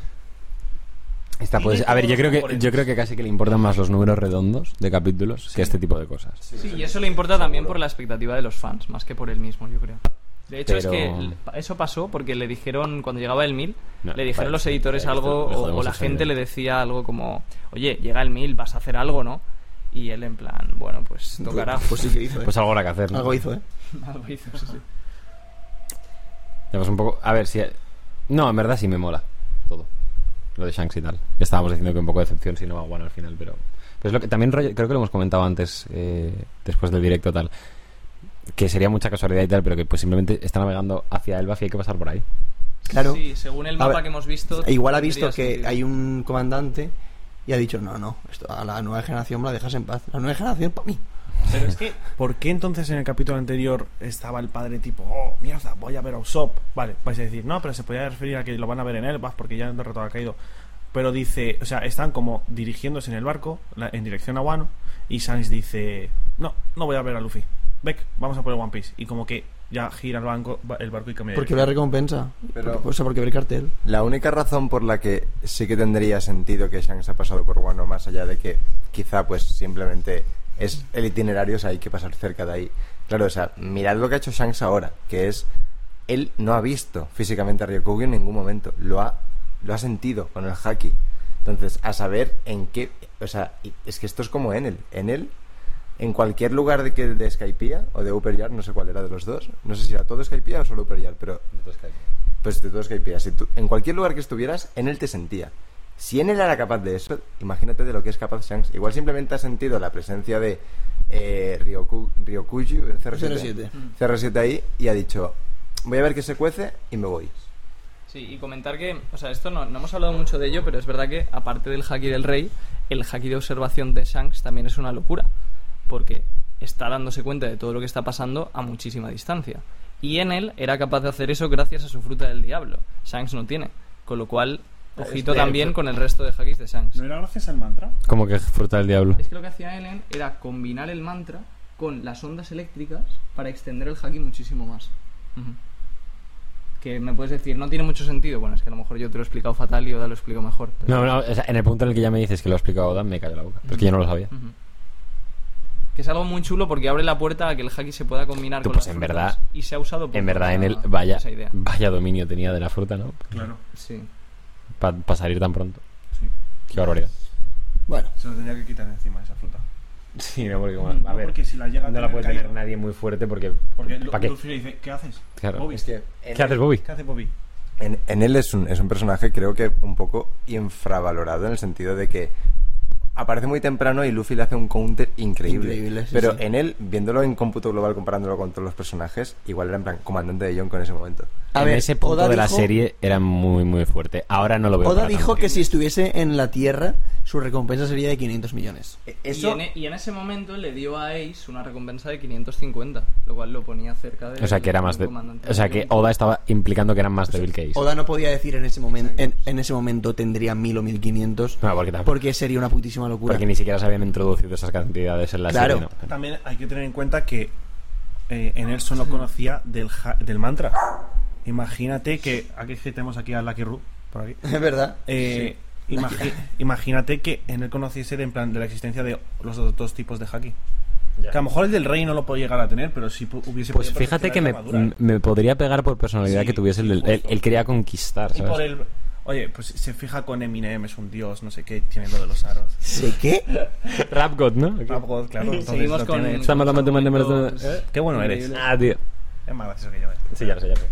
S4: Esta puede
S6: Tiene
S4: ser- A ver,
S6: todos
S4: yo creo
S6: los
S4: que
S6: componentes.
S4: yo creo que casi que le importan más los números redondos de capítulos que este tipo de cosas.
S5: Sí, y eso le importa también por la expectativa de los fans, más que por él mismo, yo creo. De hecho, es
S4: Pero-
S5: que el- pa- eso pasó porque le dijeron, cuando llegaba el 1000,
S4: No,
S5: le dijeron
S4: vale,
S5: los
S4: sí,
S5: editores
S4: vale, esto lo
S5: algo, o,
S4: jodemos este
S5: o la
S4: esa
S5: gente
S4: idea.
S5: le decía algo como, oye, llega el 1000, vas a hacer algo, ¿no? Y él en plan, bueno, pues tocará.
S3: Pues sí que hizo, ¿eh?
S4: Pues algo habrá que hacer. ¿no?
S3: Algo hizo, ¿eh?
S5: Algo hizo, sí, sí.
S4: Ya, pues un poco. A ver si. No, en verdad sí me mola todo. Lo de Shanks y tal. Ya estábamos diciendo que un poco de decepción si no va bueno al final, pero. Pero es lo que también rollo- creo que lo hemos comentado antes, eh, después del directo tal. Que sería mucha casualidad y tal, pero que pues simplemente está navegando hacia el Buffy y hay que pasar por ahí.
S3: Claro.
S5: Sí, según el
S3: A
S5: mapa
S3: ver,
S5: que hemos visto.
S3: E Igual ha visto
S5: tendría
S3: que
S5: sentido.
S3: hay un comandante y ha dicho, no, no, esto a la nueva generación me la dejas en paz. La nueva generación para mí.
S6: Pero es que, ¿por qué entonces en el capítulo anterior estaba el padre tipo, oh, mierda, voy a ver a Usopp? Vale, vais a decir, no, pero se podía referir a que lo van a ver en Elbaf porque ya han derrotado a Kaido. Pero dice, o sea, están como dirigiéndose en el barco, la- en dirección a Wano, y Sans dice, no, no voy a ver a Luffy. Beck, vamos a por el One Piece. Y como que ya gira el, banco, el barco y cambia. de
S3: Porque
S6: dirección.
S3: la recompensa.
S2: Pero-
S3: O sea, porque ver cartel.
S2: La única razón por la que sí que tendría sentido que Shanks ha pasado por Wano, más allá de que quizá pues simplemente es el itinerario, o sea, hay que pasar cerca de ahí. Claro, o sea, mirad lo que ha hecho Shanks ahora, que es, él no ha visto físicamente a Ryokugyu en ningún momento, lo ha, lo ha sentido con el haki. Entonces, a saber en qué, o sea, y- es que esto es como Enel, Enel, en cualquier lugar de, que, de Skypiea o de Upper Yard, no sé cuál era de los dos, no sé si era todo Skypiea o solo Upper Yard, pero pues de todos que hay Si tú- en cualquier lugar que estuvieras, en él te sentía. Si en él era capaz de eso, imagínate de lo que es capaz Shanks. Igual simplemente has sentido la presencia de eh, Ryoku, Ryokuyu, el CR7.
S3: 07.
S5: Mm.
S2: CR7 ahí y ha dicho, voy a ver qué se cuece y me voy.
S5: Sí, y comentar que, o sea, esto no, no hemos hablado mucho de ello, pero es verdad que, aparte del haki del rey, el haki de observación de Shanks también es una locura, porque está dándose cuenta de todo lo que está pasando a muchísima distancia. Y en él era capaz de hacer eso gracias a su fruta del diablo. Shanks no tiene, con lo cual, ojito también con el resto de hakis de Shanks.
S6: ¿No era gracias al mantra?
S4: Como que fruta del diablo.
S5: Es que lo que hacía Ellen era combinar el mantra con las ondas eléctricas para extender el haki muchísimo más. Ujú. Que me puedes decir, no tiene mucho sentido. Bueno, es que a lo mejor yo te lo he explicado fatal y Oda lo explico mejor. pero-
S4: No, no, o sea, en el punto en el que ya me dices que lo ha explicado Oda, me cayó la boca. Pero es que yo no lo sabía.
S5: Ujú. Que es algo muy chulo porque abre la puerta a que el haki se pueda combinar
S4: Tú,
S5: con
S4: pues,
S5: las
S4: en
S5: frutas.
S4: verdad-
S5: y se ha usado
S4: En verdad, en el.
S5: esa-
S4: Vaya,
S5: Mm. Ah, esa idea.
S4: vaya dominio tenía de la fruta, ¿no?
S6: Claro.
S5: Sí.
S4: Para salir tan pronto.
S6: Sí.
S4: Qué barbaridad.
S3: Bueno,
S6: Se lo tendría que quitar encima esa fruta.
S4: Sí, no, porque,
S6: bueno, a No, ver, porque si la llega a no la tener puede tener Kaido-
S4: nadie muy fuerte porque.
S6: Porque
S4: ¿Para qué?
S6: Luffy le dice, ¿qué haces?
S4: Claro.
S6: Bobby,
S4: Bobby,
S2: que
S4: ¿Qué haces, Bobby?
S6: ¿Qué hace Bobby?
S2: En, en él es un, es un personaje creo que un poco infravalorado en el sentido de que aparece muy temprano y Luffy le hace un counter increíble.
S3: Increíble, sí,
S2: pero
S3: sí.
S2: en él, viéndolo en cómputo global comparándolo con todos los personajes, igual era en plan comandante de Yonko en ese momento.
S3: a
S4: en
S3: ver,
S4: ese punto
S3: Oda
S4: de la
S3: dijo-
S4: serie era muy, muy fuerte. Ahora no lo veo.
S3: Oda
S4: para
S3: dijo
S4: tanto.
S3: que si estuviese en la Tierra, su recompensa sería de 500 millones.
S5: Y, en, e- y en ese momento le dio a Ace una recompensa de 550, lo cual lo ponía cerca de.
S4: O sea, que era más de... O sea, que
S5: Oda
S4: Oda estaba implicando que eran más débil que Ace.
S3: Oda no podía decir en ese, momento en, en ese momento tendría 1000 o 1500,
S4: No, porque tampoco.
S3: porque sería una putísima locura.
S4: Ah, Porque ni siquiera se habían introducido esas cantidades en la
S3: Claro.
S4: serie. ¿no?
S6: También hay que tener en cuenta que eh, Enel solo conocía del, ja- del mantra. Imagínate que. Aquí es que tenemos aquí a Lucky Roo, por aquí.
S3: Es verdad.
S6: Eh, imagi- imagínate que Enel conociese de, en plan, de la existencia de los dos, dos tipos de haki. Que a lo mejor el del rey no lo puede llegar a tener, pero si hubiese
S4: Pues
S6: podido
S4: fíjate que me,
S6: perfeccionar la armadura.
S4: me podría pegar por personalidad
S6: Sí,
S4: que tuviese el,
S6: sí,
S4: el- el-
S6: justo.
S4: el quería conquistar,
S6: Y
S4: ¿sabes?
S6: por el. Oye, pues se fija con Eminem, es un dios, no sé qué, tiene lo de los aros.
S3: ¿Sé qué?
S4: Rap God, ¿no?
S6: Rap God, Ah, pues, claro, entonces
S5: Seguimos
S6: lo
S5: con.
S6: tiene-
S4: Está matando,
S5: con
S4: matando, matando,
S5: momentos
S4: matando.
S6: Qué bueno eres.
S5: increíbles.
S4: Ah, tío.
S6: Es más gracioso que yo. eh.
S4: Sí, ya lo sé, ya lo sé.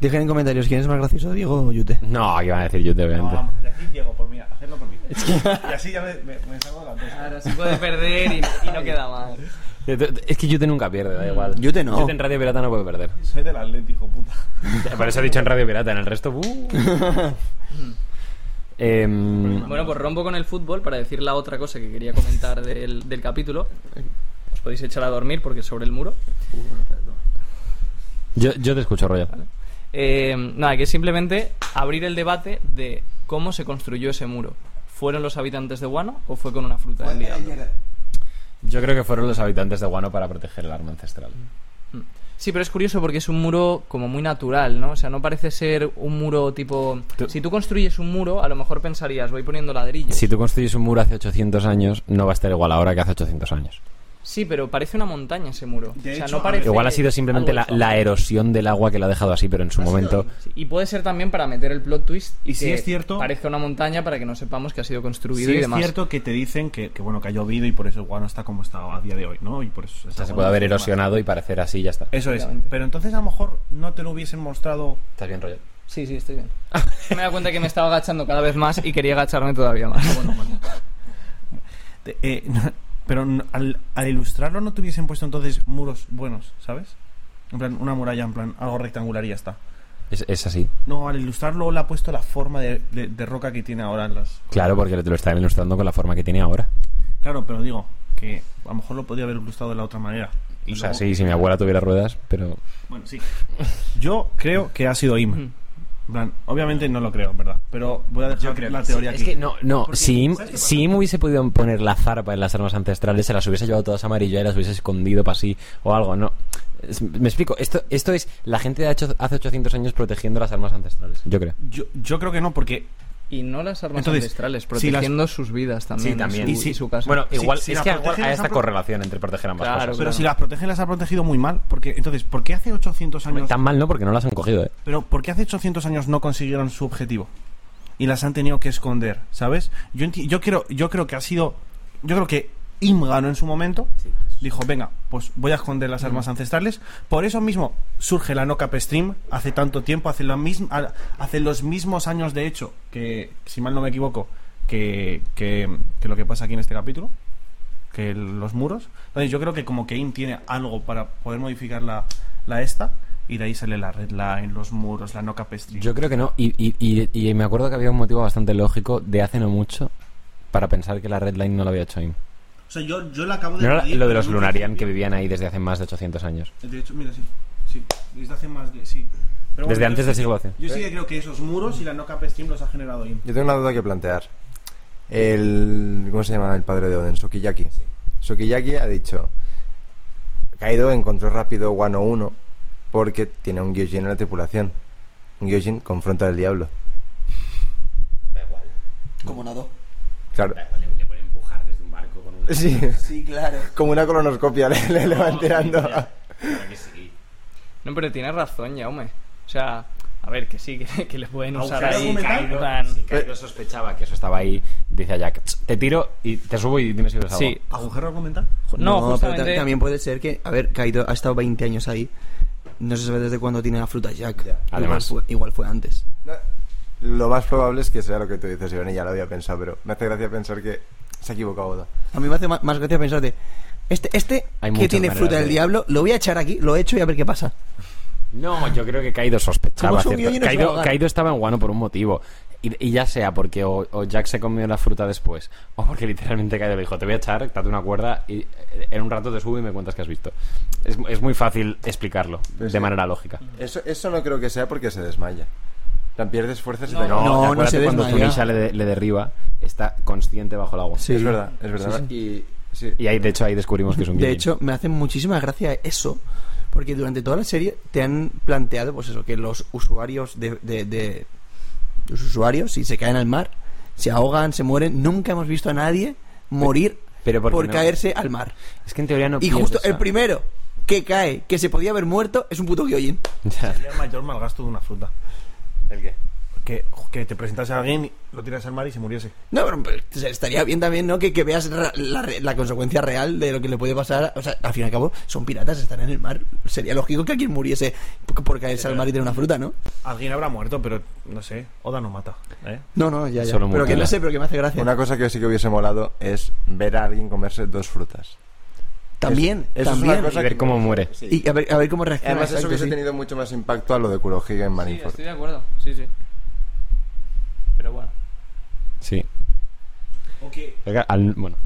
S3: Dejen en comentarios quién es más gracioso, Diego o Yute.
S4: No, que van a decir yo,
S6: No,
S4: obviamente.
S6: vamos, de aquí llego por mí, hacerlo por mí. Y así ya me, me, me salgo de la empresa.
S5: Ahora se puede perder y, y no queda mal.
S4: Es que Yute nunca pierde, da igual.
S3: Yute no.
S4: en Radio Pirata no puede perder.
S6: Soy del Atlético, hijo puta.
S4: Por eso he dicho en Radio Pirata, en el resto. ¡uh! ¡buh! Em,
S5: Bueno, pues rompo con el fútbol para decir la otra cosa que quería comentar del, del capítulo. Os podéis echar a dormir porque es sobre el muro.
S4: yo, yo te escucho, Royal.
S5: Eh, nada, que simplemente abrir el debate de cómo se construyó ese muro. ¿Fueron los habitantes de Guano o fue con una fruta
S6: Pues,
S5: del
S6: eh,
S5: diablo?
S4: Yo creo que fueron los habitantes de Guano para proteger el arma ancestral.
S5: Sí, pero es curioso porque es un muro como muy natural, ¿no? O sea, no parece ser un muro tipo...
S4: Tú-
S5: Si tú construyes un muro, a lo mejor pensarías, voy poniendo ladrillos.
S4: Si tú construyes un muro hace 800 años, no va a estar igual ahora que hace 800 años.
S5: Sí, pero parece una montaña ese muro.
S6: De
S5: o sea,
S6: hecho,
S5: no parece
S4: Igual ha sido simplemente
S5: algo
S4: la,
S5: hecho a
S4: la
S5: mano.
S4: erosión del agua que la ha dejado así, pero en su momento...
S5: Sí, Y puede ser también para meter el plot twist
S6: Y si
S5: que
S6: es cierto-
S5: parezca una montaña para que no sepamos que ha sido
S6: Sí,
S5: construido y
S6: es
S5: demás.
S6: cierto que te dicen que, que, bueno que ha llovido y por eso Guano está como está a día de hoy, ¿no? Y por eso
S4: O
S6: está
S4: sea, se
S6: Guano
S4: puede haber
S6: así como
S4: erosionado y parecer así y ya está.
S6: está. Eso es.
S5: Efectivamente.
S6: Pero entonces a lo mejor no te lo hubiesen mostrado.
S4: Estás bien, Roger.
S5: Sí, sí, estoy bien. me he dado cuenta que me estaba agachando cada vez más y quería agacharme todavía más.
S6: Bueno, bueno. Te- eh, no- pero n- al, al ilustrarlo no te hubiesen puesto entonces muros buenos, ¿sabes? En plan, una muralla, en plan, algo rectangular y ya está.
S4: Es, es así.
S6: No, al ilustrarlo le ha puesto la forma de, de- de roca que tiene ahora en las.
S4: Claro, porque te lo están ilustrando con la forma que tiene ahora.
S6: Claro, pero digo que a lo mejor lo podía haber ilustrado de la otra manera. Y
S4: O sea,
S6: luego-
S4: sí, si mi abuela tuviera ruedas, pero...
S6: Bueno, sí. Yo creo que ha sido Im. En plan, obviamente no lo creo, en ¿verdad? Pero voy a dejar la teoría
S4: Es
S6: aquí.
S4: que no, no.
S6: Porque,
S4: Si Im,
S6: ¿sabes qué pasa?
S4: si Im hubiese podido poner la zarpa en las armas ancestrales, se las hubiese llevado todas amarillas y las hubiese escondido para sí o algo, no. Es- me explico, esto, esto es la gente de hacho- hace 800 años protegiendo las armas ancestrales, yo creo.
S6: Yo, yo creo que no, porque
S5: Y no las armas
S6: Entonces,
S5: ancestrales,
S6: si las-
S5: protegiendo sus vidas también.
S4: Sí, también.
S5: Y,
S4: Y
S5: su,
S4: si-
S5: y su casa.
S4: Bueno,
S6: Sí,
S4: igual
S6: si
S4: es
S6: la
S4: que igual
S6: protegen,
S4: hay
S6: las
S4: esta
S6: han pro-
S4: correlación entre proteger ambas
S5: Claro,
S4: cosas.
S6: Pero
S5: claro.
S6: si las protegen, las ha protegido muy mal. Porque, entonces, ¿por qué hace 800 años?
S4: Tan mal no porque no las han cogido, ¿eh?
S6: Pero ¿por qué hace 800 años no consiguieron su objetivo? Y las han tenido que esconder, ¿sabes? Yo, enti- yo, creo, yo creo que ha sido... Yo creo que Im ganó en su momento. Dijo, venga, pues voy a esconder las armas ancestrales. Por eso mismo surge la No Cap Stream hace tanto tiempo, hace, la misma, a- hace los mismos años de hecho, que si mal no me equivoco, que, que, que lo que pasa aquí en este capítulo, que el- los muros. Entonces yo creo que como que Im tiene algo para poder modificar la, la esta y de ahí sale la red line, los muros, la No Cap Stream.
S4: Yo creo que no. Y, y- y- y me acuerdo que había un motivo bastante lógico de hace no mucho para pensar que la Red Line no la había hecho Im.
S6: O sea, yo, yo la acabo
S4: No era
S6: pedir
S4: lo de los
S6: en un
S4: Lunarian que
S6: principio.
S4: vivían ahí desde hace más de 800 años.
S6: De hecho, mira, sí. Sí, desde hace más de. Sí. Pero
S4: Desde
S6: yo
S4: antes del
S6: sí
S4: siglo
S6: que-
S4: XII.
S6: Yo sí que creo que esos muros y la no cap stream los ha generado Im.
S2: Yo tengo una duda que plantear. El, ¿Cómo se llama el padre de Oden? Sokiyaki. Sokiyaki ha dicho: Kaido encontró rápido Wano 1 porque tiene un Gyojin en la tripulación. Un Gyojin confronta al diablo.
S3: Como nada.
S2: Claro.
S4: Le pueden empujar desde un barco con un...
S2: Sí,
S3: Sí, claro.
S2: como una colonoscopia le, le- le van tirando.
S5: No, pero tienes razón, Jaume. O sea, a ver, que sí, que, que le pueden usar
S6: Agujero
S5: ahí.
S6: argumental.
S5: en plan-
S4: Yo sospechaba que eso estaba ahí. Dice a Jack, te tiro y te subo y dime si ves algo.
S5: Sí.
S6: ¿Agujero argumental?
S5: No,
S3: pero
S5: justamente-
S3: ta- también puede ser que, a ver, Kaido ha estado 20 años ahí. No se sabe desde cuándo tiene la fruta Jack.
S2: Ya.
S4: Además.
S3: Igual fue, igual fue antes.
S2: No, Lo más probable es que sea lo que tú dices, Iván, y ya lo había pensado, pero me hace gracia pensar que se ha equivocado Oda.
S3: A mí me hace ma- más, gracia pensar de. Este, este
S4: Hay
S3: que
S4: muchas
S3: tiene
S4: maneras
S3: fruta del
S4: de-
S3: diablo, lo voy a echar aquí, lo echo y a ver qué pasa.
S4: No, yo creo que Kaido sospechaba.
S3: Como subió
S4: cierto-
S3: y no se va a
S4: Kaido,
S3: ahogar.
S4: Kaido estaba en Guano por un motivo. Y, y ya sea porque o, o Jack se comió la fruta después, o porque literalmente Kaido le dijo, te voy a echar, date una cuerda y eh, en un rato te subo y me cuentas que has visto. Es, es muy fácil explicarlo
S2: Pero
S4: de
S2: sí.
S4: manera lógica.
S2: Eso, eso no creo que sea porque se desmaya. Tan pierdes fuerzas y te
S4: No,
S3: No, no
S4: acuérdate
S3: se
S4: cuando
S3: desmaya.
S4: Tunisha le, de- le derriba, está consciente bajo el agua.
S3: Sí.
S2: Es verdad, es verdad.
S3: Sí,
S2: Y, sí.
S4: Y ahí, de hecho, ahí descubrimos que es un
S3: De
S4: Gyojin.
S3: hecho, me hace muchísima gracia eso, porque durante toda la serie te han planteado, pues eso, que los usuarios de, de- de- los usuarios, si se caen al mar, se ahogan, se mueren, nunca hemos visto a nadie morir
S4: pero
S3: por,
S4: porque no.
S3: caerse al mar.
S4: es que en teoría no
S3: y
S4: pierdes
S3: justo el
S4: a-
S3: primero que cae, que se podía haber muerto, es un puto Gyojin.
S4: Ya.
S6: Sería el mayor malgasto de una fruta.
S2: ¿El qué?
S6: Que, que te presentase a alguien, lo tiras al mar y se muriese.
S3: No, pero pues, estaría bien también, ¿no? Que, que veas ra- la, re- la consecuencia real de lo que le puede pasar. O sea, al fin y al cabo, son piratas, están en el mar. Sería lógico que alguien muriese por, por caerse al mar y tener una fruta, ¿no?
S6: Alguien habrá muerto, pero no sé. Oda no mata. ¿eh?
S3: No, no, ya, ya.
S4: Solo
S3: pero que
S4: mutila.
S3: no sé, pero que me hace gracia.
S2: Una cosa que sí que hubiese molado es ver a alguien comerse dos frutas.
S3: También,
S2: Es- eso es
S3: también.
S2: una cosa
S4: Y ver
S2: que-
S4: cómo muere.
S2: Sí.
S3: Y a ver, a ver cómo reacciona.
S2: Además, eso
S3: exacto,
S2: hubiese
S3: sí.
S2: tenido mucho más impacto a lo de Kurohige en
S5: Sí,
S2: Marineford.
S5: estoy de acuerdo. Sí, sí. Pero bueno.
S4: Sí.
S6: O, que-
S4: Oiga, al- bueno.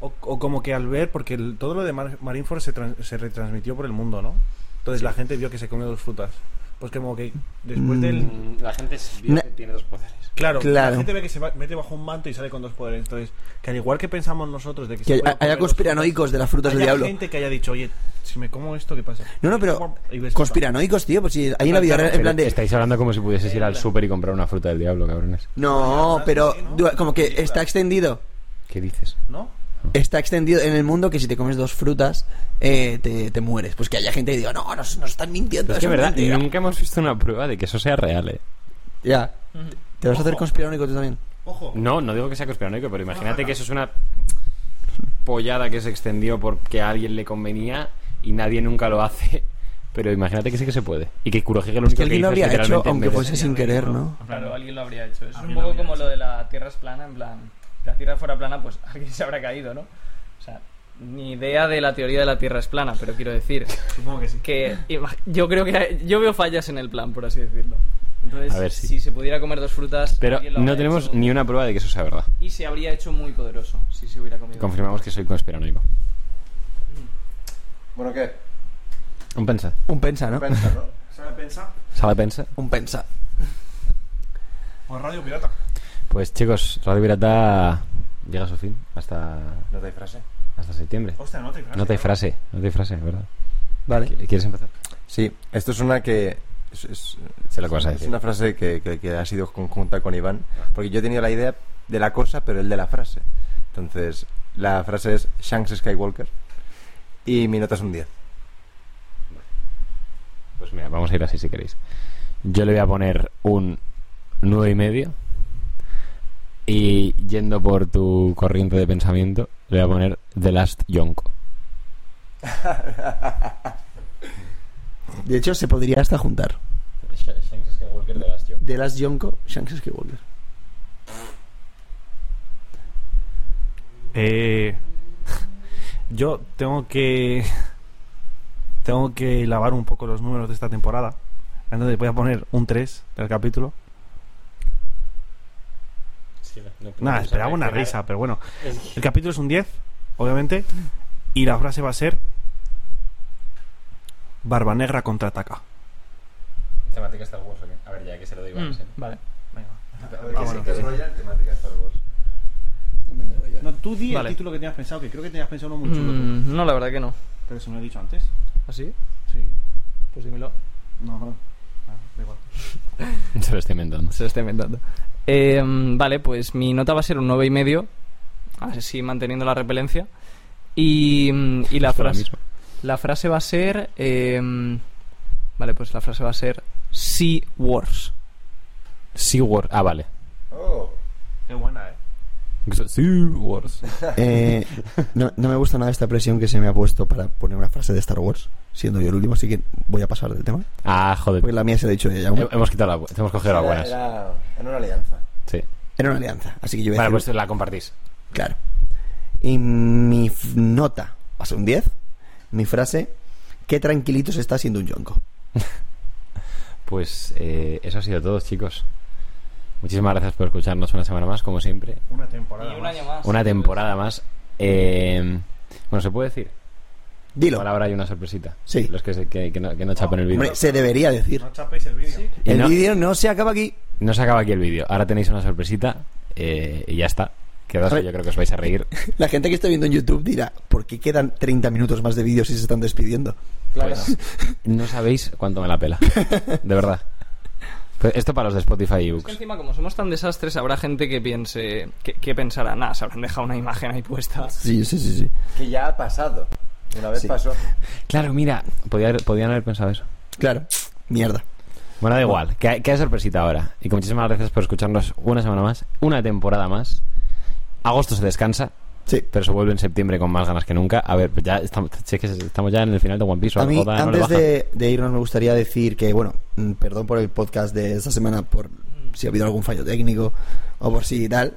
S6: o- o como que al ver, porque el- todo lo de Mar- Marineford se, tran- se retransmitió por el mundo, ¿no? Entonces la gente vio que se comió dos frutas.
S7: Pues como que después
S3: Mm.
S7: del.
S4: La gente vio
S3: No.
S4: que tiene dos poderes.
S7: Claro,
S3: Claro.
S7: la gente ve que se va- mete bajo un manto y sale con dos poderes. Entonces, que al igual que pensamos nosotros de que,
S3: Que
S7: se puede
S3: haya- haya
S7: comer dos
S3: conspiranoicos de las frutas
S7: frutas,
S3: del
S7: haya
S3: diablo.
S7: gente que haya dicho, oye, si me como esto, ¿qué pasa?
S3: No, no, pero conspiranoicos, tío, pues si hay una vida real en plan de...
S4: Estáis hablando como si pudieses ir al súper y comprar una fruta del diablo, cabrones.
S3: No, pero du- como que está extendido.
S4: ¿Qué dices?
S7: ¿No?
S3: Está extendido en el mundo que si te comes dos frutas eh, te, te mueres. Pues que haya gente que diga, no, nos, nos están mintiendo.
S4: Es Pues que
S3: eso
S4: es verdad,
S3: mentira".
S4: nunca hemos visto una prueba de que eso sea real, eh.
S3: Ya. ¿Te vas a hacer conspiranoico tú también?
S7: Ojo.
S4: No, no digo que sea conspiranoico, pero imagínate que eso es una pollada que se extendió porque a alguien le convenía y nadie nunca lo hace. Pero imagínate que sí que se puede. Y que Kurohige lo
S3: Es
S4: único
S3: que
S4: que,
S3: alguien lo
S4: hizo es
S3: habría hecho
S4: literalmente
S3: aunque
S4: en vez
S3: fuese
S4: de-
S3: sin querer, ¿no?
S5: Claro, alguien lo habría hecho. Es un poco como lo de la tierra es plana, en plan, que la tierra fuera plana, pues alguien se habrá caído, ¿no? O sea, ni idea de la teoría de la tierra es plana, pero quiero decir
S7: Supongo que sí.
S5: que ima- yo creo que yo veo fallas en el plan, por así decirlo. Entonces,
S4: A ver, sí.
S5: si se pudiera comer dos frutas,
S4: Pero
S5: alguien lo
S4: no
S5: habría
S4: tenemos
S5: hecho
S4: ni una prueba de que eso sea verdad.
S5: y se habría hecho muy poderoso si se hubiera comido.
S4: Confirmamos que soy conspiranoico.
S2: Bueno, ¿qué?
S4: Un pensa.
S3: Un pensa, ¿no?
S2: Pensa, ¿no?
S7: ¿Sale pensa?
S4: ¿Sabe pensa?
S3: Un pensa.
S7: O Radio Pirata.
S4: Pues chicos, Radio Pirata llega a su fin hasta,
S2: ¿No te hay frase?
S4: hasta septiembre.
S7: Hostia, no te ¿eh? hay frase.
S4: No te hay frase, no te hay frase, ¿verdad?
S3: Vale.
S4: ¿Qui- ¿Quieres empezar?
S2: Sí, esto es una que... Es, es-
S4: Sé lo que vas a
S2: es
S4: decir.
S2: una frase que, que- que ha sido conjunta con Iván,
S3: Ah.
S2: porque yo he tenido la idea de la cosa, pero él de la frase. Entonces, la frase es Shanks Skywalker y mi nota es un 10.
S4: Pues mira, vamos a ir así si queréis. Yo le voy a poner un nueve y medio. Y yendo por tu corriente de pensamiento, le voy a poner The Last Yonko.
S3: De hecho, se podría hasta juntar. De las Yonko, Shanks Skywalker.
S7: Eh, yo tengo que. Tengo que lavar un poco los números de esta temporada. Entonces voy a poner un 3 del capítulo. Nada, esperaba una risa, pero bueno. El capítulo es un 10, obviamente. Y la frase va a ser. Barba Negra contraataca.
S4: Temática Star Wars, A ver, ya que se lo digo.
S5: Mm, vale.
S3: Ah,
S7: Vámonos. No, tú di
S5: Vale.
S7: el título que tenías pensado, que creo que tenías pensado uno muy chulo. tú.
S5: Mm, no, la verdad que no.
S7: Pero se me lo he dicho antes.
S5: ¿Así?
S7: Sí.
S5: Pues dímelo.
S7: No, no. Ah, da igual.
S4: Se lo estoy inventando.
S5: Se lo está inventando. Eh, vale, pues mi nota va a ser un 9,5 y medio, así manteniendo la repelencia. Y, mm, y la,
S4: Justo Pues ahora
S5: frase,
S4: mismo.
S5: la frase va a ser... eh, vale, pues la frase va a ser Sea Wars.
S4: Sea Wars. Ah, vale.
S7: Qué buena, eh.
S4: Sea Wars.
S3: Eh, no, no me gusta nada esta presión que se me ha puesto para poner una frase de Star Wars, siendo yo el último, así que voy a pasar del tema.
S4: Ah, joder.
S3: Porque la mía se Pues la he dicho ella. aún.
S4: Hemos quitado la bu- Hemos cogido las buenas.
S2: Era, era una alianza.
S4: Sí.
S3: Era una alianza, así que yo voy a
S4: Vale, pues
S3: decir...
S4: la compartís.
S3: Claro. Y mi f- nota va a ser un 10. Mi frase, qué tranquilito se está haciendo un yonko.
S4: Pues eh, eso ha sido todo, chicos. Muchísimas gracias por escucharnos una semana más, como siempre.
S7: Una temporada. más.
S4: Una temporada más. Eh, bueno, se puede decir.
S3: Dilo.
S4: Ahora habrá hay una sorpresita.
S3: Sí.
S4: Los que, se- que, que no, que no chapan el vídeo.
S3: Hombre, se debería decir.
S7: No chapéis el vídeo.
S4: Y
S3: El
S4: no,
S3: vídeo no se acaba aquí.
S4: no se acaba aquí el vídeo. Ahora tenéis una sorpresita eh, y ya está. Quedaos
S3: A
S4: que
S3: ver.
S4: yo creo que os vais a reír.
S3: La gente que está viendo en YouTube dirá, ¿por qué quedan 30 minutos más de vídeo si se están despidiendo?
S4: Pues, no sabéis cuánto me la pela. De verdad. Pues esto para los de Spotify y
S5: Es que
S4: Ux.
S5: encima, como somos tan desastres, habrá gente que piense... Que, que pensará, nada, se habrán dejado una imagen ahí puesta.
S3: Sí, sí, sí, sí.
S2: Que ya ha pasado. Una vez
S3: Sí.
S2: pasó.
S4: Claro, mira, podía haber- podían haber pensado eso.
S3: Claro. Mierda.
S4: Bueno, da igual, que hay, que hay sorpresita ahora. Y que muchísimas gracias por escucharnos una semana más, una temporada más. Agosto se descansa,
S3: Sí.
S4: pero se vuelve en septiembre con más ganas que nunca. A ver, pues ya estamos, si es que estamos ya en el final de One Piece. o
S3: A mí,
S4: algo, no le
S3: antes
S4: bajan.
S3: de, de irnos, me gustaría decir que, bueno, mm, perdón por el podcast de esta semana, por si ha habido algún fallo técnico o por si tal.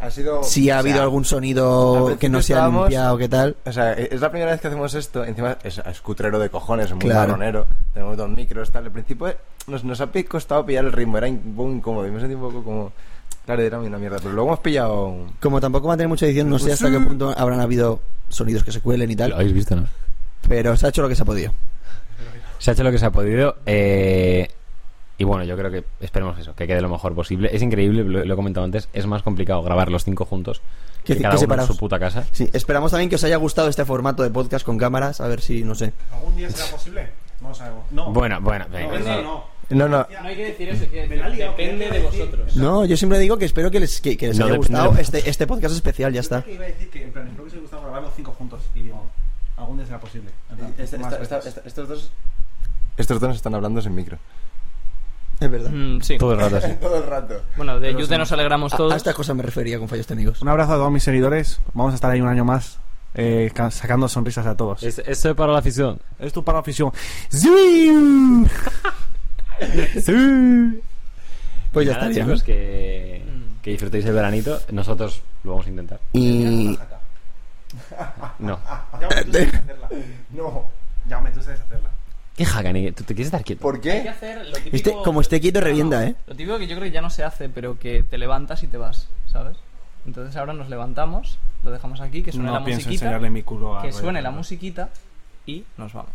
S2: Ha sido...
S3: Si
S2: o sea,
S3: ha habido algún
S2: al
S3: sonido
S2: principio
S3: que no se ha
S2: estábamos-
S3: limpiado, ¿qué tal?
S2: O sea, e-, es la primera vez que hacemos esto. Encima es escutrero de cojones, muy
S3: Claro.
S2: marronero. Tenemos dos micros, tal. Al principio eh, nos, nos ha pi- costado pillar el ritmo. Era in- un poco incómodo. Y me sentí un poco como... Claro, era una mierda. Pero luego hemos pillado... un-
S3: Como tampoco va a tener mucha edición, no sé hasta qué punto habrán habido sonidos que se cuelen y
S4: Lo
S3: tal,
S4: habéis visto, ¿no?
S3: pero se ha hecho lo que se ha podido.
S4: Se ha hecho lo que se ha podido. eh, y bueno, yo creo que esperemos eso, que quede lo mejor posible. Es increíble, lo, lo he comentado antes, es más complicado grabar los cinco juntos
S3: Que-
S4: que,
S3: que
S4: cada uno en
S3: separados.
S4: su puta casa.
S3: Sí, esperamos también que os haya gustado este formato de podcast con cámaras. A ver si, no sé.
S6: ¿Algún día será posible? No lo sabemos. No.
S4: Bueno, bueno,
S6: no,
S4: venga.
S6: no, no.
S2: No, no.
S5: No hay que decir eso, hay que
S6: Me la ha
S5: decir,
S6: liado,
S5: depende
S6: quería
S5: de
S6: decir-
S5: vosotros.
S3: No, yo siempre digo que espero que les, que, que les
S4: No,
S3: haya
S4: depende
S3: gustado
S4: de-
S3: este, este podcast especial, ya
S6: Yo creo
S3: está.
S6: que iba a decir que, en plan, espero que os haya gustado grabar los cinco juntos. Y digo, algún día será posible. En plan,
S2: Esta-
S6: más
S2: esta- esta-
S6: veces.
S2: esta- este, estos dos. Estos dos están hablando sin micro.
S3: Es verdad.
S5: Mm, sí.
S4: Todo el rato así.
S2: Todo el rato.
S5: Bueno, de Yute nos alegramos
S3: A-
S5: todos.
S3: A, estas cosas me refería con fallos técnicos.
S6: Un abrazo a todos mis seguidores. Vamos a estar ahí un año más eh, ca- sacando sonrisas a todos. Es,
S4: Es- Eso es para la afición.
S6: tu paro afición. ¡Sí! ¡Sí!
S3: Pues ya
S4: Nada,
S3: está,
S4: chicos,
S3: bien.
S4: que, que disfrutéis el veranito. Nosotros lo vamos a intentar.
S3: Y
S4: No.
S6: Ya me tuve que hacerla. No. Ya me tuve que hacerla.
S4: ¿Qué jaca, ni- ¿Tú te quieres estar quieto?
S2: ¿Por
S5: Hay que
S2: qué?
S5: hacer lo típico...
S3: este, como esté quieto, revienta, ¿eh?
S5: Lo típico que yo creo que ya no se hace, pero que te levantas y te vas, ¿sabes? Entonces ahora nos levantamos, lo dejamos aquí, que suene
S6: No
S5: la
S6: pienso
S5: musiquita,
S6: enseñarle mi culo a
S5: que
S6: Roy.
S5: suene la musiquita y nos vamos.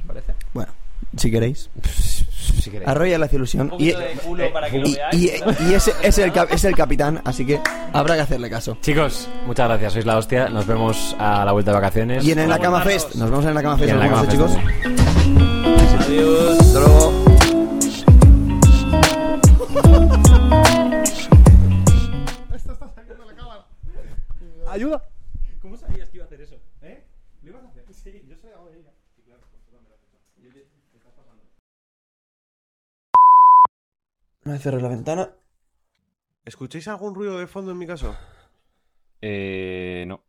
S5: ¿Os parece?
S3: Bueno, si queréis. Pues,
S4: Si queréis.
S3: A Roy ya le hace ilusión.
S5: Un
S3: Y, eh,
S5: poquito de culo para que lo
S3: y-
S5: veáis.
S3: y- y ese es el, cap- es el capitán, así que habrá que hacerle caso.
S4: Chicos, muchas gracias. Sois la hostia. Nos vemos a la vuelta de vacaciones.
S3: Y en, la Cama Fest. Nos vemos en la Cama Fest.
S4: en
S3: Nos
S4: la
S3: vemos,
S4: cama,
S3: chicos.
S4: Fernando.
S3: Hasta luego.
S6: ¡Ayuda!
S5: ¿Cómo sabías que iba a hacer eso?
S6: ¿Eh? ¿Lo ibas a hacer? Sí, yo soy de ella. Sí, claro, por supuesto, me lo has hecho. Yo te- te estás pasando.
S3: Una vez cerré la ventana.
S7: ¿Escucháis algún ruido de fondo en mi caso?
S9: Eh, no.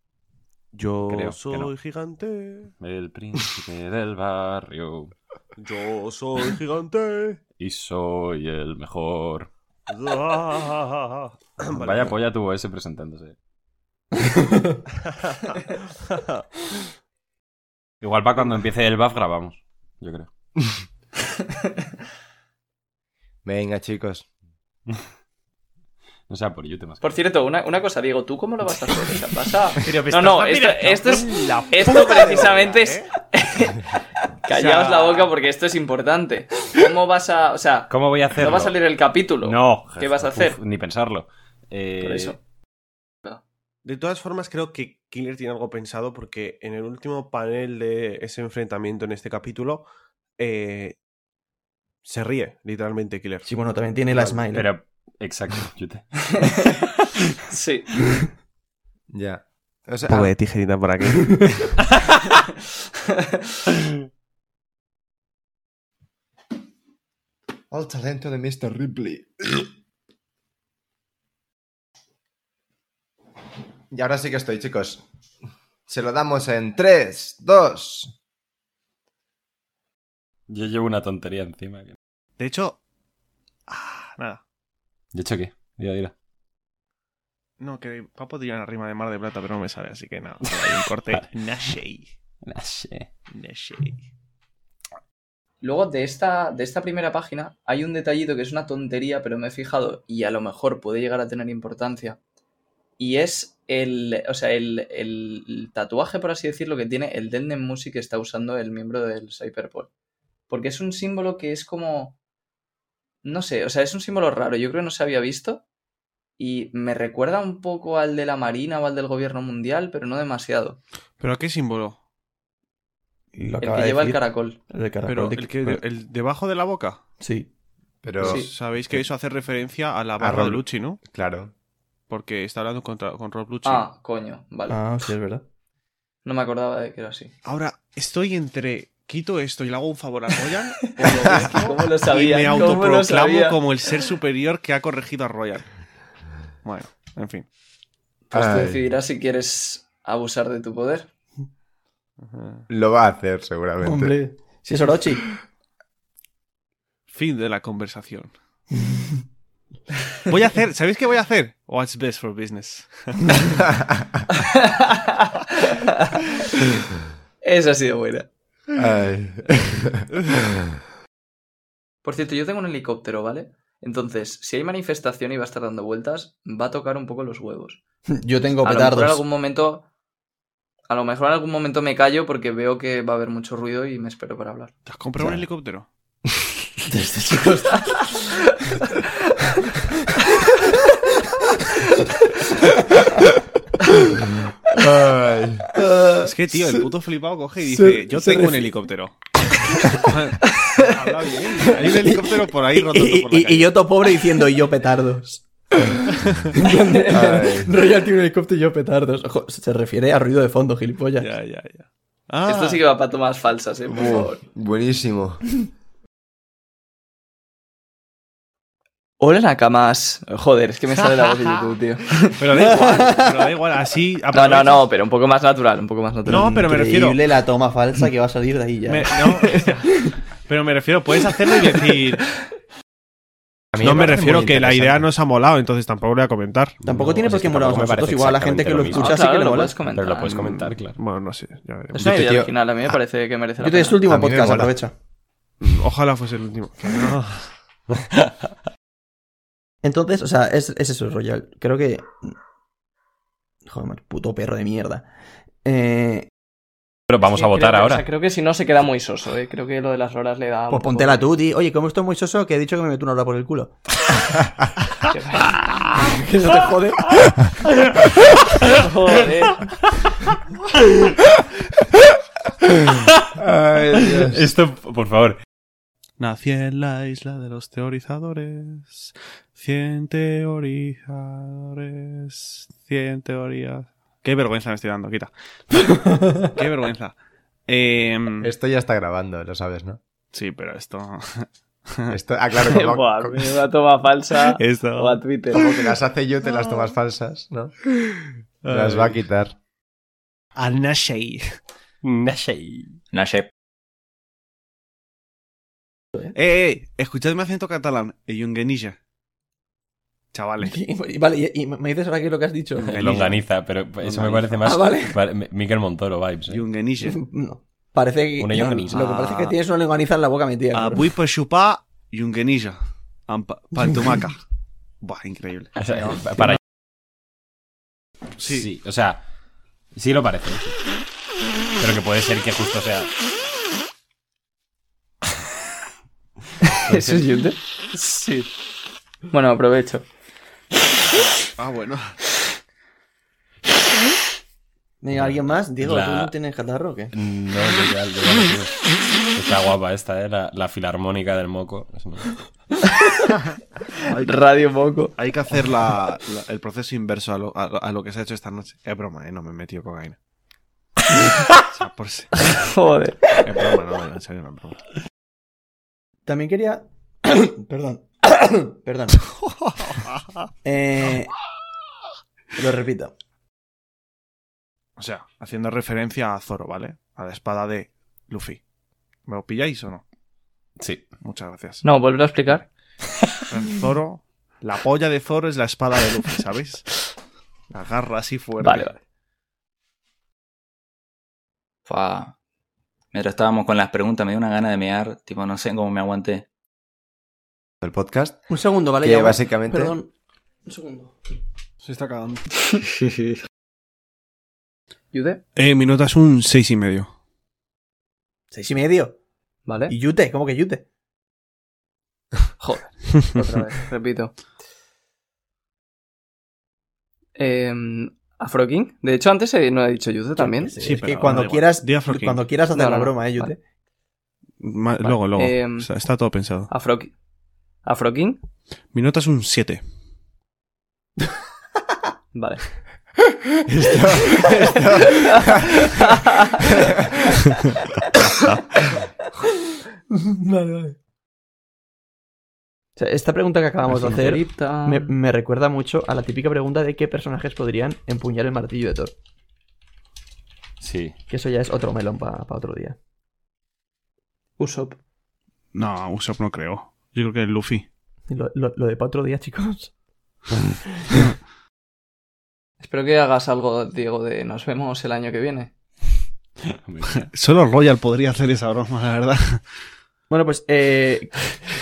S7: Yo
S9: Creo que
S7: soy
S9: no.
S7: gigante.
S9: El príncipe del barrio.
S7: Yo soy gigante.
S9: Y soy el mejor.
S7: Ah. Vale.
S9: Vaya polla tuvo ese presentándose. Igual para cuando empiece el buff grabamos. Yo creo.
S2: Venga, chicos.
S9: No sea por YouTube más. que-
S5: Por cierto, una, una cosa, Diego, ¿tú cómo lo vas a hacer? ¿Vas a- No,
S7: Piropista.
S5: no,
S7: Ah,
S5: esto,
S7: mira,
S5: esto es.
S7: la
S5: Esto
S7: puta de
S5: precisamente
S7: verdad,
S5: es.
S7: ¿eh?
S5: Callaos
S7: O sea-
S5: la boca porque esto es importante. ¿Cómo vas a.? O sea,
S9: ¿Cómo voy a hacerlo?
S5: no va a salir el capítulo.
S9: No,
S5: ¿Qué vas a hacer?
S9: uf, ni pensarlo. Eh,
S5: Por eso.
S7: De todas formas, creo que Killer tiene algo pensado porque en el último panel de ese enfrentamiento en este capítulo eh, se ríe, literalmente, Killer.
S3: Sí, bueno, también tiene la smile. ¿eh?
S9: Pero, exacto, Yute.
S5: Sí.
S2: Ya. O sea,
S7: Un poco de tijerita por aquí.
S2: Al talento de Mr. Ripley. Y ahora sí que estoy, chicos. Se lo damos en 3, 2.
S9: Yo llevo una tontería encima. que-
S7: De hecho, ah, nada.
S9: ¿De hecho qué? Dilo, dilo.
S7: No, que Papo diría una rima de Mar de Plata, pero no me sale, así que nada. por ahí un corte. Nashey.
S9: Ah, sí.
S7: Nashey.
S5: Luego de esta, de esta primera página hay un detallito que es una tontería, pero me he fijado y a lo mejor puede llegar a tener importancia. Y es el, o sea, el, el- el tatuaje, por así decirlo, que tiene el Denden Music que está usando el miembro del Cyberpol. Porque es un símbolo que es como... No sé, o sea, es un símbolo raro, yo creo que no se había visto. Y me recuerda un poco al de la Marina o al del Gobierno Mundial, pero no demasiado.
S7: ¿Pero qué símbolo?
S5: El que lleva el caracol.
S7: Pero el, que, el debajo de la boca.
S3: Sí.
S2: Pero,
S5: Sí.
S7: Sabéis que eso hace referencia a la
S2: Rob
S7: barra de Lucci, ¿no?
S2: claro.
S7: Porque está hablando contra, con Rob Lucci.
S5: Ah, coño, vale.
S3: Ah, sí, es verdad.
S5: No me acordaba de que era así.
S7: Ahora, estoy entre quito esto y le hago un favor a Royal o lo dejo
S5: ¿Cómo lo sabía?
S7: y me
S5: ¿Cómo lo
S7: autoproclamo
S5: sabía?
S7: como el ser superior que ha corregido a Royal. Bueno, en fin.
S5: Pues tú
S2: Ay.
S5: decidirás si quieres abusar de tu poder.
S2: Lo va a hacer seguramente.
S3: Hombre. Si es Orochi.
S7: Fin de la conversación. Voy a hacer, ¿sabéis qué voy a hacer? What's best for business.
S5: Esa ha sido buena.
S2: Ay.
S5: Por cierto, yo tengo un helicóptero, ¿vale? Entonces, si hay manifestación y va a estar dando vueltas, va a tocar un poco los huevos.
S3: Yo tengo
S5: A lo mejor en
S3: petardos.
S5: algún momento. a lo mejor en algún momento me callo porque veo que va a haber mucho ruido y me espero para hablar.
S7: ¿Te has comprado un helicóptero?
S3: Desde chicos.
S7: Es que, tío, el puto flipado coge y dice, yo tengo un helicóptero. Habla bien. Hay un helicóptero por ahí roto
S3: y,
S7: por la
S3: y- y
S7: calle.
S3: yo todo pobre diciendo y yo petardos.
S2: Ay.
S3: Royal tiene un helicóptero y yo petardos. Ojo, se refiere a ruido de fondo, gilipollas.
S7: Ya, ya, ya. Ah,
S5: Esto sí que va para tomas falsas, eh, por
S2: Bu-
S5: favor.
S2: buenísimo.
S5: Hola Nakamas. Joder, es que me sale la voz de YouTube, tío.
S7: Pero da igual, pero da igual, así...
S5: No, no,
S7: aprovechas.
S5: no, pero un poco más natural, un poco más natural.
S7: No, pero me
S3: Increíble
S7: refiero...
S3: la toma falsa que va a salir de ahí ya.
S7: me- no, o sea, pero me refiero, puedes hacerlo y decir...
S4: A mí
S7: No me
S4: parece
S7: refiero
S4: muy
S7: que la idea
S4: interesante.
S7: nos ha molado, entonces tampoco voy a comentar.
S3: Tampoco tiene
S4: es
S3: por qué
S4: que
S3: molarnos
S4: tampoco me
S3: nosotros,
S4: parece
S3: igual a la gente que lo
S4: exactamente
S3: escucha
S5: Ah,
S3: sí que le
S5: claro, lo
S3: mola.
S5: puedes comentar.
S4: Pero lo puedes comentar, claro.
S7: mm, Bueno, no sé, ya veremos.
S5: Es una
S2: Dice,
S5: idea
S2: tío,
S5: original, a mí me parece que merece la
S3: Yo te
S5: pena.
S3: es tu último
S2: A mí me
S3: podcast,
S2: mola.
S3: aprovecha.
S7: Ojalá fuese el último.
S3: Entonces, o sea, es, es eso, Royal. Creo que. Joder, puto perro de mierda. Eh,
S4: Pero vamos
S10: Sí,
S4: a votar
S10: creo que- o
S4: ahora.
S10: sea, creo
S11: Creo que si no se queda muy soso, eh. creo que lo de las horas le
S7: Ah,
S11: da... un
S3: pues
S11: poco-
S3: póntela tú, tío. Oye, como estoy muy soso, que he dicho que me meto una hora por el culo. que no te jode.
S11: Joder.
S4: Esto, por favor.
S7: Nací en la isla de los teorizadores. Cien teorizadores. Cien teorías. Qué vergüenza me estoy dando, quita. Qué vergüenza. Em,
S2: Esto ya está grabando, lo sabes, ¿no?
S7: sí, pero esto.
S2: Esto, ah, claro, como,
S11: Buah,
S2: como-
S11: menuda toma falsa. O a
S7: Esto.
S11: Twitter.
S2: como que las hace yo, te las tomas falsas, ¿no? Las va a quitar.
S7: Al Nashei.
S12: Nashe.
S7: Eh, eh, escuchadme acento catalán. Yungenisha. Chavales.
S3: Y- y- vale, y, y me dices ahora qué es lo que has dicho.
S4: Longaniza, pero eso me parece más.
S3: Ah, vale.
S4: pa- M- Miquel Montoro vibes. ¿eh?
S7: Yungenisha.
S3: No. Parece que.
S4: Una
S3: no,
S4: longaniza.
S3: lo que parece es que tienes una longaniza en la boca metida. claro.
S7: Avui Ah, per sopar, Yungenisha. Amb pa, pa amb tomaca. Buah, increíble.
S4: O sea, eh, pa- para.
S7: Sí.
S4: sí, o sea, sí lo parece. sí. Pero que puede ser que justo sea.
S5: ¿Eso es YouTube? Sí. Bueno, aprovecho.
S7: Ah, bueno.
S3: Venga, ¿alguien más? Diego,
S4: La-
S3: ¿tú no tienes catarro o qué?
S4: No, yo ya- yo ya lo digo. Está guapa esta, ¿eh? La, la filarmónica del moco. Es una-
S5: Radio Moco.
S7: Hay que hacer la- la- el proceso inverso a lo, a, a lo que se ha hecho esta noche. Es broma, ¿eh? No me he metido cocaína. O sea, por si-
S5: Joder.
S7: Es broma, no, en serio, no es broma.
S3: También quería. Perdón. Perdón. Eh, Lo repito.
S7: O sea, haciendo referencia a Zoro, ¿vale? A la espada de Luffy. ¿Me lo pilláis o no?
S4: Sí.
S7: Muchas gracias.
S5: No, vuelve a explicar.
S7: En Zoro, la polla de Zoro es la espada de Luffy, ¿sabes? La agarra así fuerte.
S5: Vale, vale.
S13: Fua. Mientras estábamos con las preguntas, me dio una gana de mear. Tipo, no sé cómo me aguanté.
S2: El podcast,
S3: Un segundo, ¿vale?
S2: que
S3: Ya voy.
S2: básicamente...
S3: Perdón. Un segundo.
S7: Se está cagando.
S5: ¿Yude?
S7: Eh, mi nota es un seis y medio.
S3: Seis y medio.
S5: ¿Vale?
S3: ¿Y Yute? ¿Cómo que Yute?
S5: Joder. Otra vez, repito. Eh, Afro King. De hecho, antes eh, no he dicho Yude también.
S3: Sí,
S7: Sí,
S3: es que
S7: pero
S3: cuando
S7: da igual.
S3: quieras,
S7: Di a Floquín.
S3: cuando quieras hacer
S5: No,
S3: la
S5: no,
S3: broma, ¿eh, Yute?
S7: Ma- Luego, luego.
S5: Eh,
S7: O sea, está todo pensado.
S5: Afro, Afro King.
S7: Mi nota es un 7.
S5: Vale.
S3: vale, vale. O sea, esta pregunta que acabamos de hacer
S5: Ahorita-
S3: me, me recuerda mucho a la típica pregunta de qué personajes podrían empuñar el martillo de Thor.
S4: Sí.
S3: Que eso ya es otro melón para otro día.
S5: Usopp.
S7: No, Usopp no creo. Yo creo que es Luffy.
S3: Y Lo, lo- lo de para otro día, chicos.
S5: Espero que hagas algo, Diego, de nos vemos el año que viene.
S7: Solo Royal podría hacer esa broma, la verdad.
S14: Bueno, pues eh,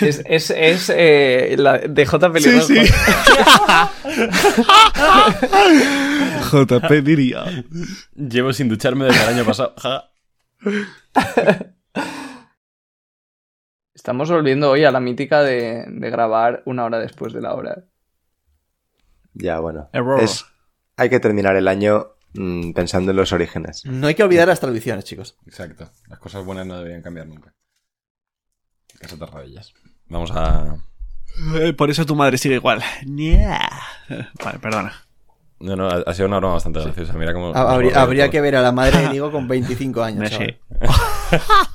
S14: es, es, es eh, la de J. Pelirrojo.
S15: Sí, sí.
S7: JP diría.
S4: Llevo sin ducharme desde el año pasado. Ja.
S14: Estamos volviendo hoy a la mítica de, de grabar una hora después de la hora.
S2: Ya, bueno.
S14: Error.
S2: Es- hay que terminar el año mm, pensando en los orígenes.
S3: No hay que olvidar las tradiciones, chicos.
S4: Exacto. Las cosas buenas no deberían cambiar nunca. Casa Tarradellas. Vamos a.
S7: Eh, Por eso tu madre sigue igual. Nya. Vale, perdona.
S4: No, no, ha ha sido una broma bastante graciosa. Mira cómo.
S3: Ha- Habría, habría que ver a la madre de Diego con 25 años.
S4: Sí.
S3: chaval.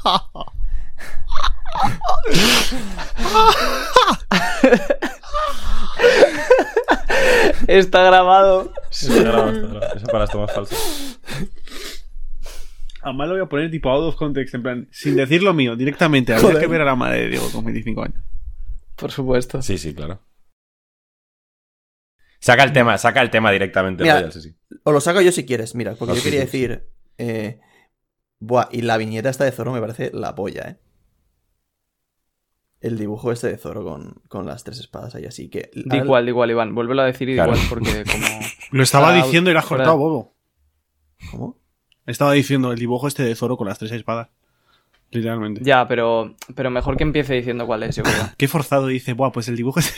S14: Está grabado.
S4: Eso grabado, está grabado. Eso para las tomas falsas.
S7: Además lo voy a poner tipo out of context, en plan, sin decir lo mío, directamente. Habría
S14: Joder.
S7: que ver a la madre de Diego con 25 años.
S14: Por supuesto.
S4: Sí, sí, claro. Saca el tema, saca el tema directamente.
S3: Mira,
S4: Royal, sí, sí.
S3: O lo saco yo si quieres, mira, porque
S4: No,
S3: yo
S4: sí,
S3: quería
S4: sí, sí.
S3: decir. eh, buah, y la viñeta esta de Zoro me parece la polla, ¿eh? El dibujo este de Zoro con, con las tres espadas ahí, así que.
S5: Di igual, di igual, Iván. Vuélvelo a decir y di
S3: Claro.
S5: igual, porque como.
S7: Lo estaba
S5: Ah,
S7: diciendo y lo has
S5: fuera-
S7: cortado, bobo.
S3: ¿Cómo?
S7: Estaba diciendo el dibujo este de Zoro con las tres espadas. Literalmente.
S5: Ya, pero, pero mejor que empiece diciendo cuál es, yo creo.
S7: Qué forzado dice, buah, pues el dibujo es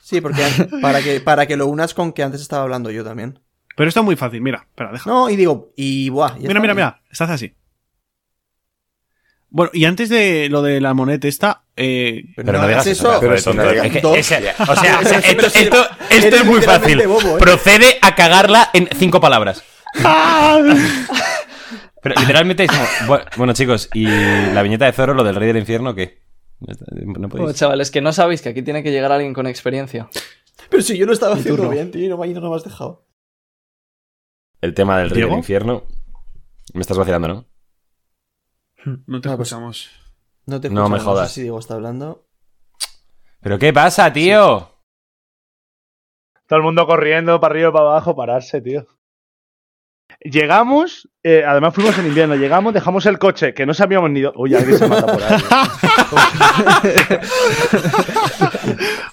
S3: Sí, porque an- para que, para que lo unas con que antes estaba hablando yo también.
S7: Pero está muy fácil, mira, espera, deja.
S3: No, y digo, y buah. ya
S7: mira,
S3: está.
S7: mira, mira, estás así. Bueno, y antes de lo de la moneta esta, eh...
S4: Pero no, digas eso.
S7: Pero
S4: pero
S7: eso,
S4: tonto.
S7: no digas-
S4: Es que-
S7: Dos.
S4: es el- o sea, o sea,
S7: Pero
S4: esto,
S7: si
S4: esto-
S7: eres-
S4: esto
S7: eres
S4: es muy
S7: literalmente
S4: fácil.
S7: bobo, ¿eh?
S4: Procede a cagarla en cinco palabras. Pero literalmente es como, bu- Bueno, chicos, ¿y la viñeta de Zoro, lo del Rey del Infierno, qué? No
S5: Bueno,
S4: podéis.
S5: chavales, Oh, que no sabéis que aquí tiene que llegar alguien con experiencia.
S3: Pero si yo lo estaba haciendo
S5: turno.
S3: bien, tío, y no, me- no me has dejado.
S4: El tema del Rey
S7: ¿Diego?
S4: del Infierno. Me estás vacilando, ¿no?
S7: No te
S3: Ah, pues-
S7: escuchamos.
S3: No te
S4: No
S3: escucho,
S4: me
S3: No
S4: jodas.
S3: sé si Diego está hablando.
S4: ¿Pero qué pasa, tío?
S13: Todo el mundo corriendo para arriba, para abajo, pararse, tío. Llegamos, eh, además fuimos en invierno, llegamos, dejamos el coche, que no sabíamos ni... do- Uy, alguien se mata por ahí.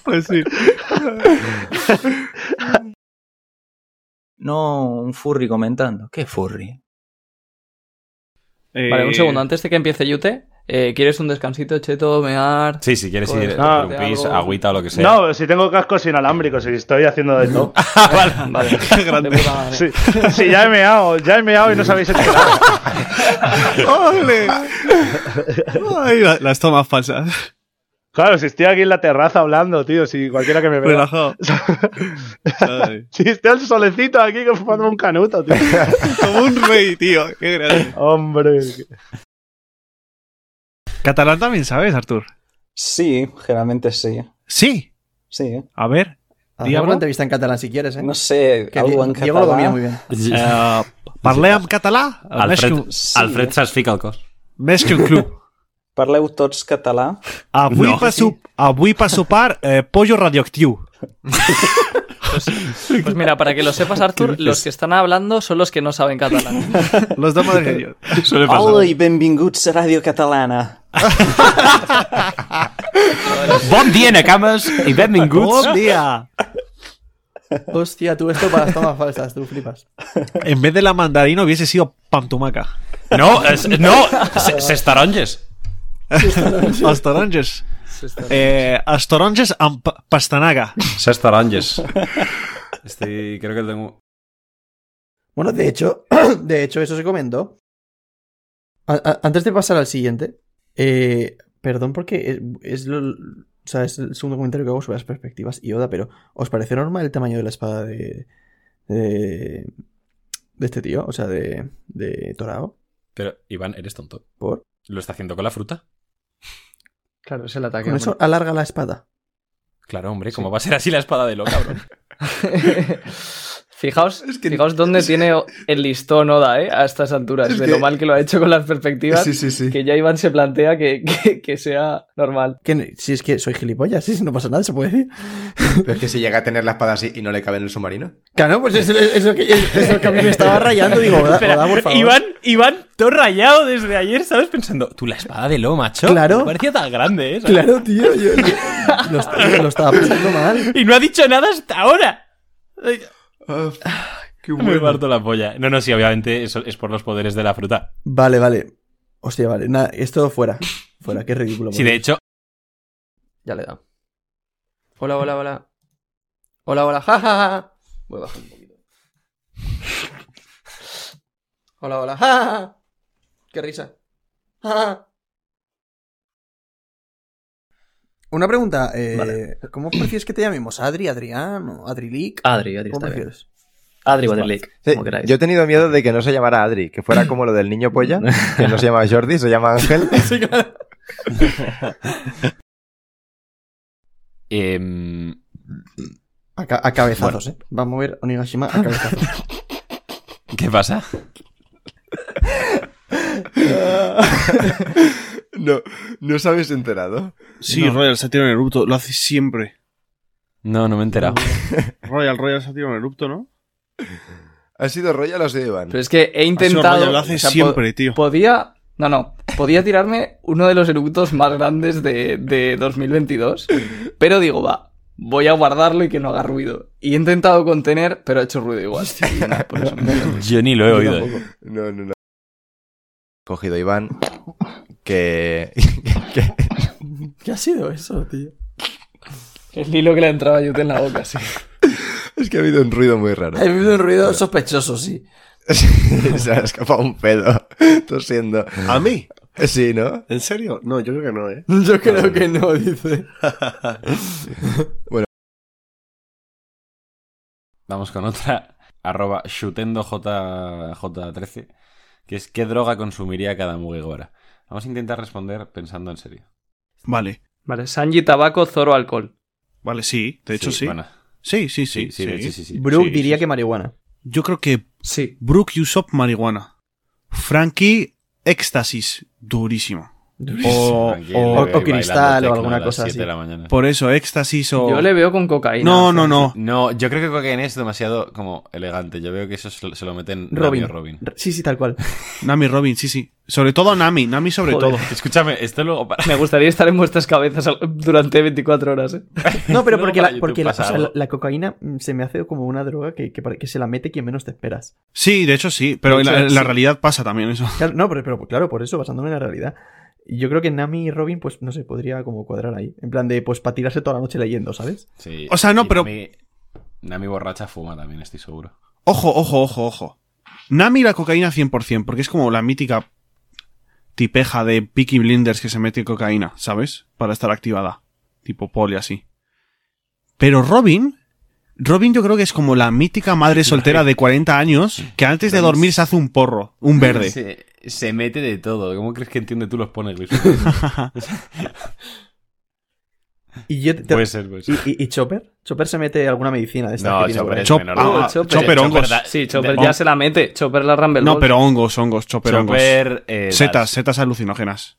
S7: Pues sí.
S16: No, un furry comentando. ¿Qué furry?
S7: Eh,
S5: Vale, un segundo. Antes de que empiece Yute, eh, ¿quieres un descansito, Cheto, mear?
S4: Sí, si quieres ir
S5: Joder,
S4: a
S5: no,
S4: un pis,
S5: algo.
S4: agüita o lo que sea.
S13: No, si tengo cascos inalámbricos y estoy haciendo de todo.
S5: Vale.
S13: grande. Sí, sí, ya he meado, ya he meado y no sabéis enterado.
S7: ¡Ole! Ay, la- las tomas falsas.
S13: Claro, si estoy aquí en la terraza hablando, tío, si cualquiera que me vea.
S7: Relajado.
S13: si estoy al solecito aquí fumando un canuto, tío.
S7: Como un rey, tío. Qué grande.
S13: Hombre.
S7: Catalán también sabes, Artur.
S15: Sí, generalmente sí.
S7: Sí.
S15: Sí.
S7: A ver.
S3: Haz alguna entrevista en catalán si quieres, ¿eh?
S15: No sé,
S3: Que
S15: algo en
S3: Di- Diego lo
S15: català.
S3: domina muy bien.
S7: Eh, parlem català?
S4: Alfred,
S7: Més que un- eh.
S4: Alfred s'explica el cos.
S7: Més que un club.
S15: Parleu tots català?
S7: Avui,
S15: No.
S7: no. pa sop... Avui pa sopar, eh, pollo radioactiu.
S5: Pues mira, para que lo sepas, Arthur, los que están hablando son los que no saben catalán.
S7: Los dos madrileños.
S15: Hola i benvinguts a Ràdio Catalana.
S4: Bon dia, Nakamas, i benvinguts.
S7: Bon dia.
S3: Hostia, tú esto para las tomas falsas, tú flipas.
S7: En vez de la mandarina hubiese sido pantumaca.
S4: No, es- no, se- ses taronges.
S7: Els taronges. Eh, els taronges amb pa- pastanaga.
S4: Ses taronges. Estoy, creo que tengo...
S3: Bueno, de hecho, de hecho, eso se comentó. A- a- antes de pasar al siguiente, eh, perdón porque es, es lo- o sea, es el segundo comentario que hago sobre las perspectivas y Oda, pero ¿os parece normal el tamaño de la espada de. de, de este tío? O sea, de. de Torao.
S4: Pero, Iván, eres tonto.
S3: ¿Por?
S4: ¿Lo está haciendo con la fruta?
S5: Claro, es el ataque.
S3: Con eso alarga la espada.
S4: Claro, hombre, ¿cómo va a ser así la espada de lo, cabrón?
S16: Fijaos, fijaos dónde tiene el listón Oda, ¿eh? A estas alturas,
S5: Es
S16: de
S5: que-
S16: lo mal que lo ha hecho con las perspectivas.
S5: Sí,
S16: Que ya Iván se plantea que, que- que sea normal.
S3: Que- si es que soy gilipollas, sí, si no pasa nada, se puede decir.
S2: Pero es que si llega a tener la espada así y no le cabe en el submarino.
S3: Claro, pues es, es lo que, es lo que a mí me estaba rayando. Digo, Oda,
S2: Espera,
S3: Oda, por favor.
S2: Iván-
S17: Iván, todo rayado desde ayer, ¿sabes? Pensando, tú la espada de lo, macho.
S3: Claro.
S17: Me parecía tan grande, ¿eh? ¿Sabes?
S3: Claro, tío, yo, yo- lo, est- lo estaba pasando mal.
S17: Y no ha dicho nada hasta ahora.
S2: Qué
S17: Me parto la polla. No, no, sí, obviamente eso es por los poderes de la fruta.
S3: Vale, vale. Hostia, vale. Nada, esto fuera. Fuera, qué ridículo.
S17: Sí, de hecho,
S16: Ya le da. Hola, hola, hola. Hola, hola, jajaja. Voy bajando un poquito. Hola, hola, ja, ja, ja. Qué risa. Ja, ja.
S3: Una pregunta. eh, ¿Cómo prefieres que te llamemos? ¿Adri, Adrián o Adrilic?
S16: Adri, Adri,
S3: ¿Cómo
S16: está bien.
S3: prefieres?
S16: Adri Waterlake,
S2: Sí,
S16: como queráis.
S2: yo he tenido miedo de que no se llamara Adri, que fuera como lo del niño polla, que no se llama Jordi, se llama Ángel.
S4: Em,
S3: A, ca- a cabezazos,
S4: Bueno.
S3: ¿eh? Va a mover Onigashima a cabezazos.
S4: ¿Qué pasa?
S2: no, ¿no sabes enterado?
S7: Sí, Royal se ha tirado en erupto, lo hace siempre.
S4: No, no me he enterado.
S7: Royal, Royal se ha tirado en erupto, ¿no?
S2: ¿Ha sido Royal o Iván?
S16: Pero es que he
S7: Ha
S16: intentado.
S7: sido Royal, lo hace
S16: o sea, po-
S7: siempre, tío.
S16: Podía. No, no. Podía tirarme uno de los eructos más grandes de, de 2022. Pero digo, va. Voy a guardarlo y que no haga ruido. Y he intentado contener, pero ha hecho ruido igual. Y nada, por eso me-
S4: Yo ni lo he oído. eh.
S2: No, no, no. Cogido a Iván, que... que-
S16: ¿Qué ha sido eso, tío? El hilo que le entraba a Yute en la boca, sí.
S2: es que ha habido un ruido muy raro.
S16: Ha habido un ruido sospechoso, sí.
S2: se ha escapado un pedo, tosiendo.
S7: ¿A mí?
S2: Sí, ¿no?
S7: ¿En serio? No, yo creo que no, ¿eh?
S16: Yo creo que no, dice.
S2: Bueno.
S4: Vamos con otra. Arroba shutendo JJ13. Que es ¿qué droga consumiría cada Mugiwara? Vamos a intentar responder pensando en serio.
S7: Vale.
S5: Vale, Sanji, tabaco, Zoro, alcohol.
S7: Vale, sí, de hecho sí.
S4: bueno.
S7: Sí, sí, sí.
S4: Sí, sí, de hecho sí, sí.
S3: Brooke diría que marihuana.
S7: Yo creo que
S16: sí.
S7: Brooke Usopp marihuana. Frankie éxtasis durísimo.
S3: Durísimo.
S7: O,
S3: Frankie, le
S7: o,
S3: veo ahí O cristal bailando o alguna techno a las cosa siete así. de la
S4: mañana.
S7: Por eso éxtasis o
S16: Yo le veo con cocaína.
S7: No, no, no.
S4: No, yo creo que cocaína es demasiado como elegante. Yo veo que eso se lo- se lo meten Robin. Robin.
S7: Robin.
S3: Sí, sí, tal cual.
S7: Nami Robin, sí, sí. Sobre todo Nami, Nami sobre
S16: Joder.
S7: todo.
S4: Escúchame, esto luego para...
S16: Me gustaría estar en vuestras cabezas al- durante 24 horas, ¿eh?
S3: No, pero
S16: Luego
S3: porque,
S16: para
S3: la,
S16: YouTube
S3: porque la,
S16: pasa
S3: o sea,
S16: algo.
S3: la- la cocaína mm, se me hace como una droga que, que, pare- que se la mete quien menos te esperas.
S7: Sí, de hecho sí, pero
S3: De
S7: en la,
S3: hecho,
S7: en la
S3: sí.
S7: realidad pasa también eso.
S3: Claro, no, pero, pero claro, por eso, basándome en la realidad. Yo creo que Nami y Robin, pues no se podría como cuadrar ahí. En plan de, pues para tirarse toda la noche leyendo, ¿sabes?
S4: Sí,
S7: O sea,
S4: y
S7: no, pero-
S4: Nami, Nami borracha fuma también, estoy seguro.
S7: Ojo, ojo, ojo, ojo. Nami la cocaína 100%, porque es como la mítica tipeja de Peaky Blinders que se mete cocaína, ¿sabes? Para estar activada. Tipo poli así. Pero Robin, Robin yo creo que es como la mítica madre soltera de 40 años que antes de dormir se hace un porro, un verde.
S4: Se, se mete de todo. ¿Cómo crees que entiende tú los poneglyphs?
S3: Y yo te-
S4: Puede ser, puede ser.
S3: ¿Y, y- y Chopper? ¿Chopper se mete alguna medicina de estas
S4: Pues, No,
S3: que tiene
S4: Chopper
S3: por ahí?
S4: es Chop- menor de edad.
S3: Ah,
S7: Chopper hongos.
S4: da-
S5: Sí, Chopper
S4: de-
S5: ya se la mete. Chopper la Rumble
S7: No,
S5: Ball.
S7: pero hongos, hongos, chopper,
S4: Chopper,
S7: hongos.
S4: eh,
S7: pues, setas,
S4: das.
S7: setas alucinógenas.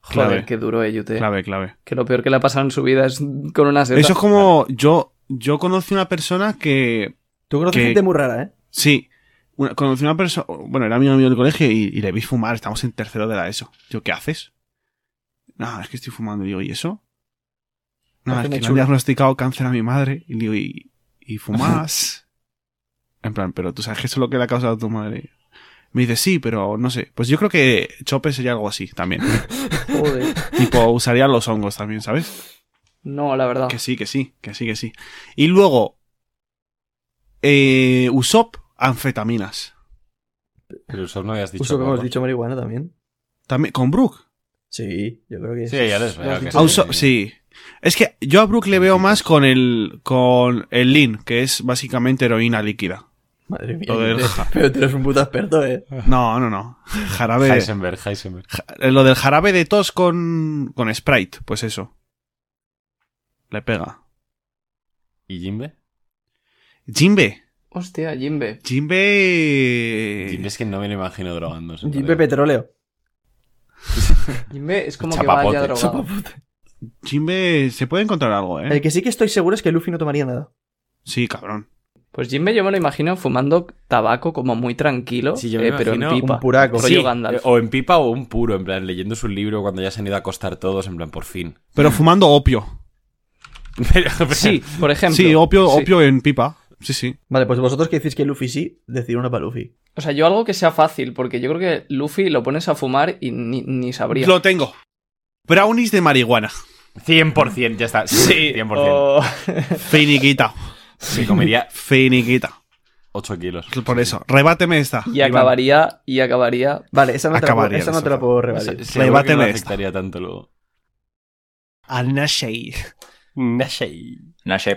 S16: Joder,
S7: Clave.
S16: qué duro, eh, Yute.
S7: Clave, clave.
S16: Que lo peor que le ha pasado en su vida es con una seta.
S7: Eso es como yo yo conocí una persona que
S3: Tú
S16: conoces gente muy rara, ¿eh?
S7: Sí. Una- conocí una persona, bueno, era amigo mío del colegio y, y le vi fumar, estamos en tercero de la ESO. Yo, ¿qué haces? Nada, es que estoy fumando. Y digo, ¿y eso? Nada,
S3: Parece muy
S7: es que le han
S3: chulo.
S7: diagnosticado cáncer a mi madre. Y le digo, ¿y, y fumas? en plan, pero tú sabes que eso es lo que le ha causado a tu madre. Me dice, sí, pero no sé. Pues yo creo que Chope sería algo así también.
S16: Joder.
S7: tipo, usaría los hongos también, ¿sabes?
S16: No, la verdad.
S7: Que sí, que sí, que sí, que sí. Y luego, eh, Usopp, anfetaminas.
S4: Pero Usopp no habías dicho.
S3: Uso que hemos
S4: porro.
S3: dicho marihuana también.
S7: También, ¿Con Brooke?
S3: Sí, yo creo que
S4: Sí, ya les veo
S3: has
S4: que
S3: dicho.
S7: A Usopp, sí. Es que yo a Brooke le veo más con el, con el lean, que es básicamente heroína líquida.
S3: Madre mía,
S7: Lo del
S3: Yute,
S7: ja-
S3: pero tú eres un puto experto, ¿eh?
S7: No, no, no. Jarabe.
S4: Heisenberg, Heisenberg.
S7: ja- Lo del jarabe de tos con, con Sprite, pues eso. Le pega.
S4: ¿Y Jimbe?
S7: Jimbe.
S5: Hostia, Jimbe.
S7: Eh,
S4: Jimbe. Jimbe es que no me lo imagino drogándose.
S3: Jimbe Petróleo.
S5: Jimbe es como
S4: Chapapote.
S5: que vaya drogado.
S7: Jimbe, se puede encontrar algo, ¿eh?
S3: El que sí que estoy seguro es que Luffy no tomaría nada.
S7: Sí, cabrón.
S5: Pues Jimbe yo me lo imagino fumando tabaco como muy tranquilo,
S4: Sí, yo me
S5: eh, pero en
S4: imagino
S5: pipa. rollo
S4: Sí,
S5: Gandalf.
S7: eh, oh,
S4: O en pipa o un puro, en plan, leyendo su libro cuando ya se han ido a acostar todos, en plan, por fin.
S7: Pero fumando opio.
S5: sí, por ejemplo.
S7: Sí, oh. opio,
S5: Sí.
S7: opio en pipa. Sí, sí.
S3: Vale, pues vosotros que decís que Luffy sí, decir una para Luffy.
S5: O sea, yo algo que sea fácil, porque yo creo que Luffy lo pones a fumar y ni, ni sabría.
S7: Lo tengo. Brownies de marihuana.
S4: 100%, ya está.
S5: Sí,
S4: 100%.
S7: Oh.
S5: o-
S7: Finiquita.
S4: Sí, comería-
S7: Finiquita.
S4: 8 kilos.
S7: Por eso, rebáteme esta.
S5: Y acabaría, y acabaría.
S3: Vale, esa
S7: no te la puedo- Acabaría esa no de te la sofá. puedo rebatir.
S4: Se-
S7: Le
S4: seguro que
S7: bate
S4: no
S7: la
S4: afectaría tanto luego.
S7: Al Nashei.
S4: Nashei.
S13: Nashep.